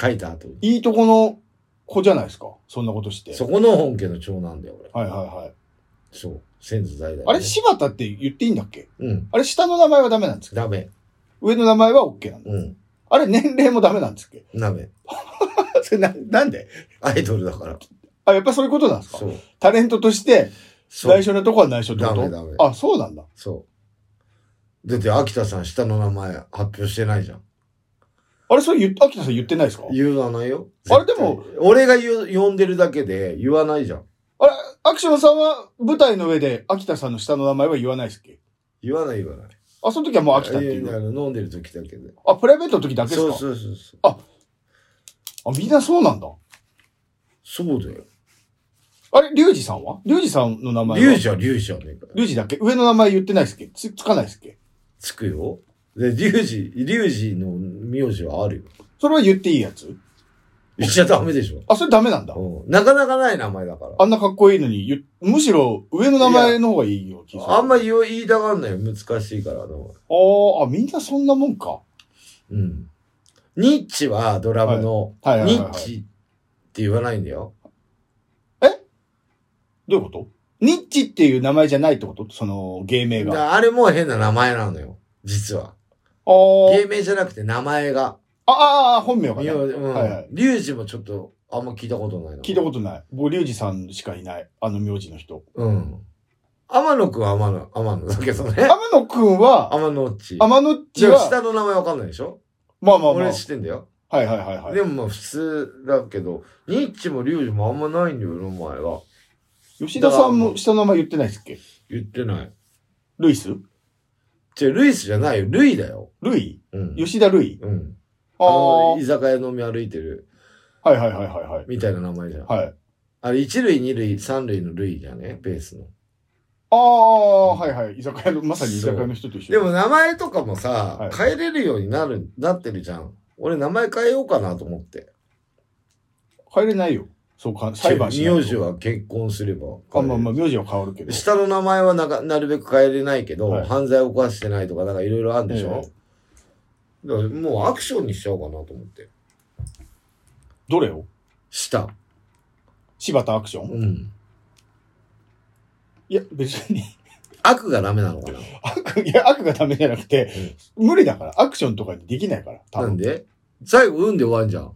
[SPEAKER 1] 書いた後に。
[SPEAKER 2] いいとこの子じゃないですか。そんなことして。
[SPEAKER 1] そこの本家の長男だよ、俺。
[SPEAKER 2] はいはいはい。
[SPEAKER 1] そう。先祖代々、ね。
[SPEAKER 2] あれ、柴田って言っていいんだっけ
[SPEAKER 1] うん。
[SPEAKER 2] あれ、下の名前はダメなんですか
[SPEAKER 1] ダメ。
[SPEAKER 2] 上の名前は OK なんだ。
[SPEAKER 1] うん。
[SPEAKER 2] あれ、年齢もダメなんですっ
[SPEAKER 1] <laughs>
[SPEAKER 2] け
[SPEAKER 1] ダメ。
[SPEAKER 2] それな、なんで
[SPEAKER 1] アイドルだから。
[SPEAKER 2] あ、やっぱそういうことなんですか
[SPEAKER 1] そう。
[SPEAKER 2] タレントとして、
[SPEAKER 1] そう。
[SPEAKER 2] 内緒なとこは内緒ってこ
[SPEAKER 1] ダメダメ
[SPEAKER 2] とあ、そうなんだ。
[SPEAKER 1] そう。だって、秋田さん下の名前発表してないじゃん。
[SPEAKER 2] あれ、それ言っ、秋田さん言ってないですか
[SPEAKER 1] 言わないよ。
[SPEAKER 2] あれ
[SPEAKER 1] 絶対
[SPEAKER 2] でも、
[SPEAKER 1] 俺が言う、呼んでるだけで言わないじゃん。
[SPEAKER 2] あれ、アクションさんは舞台の上で秋田さんの下の名前は言わないですっけ
[SPEAKER 1] 言わない言わない。
[SPEAKER 2] あ、その時はもう秋田って
[SPEAKER 1] や
[SPEAKER 2] いう。
[SPEAKER 1] や飲んでる時だけで。
[SPEAKER 2] あ、プライベートの時だけです
[SPEAKER 1] そう
[SPEAKER 2] か
[SPEAKER 1] そうそうそう。
[SPEAKER 2] あ、みんなそうなんだ。
[SPEAKER 1] そうだよ。
[SPEAKER 2] あれ、リュウジさんはリュウジさんの名前は
[SPEAKER 1] リュウジはリュウジはねえから。
[SPEAKER 2] リュウジだっけ上の名前言ってないっすっけつ、つかないっすっけ
[SPEAKER 1] つくよ。で、リュウジ、リュウジの名字はあるよ。
[SPEAKER 2] それは言っていいやつ
[SPEAKER 1] 言っちゃダメでしょ。
[SPEAKER 2] あ、それダメなんだ。
[SPEAKER 1] うん。なかなかない名前だから。
[SPEAKER 2] あんなかっこいいのに、ゆむしろ上の名前の方がいいよ、気がする
[SPEAKER 1] あんま言お言いたがんないよ。難しいから、あの。
[SPEAKER 2] あーあ、みんなそんなもんか。
[SPEAKER 1] うん。ニッチはドラムの、
[SPEAKER 2] はいはいはい、
[SPEAKER 1] ニッ
[SPEAKER 2] はい。
[SPEAKER 1] チって言わないんだよ。
[SPEAKER 2] どういうことニッチっていう名前じゃないってことその、芸名
[SPEAKER 1] だか
[SPEAKER 2] が。あ
[SPEAKER 1] らあれも変な名前なのよ。実は。
[SPEAKER 2] ー
[SPEAKER 1] 芸名じゃなくて名前が。
[SPEAKER 2] ああー、本名が
[SPEAKER 1] い
[SPEAKER 2] ね
[SPEAKER 1] や、。うん
[SPEAKER 2] はいはい
[SPEAKER 1] リュウジもちょっと、あんま聞いたことないな。
[SPEAKER 2] 聞いたことない。僕、リュウジさんしかいない。あの名字の人。
[SPEAKER 1] うん。天野くんは天野、天野だけどね。
[SPEAKER 2] 天野くんは、
[SPEAKER 1] 天野っち。
[SPEAKER 2] 天野っち
[SPEAKER 1] じゃあ
[SPEAKER 2] は、
[SPEAKER 1] 下の名前わかんないでしょ
[SPEAKER 2] まあまあまあ
[SPEAKER 1] 俺。知ってんだよ。
[SPEAKER 2] はいはいはいはい。
[SPEAKER 1] でもまあ普通だけど、ニッチもリュウジもあんまないんだよ、名前は。
[SPEAKER 2] 吉田さんも下の名前言ってないっすっけ
[SPEAKER 1] 言ってない。
[SPEAKER 2] ルイス
[SPEAKER 1] じゃルイスじゃないよ。ルイだよ。
[SPEAKER 2] ルイ
[SPEAKER 1] うん。
[SPEAKER 2] 吉田ルイ
[SPEAKER 1] うん。
[SPEAKER 2] あ
[SPEAKER 1] あ
[SPEAKER 2] あ。
[SPEAKER 1] の、
[SPEAKER 2] はい
[SPEAKER 1] 居酒屋飲み歩いてる、
[SPEAKER 2] はいはいはいはい。
[SPEAKER 1] みたいな名前じゃん。
[SPEAKER 2] はい。
[SPEAKER 1] あれ、一塁、二塁、三塁の類じゃね、ベースの。
[SPEAKER 2] ああ、はいはい。居酒屋の、まさに居酒屋の人と一緒。
[SPEAKER 1] でも、名前とかもさ、
[SPEAKER 2] はい
[SPEAKER 1] 変えれるようになる、なってるじゃん。俺、名前変えようかなと思って。
[SPEAKER 2] 帰れないよ。そうか、裁判しないと
[SPEAKER 1] 名字は結婚すれば
[SPEAKER 2] あ、
[SPEAKER 1] 変えれ
[SPEAKER 2] ま
[SPEAKER 1] る。
[SPEAKER 2] あまあ、名字は変わるけど。
[SPEAKER 1] 下の名前はなかなるべく変えれないけど、
[SPEAKER 2] はい
[SPEAKER 1] 犯罪を犯してないとか、なんかいろいろあるんでしょ、
[SPEAKER 2] え
[SPEAKER 1] だからもうアクションにしちゃおうかなと思って。
[SPEAKER 2] どれを
[SPEAKER 1] 下。
[SPEAKER 2] 柴田アクション
[SPEAKER 1] うん。
[SPEAKER 2] いや、別に。 <laughs>
[SPEAKER 1] 悪がダメなのかな
[SPEAKER 2] 悪、いや、悪がダメじゃなくて、無理だから。アクションとかにできないから。多
[SPEAKER 1] なん
[SPEAKER 2] 分。
[SPEAKER 1] で最後、運で終わんじゃん。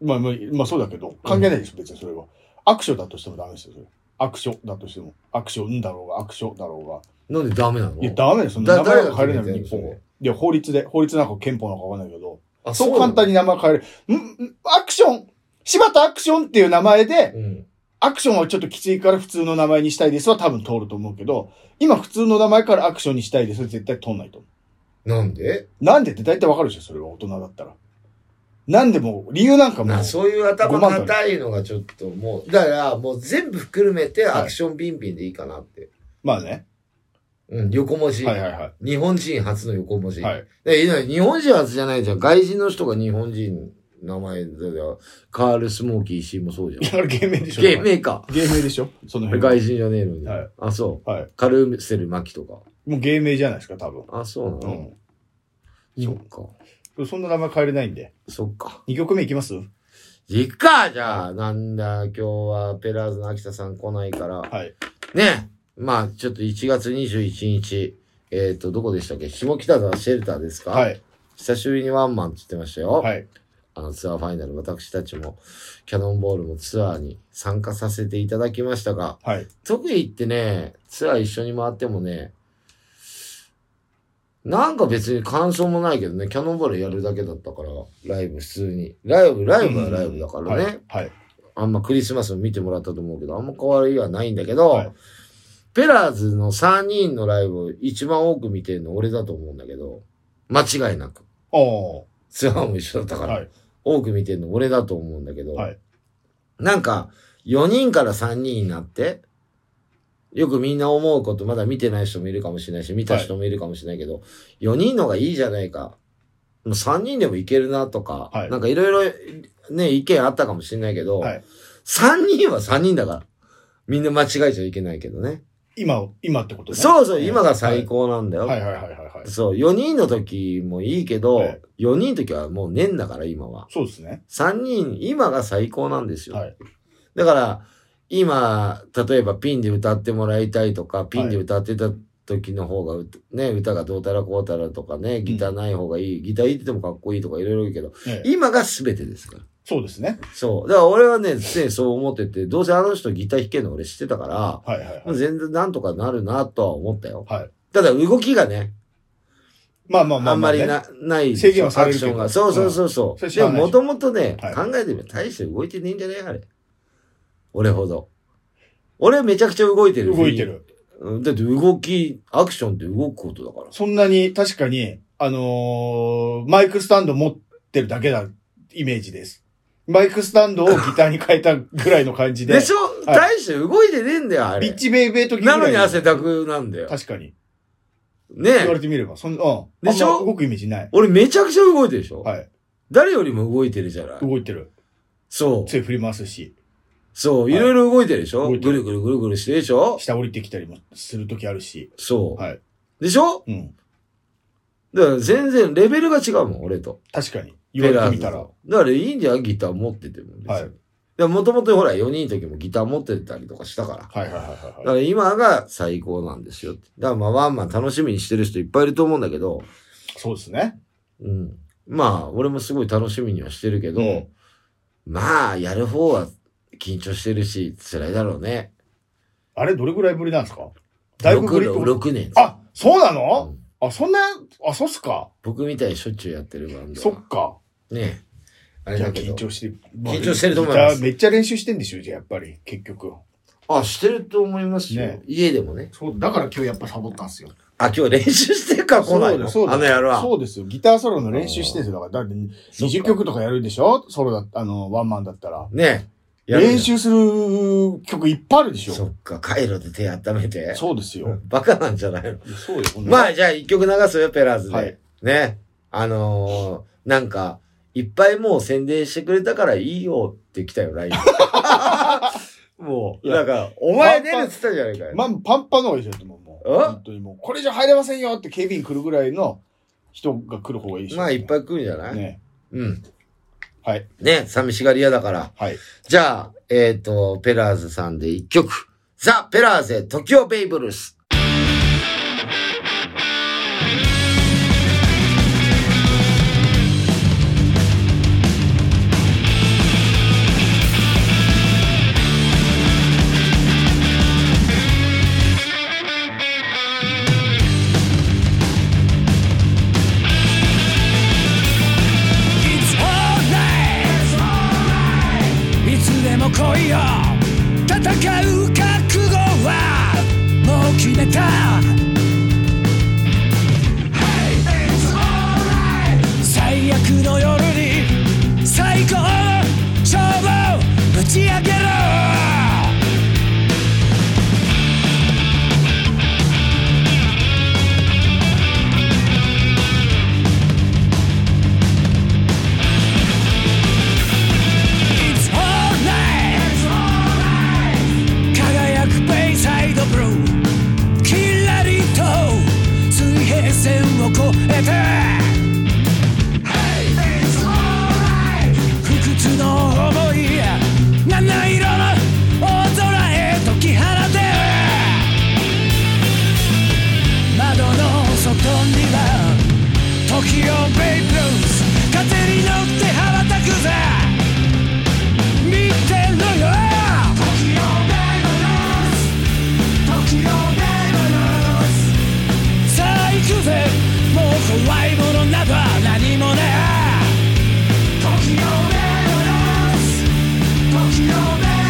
[SPEAKER 2] まあまあ、まあそうだけど、関係ないでしょ、別にそれは。アクションだとしてもダメですよ、それ。アクションだとしても。アクションだろうが、アクションだろうが。
[SPEAKER 1] なんでダメなの
[SPEAKER 2] いや、ダメだよ、その
[SPEAKER 1] だ
[SPEAKER 2] 名前が変え
[SPEAKER 1] 誰
[SPEAKER 2] れ
[SPEAKER 1] が
[SPEAKER 2] な
[SPEAKER 1] 決
[SPEAKER 2] い
[SPEAKER 1] め
[SPEAKER 2] 日
[SPEAKER 1] てんの
[SPEAKER 2] 本は。いや、法律で、法律なんか憲法なんかわかんないけど、
[SPEAKER 1] あ
[SPEAKER 2] そう簡単
[SPEAKER 1] に。
[SPEAKER 2] に名前変える。んんアクション柴田アクションっていう名前で、
[SPEAKER 1] うん。
[SPEAKER 2] アクションはちょっときついから普通の名前にしたいですは多分通ると思うけど、今普通の名前からアクションにしたいですは絶対通んないと思
[SPEAKER 1] なんで
[SPEAKER 2] う。なんでって大体わかるでしょ、それは大人だったら。なんでも、理由なんかも
[SPEAKER 1] な
[SPEAKER 2] う、
[SPEAKER 1] そういう頭硬いのがちょっともう、だからもう全部含めてアクションビンビンでいいかなって。
[SPEAKER 2] まあね。
[SPEAKER 1] うん、横文字。
[SPEAKER 2] はいはいは
[SPEAKER 1] 日本人初の横文字。
[SPEAKER 2] い。はい。
[SPEAKER 1] でいや日本人初じゃないじゃん。外人の人が日本人名前だよ。カール・スモーキー・石井もそうじ
[SPEAKER 2] <laughs>
[SPEAKER 1] ゃ
[SPEAKER 2] あれ芸名でし
[SPEAKER 1] ん。
[SPEAKER 2] ょ
[SPEAKER 1] 芸名か。
[SPEAKER 2] 芸名でしょその辺。
[SPEAKER 1] 外人じゃねえのに。
[SPEAKER 2] はい
[SPEAKER 1] あ、そう。
[SPEAKER 2] はい。
[SPEAKER 1] カルーセル・マキとか。
[SPEAKER 2] もう芸名じゃないですか、多分。
[SPEAKER 1] あ、そうなの、
[SPEAKER 2] うん
[SPEAKER 1] そっか。
[SPEAKER 2] うん。そんな名前変えれないんで。
[SPEAKER 1] そっか。
[SPEAKER 2] 2曲目いきます
[SPEAKER 1] いっか、じゃあ。なんだ、今日はペラーズの秋田さん来ないから。
[SPEAKER 2] はい。
[SPEAKER 1] ねまあ、ちょっと1月21日、えっ、と、どこでしたっけ下北沢シェルターですか
[SPEAKER 2] はい。
[SPEAKER 1] 久しぶりにワンマンって言ってましたよ。
[SPEAKER 2] はい。
[SPEAKER 1] あのツアーファイナル、私たちも、キャノンボールもツアーに参加させていただきましたが、
[SPEAKER 2] はい。
[SPEAKER 1] 特に行ってね、ツアー一緒に回ってもね、なんか別に感想もないけどね、キャノンボールやるだけだったから、ライブ普通に。ライブ、ライブはライブだからね。
[SPEAKER 2] はい。はい。
[SPEAKER 1] あんまクリスマスも見てもらったと思うけど、あんま変わりはないんだけど、
[SPEAKER 2] はい
[SPEAKER 1] ペラーズの3人のライブを一番多く見てるの俺だと思うんだけど、間違いなく。
[SPEAKER 2] お
[SPEAKER 1] ツアーも一緒だった
[SPEAKER 2] ー。
[SPEAKER 1] から、
[SPEAKER 2] はい。
[SPEAKER 1] 多く見てるの俺だと思うんだけど、
[SPEAKER 2] はい
[SPEAKER 1] なんか、4人から3人になって、よくみんな思うこと、まだ見てない人もいるかもしれないし、見た人もいるかもしれないけど、4人のがいいじゃないか。もう3人でもいけるなとか、
[SPEAKER 2] はい
[SPEAKER 1] なんかいろいろね、意見あったかもしれないけど、
[SPEAKER 2] はい
[SPEAKER 1] 3人は3人だから。みんな間違えちゃいけないけどね。
[SPEAKER 2] 今を、今ってことね
[SPEAKER 1] そうそう、今が最。高なんだよ。
[SPEAKER 2] はいはいはいはいはい。
[SPEAKER 1] そう、4人の時もいいけど、
[SPEAKER 2] はい
[SPEAKER 1] 4人の時はもう年だから、今は。
[SPEAKER 2] そうですね。
[SPEAKER 1] 3人、今が最高なんですよ。
[SPEAKER 2] はい
[SPEAKER 1] だから、今、例えばピンで歌ってもらいたいとか、ピンで歌ってた時の方がう、ね、歌がどうたらこうたらとかね、ギターない方がいい、ギターいいっててもかっこいいとかいろいろ言うけど、
[SPEAKER 2] ええ
[SPEAKER 1] 今が全てですから。
[SPEAKER 2] そうですね。
[SPEAKER 1] そう。だから俺はね、常にそう思ってて、どうせあの人ギター弾けるの俺知ってたから、
[SPEAKER 2] はいはいはい。
[SPEAKER 1] 全然なんとかなるなとは思ったよ。
[SPEAKER 2] はい
[SPEAKER 1] ただ動きがね、
[SPEAKER 2] まあまあまあ。
[SPEAKER 1] あんまり
[SPEAKER 2] ね。
[SPEAKER 1] な、ない。
[SPEAKER 2] 制限はされ
[SPEAKER 1] ア
[SPEAKER 2] る
[SPEAKER 1] クションが。
[SPEAKER 2] けど
[SPEAKER 1] そうそうそうそうう。
[SPEAKER 2] んそれ知
[SPEAKER 1] で
[SPEAKER 2] らな
[SPEAKER 1] も
[SPEAKER 2] い
[SPEAKER 1] もともとね、
[SPEAKER 2] はい
[SPEAKER 1] 考えてみれば大して動いてねえんじゃねえあれ。俺ほど。俺めちゃくちゃ動いてる。
[SPEAKER 2] 動いてる。
[SPEAKER 1] うん。だって動き、アクションって動くことだから。
[SPEAKER 2] そんなに、確かに、あのー、マイクスタンド持ってるだけだ、イメージです。マイクスタンドをギターに変えたぐらいの感じで。
[SPEAKER 1] でしょ、
[SPEAKER 2] はい
[SPEAKER 1] 大して動いてねえんだよ、あ
[SPEAKER 2] ビッ
[SPEAKER 1] れ。
[SPEAKER 2] チベイベー時ぐら
[SPEAKER 1] ないのに汗だくなんだよ。
[SPEAKER 2] 確かに。
[SPEAKER 1] ね
[SPEAKER 2] 言われ
[SPEAKER 1] え。
[SPEAKER 2] てみれば、そんな、うん。
[SPEAKER 1] でしょ
[SPEAKER 2] あんま動くイメージない。
[SPEAKER 1] 俺めちゃくちゃ動いてるでしょ、
[SPEAKER 2] はい。
[SPEAKER 1] 誰よりも動いてるじゃない。
[SPEAKER 2] 動いてる。
[SPEAKER 1] そう。
[SPEAKER 2] 杖振り回すし、
[SPEAKER 1] そう、
[SPEAKER 2] はい
[SPEAKER 1] いろいろ動いてるでしょ、
[SPEAKER 2] 動いて
[SPEAKER 1] ぐ
[SPEAKER 2] る
[SPEAKER 1] るぐるぐるぐるしてるでしょ
[SPEAKER 2] 下降りてきたりもする時あるし。
[SPEAKER 1] そう。
[SPEAKER 2] はい
[SPEAKER 1] でしょ
[SPEAKER 2] うん。
[SPEAKER 1] だから全然レベルが違うもん、俺と。
[SPEAKER 2] 確かに。言われてみた
[SPEAKER 1] ペラ
[SPEAKER 2] ら
[SPEAKER 1] ー。ズとだからいいんだよ、ギター持ってても。
[SPEAKER 2] はい。
[SPEAKER 1] もともとほら、4人の時もギター持ってたりとかしたから。
[SPEAKER 2] はいはいはいは
[SPEAKER 1] だ
[SPEAKER 2] い
[SPEAKER 1] か
[SPEAKER 2] はい。
[SPEAKER 1] ら今が最高なんですよって。だからまあ、ワンマン楽しみにしてる人いっぱいいると思うんだけど、
[SPEAKER 2] そうですね。
[SPEAKER 1] うん。まあ、俺もすごい楽しみにはしてるけど、
[SPEAKER 2] うん
[SPEAKER 1] まあ、やる方は緊張してるし、辛いだろうね。
[SPEAKER 2] あれ、どれぐらいぶりなんですかだいぶぶりってこと
[SPEAKER 1] 6, 年。
[SPEAKER 2] あ、そうな
[SPEAKER 1] う
[SPEAKER 2] の
[SPEAKER 1] ん
[SPEAKER 2] あ、そんな、あ、そうっすか。
[SPEAKER 1] 僕みたいにしょっちゅうやってるバンド
[SPEAKER 2] そ
[SPEAKER 1] は。
[SPEAKER 2] っか。
[SPEAKER 1] ねえ。あれ
[SPEAKER 2] じゃあ
[SPEAKER 1] だけど
[SPEAKER 2] 緊。張して、
[SPEAKER 1] 緊張してると思います
[SPEAKER 2] じゃあめっちゃ練習してんでしょ、じゃあやっぱり、結局。
[SPEAKER 1] あ、してると思いますよ。
[SPEAKER 2] ね
[SPEAKER 1] 家でもね。
[SPEAKER 4] そう、だから今日やっぱサボったんすよ。
[SPEAKER 1] あ、今日練習してるから来ないの
[SPEAKER 2] そうです
[SPEAKER 1] あの野郎は。
[SPEAKER 2] そうですよ。ギターソロの練習してるんですよ。だから、だって20曲とかやるでしょソロだ、あの、ワンマンだったら。
[SPEAKER 1] ねえ。やるじゃん
[SPEAKER 2] 練習する曲いっぱいあるでしょ
[SPEAKER 1] そっか、カイロで手温めて。
[SPEAKER 2] そうですよ。
[SPEAKER 1] バカなんじゃないの
[SPEAKER 2] そうよ。
[SPEAKER 1] まあ、じゃあ一曲流すよ、ペラーズで。
[SPEAKER 2] はい
[SPEAKER 1] ね。あのー、なんか、いっぱいもう宣伝してくれたからいいよって来たよ、LINE。もう、
[SPEAKER 2] いや
[SPEAKER 1] なんか、お前出るって言ったじゃないかよ。
[SPEAKER 2] まあ、パンパンの方がいいですよ、でももう。
[SPEAKER 1] あ
[SPEAKER 2] 本当にもう、これじゃ入れませんよって警備員来るぐらいの人が来る方がいいでしょ。
[SPEAKER 1] まあ、いっぱい来るんじゃない、
[SPEAKER 2] ね。
[SPEAKER 1] うん。
[SPEAKER 2] はい。
[SPEAKER 1] ね、寂しがり屋だから。
[SPEAKER 2] はい。
[SPEAKER 1] じゃあ、えっ、と、ペラーズさんで一曲。ザ・ペラーゼ、トキオベイブルース。
[SPEAKER 3] It's alright いつでも来いよ戦う覚悟はもう決めた Hey, it's alright 最悪の夜に最高の勝負ぶち上げろ「It's alright」「輝くベイサイドブルー」「キラリと水平線を越えて」「Hey It's alright」「不屈の想い」「七色の大空へ解き放て」「窓の外には時をベイブルース」「風に乗って羽ばたくぜ」見てろよ時をベイブルース時をベイブルースさあ行くぜもう怖いものなどは何もねえ時をベイブルース時をベイ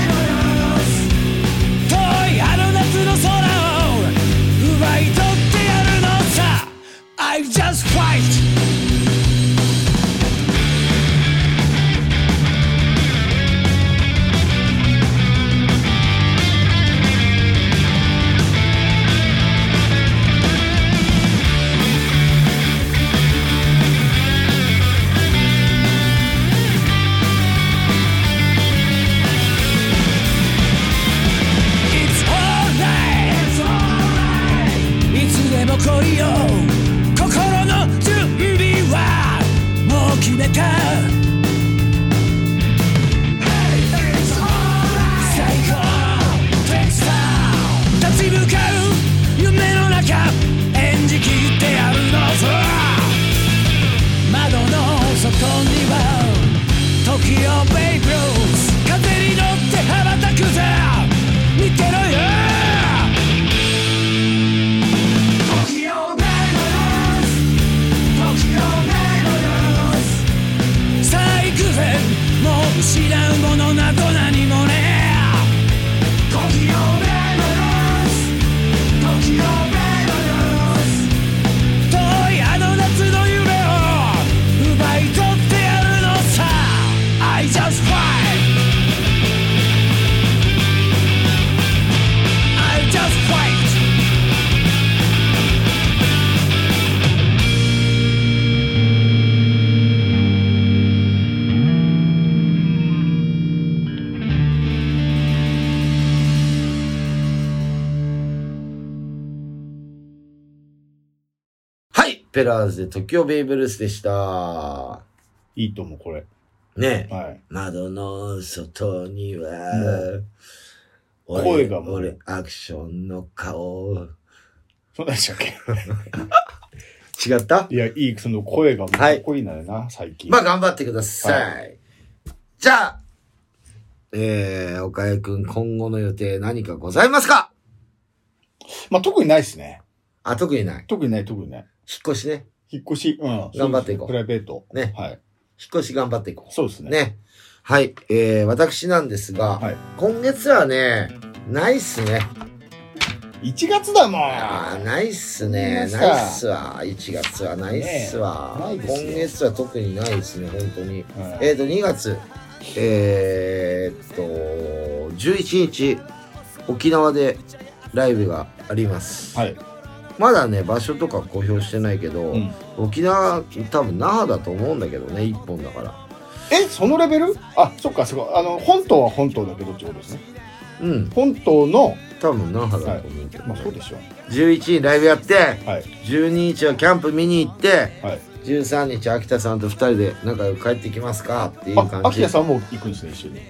[SPEAKER 3] ブルース遠いあの夏の空を奪い取ってやるのさ I just fight 「いつでも来いよ」「心の準備はもう決めた」「最高テクサー」「立ち向かう夢の中演じきってやるのさ」「窓の外には時をベイブルース」「風に乗って羽ばたくぜ見てろよ」「時をベイブルース」「時をベイブルース」「さあ行くぜもう失うものなど何もねえ」「時をベイブルース」「時をベイブルース」遠いあの夏の夢を奪い取ってやるのさ I just fight I just fight
[SPEAKER 1] はいペラーズでトキオベイブルースでした。
[SPEAKER 2] いいと思う、これ。
[SPEAKER 1] ねえ。
[SPEAKER 2] はい。
[SPEAKER 1] 窓の外には、俺
[SPEAKER 2] 声がもう
[SPEAKER 1] 俺、アクションの顔。
[SPEAKER 2] そうなんでしたっけ
[SPEAKER 1] 違った
[SPEAKER 2] いや、いい、その声がもうか
[SPEAKER 1] はい
[SPEAKER 2] っこいいんだよな、最近。
[SPEAKER 1] まあ頑張ってください。じゃあ、えー、岡井くん今後の予定何かございますか
[SPEAKER 2] まあ、特にないですね。
[SPEAKER 1] あ、特にない。
[SPEAKER 2] 特にない、特にない。
[SPEAKER 1] 引っ越しね。
[SPEAKER 2] 引っ越し、うん。
[SPEAKER 1] 頑張っていこう
[SPEAKER 2] プライベート。
[SPEAKER 1] ね
[SPEAKER 2] はい。
[SPEAKER 1] 引っ越し頑張っていこ
[SPEAKER 2] そうです
[SPEAKER 1] う。
[SPEAKER 2] ね。
[SPEAKER 1] ね。はい。えー、私なんですが、
[SPEAKER 2] はい。
[SPEAKER 1] 今月はね、ないっすね。
[SPEAKER 2] 1月だもん
[SPEAKER 1] あーないっすね。
[SPEAKER 2] ご
[SPEAKER 1] な
[SPEAKER 2] めん
[SPEAKER 1] っ
[SPEAKER 2] ないさい
[SPEAKER 1] すわ。1月はないっすわ。
[SPEAKER 2] ねえないですよ
[SPEAKER 1] 今月は特にないですね、本当に。
[SPEAKER 2] はい
[SPEAKER 1] えっ、と、2月、えー、っと、11日、沖縄でライブがあります。
[SPEAKER 2] はい、
[SPEAKER 1] まだね、場所とか公表してないけど、
[SPEAKER 2] うん
[SPEAKER 1] 沖縄、多分那覇だと思うんだけどね、1本だから。
[SPEAKER 2] えそのレベルあそっかそっかあの本島は本島だけどってことですね
[SPEAKER 1] うん、
[SPEAKER 2] 本島の
[SPEAKER 1] 多分那覇だと思うけど、ね
[SPEAKER 2] まあそうでしょ
[SPEAKER 1] 11日ライブやって、
[SPEAKER 2] はい
[SPEAKER 1] 12日はキャンプ見に行って、
[SPEAKER 2] はい
[SPEAKER 1] 13日秋田さんと2人で仲良く帰ってきますかっていう
[SPEAKER 2] あ
[SPEAKER 1] 感
[SPEAKER 2] 秋
[SPEAKER 1] じ
[SPEAKER 2] 田さんも行くんですね一緒に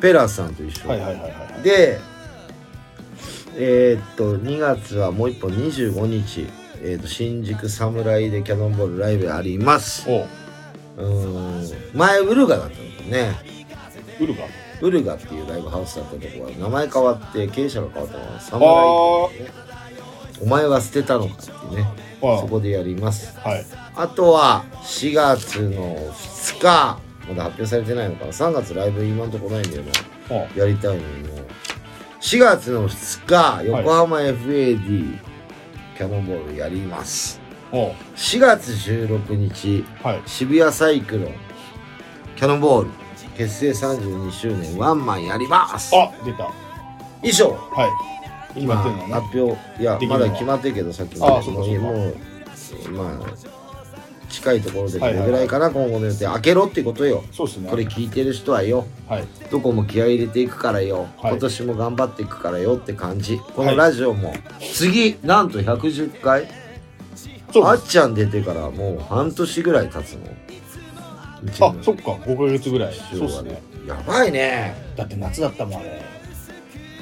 [SPEAKER 1] ペラーさんと一緒、
[SPEAKER 2] はいはいはいはい
[SPEAKER 1] でえーっと2月はもう一本25日、えーっと新宿サムライでキャノンボールライブあります
[SPEAKER 2] おう
[SPEAKER 1] うーん前ウルガだったんだよね
[SPEAKER 2] ウルガ
[SPEAKER 1] ウルガっていうライブハウスだったとこは名前変わって経営者が変わったのはサムラ
[SPEAKER 2] あ
[SPEAKER 1] イお前は捨てたのかっていうね
[SPEAKER 2] あ
[SPEAKER 1] そこでやります
[SPEAKER 2] はい
[SPEAKER 1] あとは4月の2日まだ発表されてないのかな3月ライブ今んとこないんだよな
[SPEAKER 2] おう
[SPEAKER 1] やりたいのにも4月の2日横浜 FAD、キャノンボールやります
[SPEAKER 2] おう
[SPEAKER 1] 4月16日
[SPEAKER 2] はい
[SPEAKER 1] 渋谷サイクロンキャノンボール結成32周年ワンマンやります
[SPEAKER 2] あ出た
[SPEAKER 1] 以上
[SPEAKER 2] はい決まってんの
[SPEAKER 1] まあ
[SPEAKER 2] ね
[SPEAKER 1] 発表いや
[SPEAKER 2] できるの
[SPEAKER 1] ま
[SPEAKER 2] は
[SPEAKER 1] だ決まってるけどさっき
[SPEAKER 2] あ
[SPEAKER 1] も
[SPEAKER 2] あそうかそうか
[SPEAKER 1] もうまあ近いところでど
[SPEAKER 2] はいはい
[SPEAKER 1] れぐらいかな、今後の予定開けろってことよ
[SPEAKER 2] そうですね
[SPEAKER 1] これ聞いてる人はよ
[SPEAKER 2] はい
[SPEAKER 1] どこも気合い入れていくからよ、
[SPEAKER 2] はい
[SPEAKER 1] 今年も頑張っていくからよって感じこ
[SPEAKER 2] は
[SPEAKER 1] の
[SPEAKER 2] い
[SPEAKER 1] ラジオも、次なんと110回
[SPEAKER 2] そう
[SPEAKER 1] あ
[SPEAKER 2] です
[SPEAKER 1] っちゃん出てからもう半年ぐらい経つのうちの
[SPEAKER 2] あそっか5ヶ月ぐらいそう
[SPEAKER 1] 師匠は
[SPEAKER 2] です
[SPEAKER 1] ね
[SPEAKER 2] ね
[SPEAKER 1] やばいね
[SPEAKER 2] だって夏だったもんあれ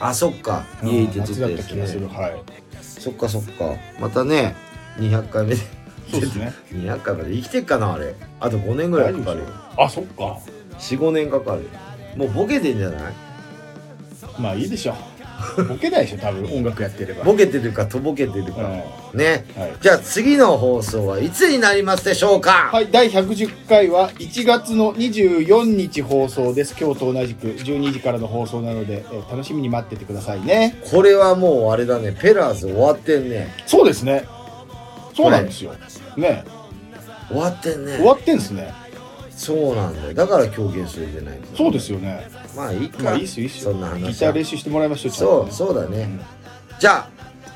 [SPEAKER 1] あそっか家行って撮
[SPEAKER 2] 夏
[SPEAKER 1] っ
[SPEAKER 2] だ
[SPEAKER 1] て
[SPEAKER 2] っ
[SPEAKER 1] で
[SPEAKER 2] た
[SPEAKER 1] す
[SPEAKER 2] 気がする
[SPEAKER 1] ね
[SPEAKER 2] はい
[SPEAKER 1] そっかそっかまたね200回目で
[SPEAKER 2] そうですね
[SPEAKER 1] 200回まで生きてっかなあれあと5年ぐらいかかるよ
[SPEAKER 2] あそっか
[SPEAKER 1] 45年かかるよもうボケてんじゃない
[SPEAKER 2] まあいいでしょボケないでしょ多分音楽やってれば
[SPEAKER 1] ボケてるかとぼけてる
[SPEAKER 2] うん
[SPEAKER 1] か、
[SPEAKER 2] は
[SPEAKER 1] ね
[SPEAKER 2] い
[SPEAKER 1] じゃあ次の放送はいつになりますでしょうか、
[SPEAKER 2] はい、第110回は1月の24日放送です。今日と同じく12時からの放送なので、えー楽しみに待っててくださいね。
[SPEAKER 1] これはもうあれだねペラーズ終わってんね
[SPEAKER 2] そうですね。そうなんですよ。ね、
[SPEAKER 1] 終わってんね
[SPEAKER 2] 終わってんですね。
[SPEAKER 1] そうなんだよだから狂言するじゃない
[SPEAKER 2] そうですよね。
[SPEAKER 1] まあいいか、
[SPEAKER 2] まあいいっすよ、いいっすよ。
[SPEAKER 1] そんな話
[SPEAKER 2] ギター練習してもらいましょう。
[SPEAKER 1] そうそうだね、
[SPEAKER 2] ん
[SPEAKER 1] じゃあ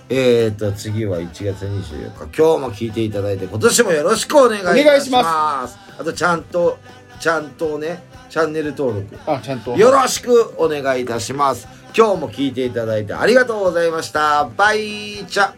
[SPEAKER 1] えー、と次は1月24日今日も聞いていただいて今年もよろしくお願いいたします
[SPEAKER 2] お願いし
[SPEAKER 1] あとちゃんとちゃんとねチャンネル登録
[SPEAKER 2] あ、ちゃんと。
[SPEAKER 1] よろしくお願いいたします今日も聞いていただいてありがとうございましたバイチャ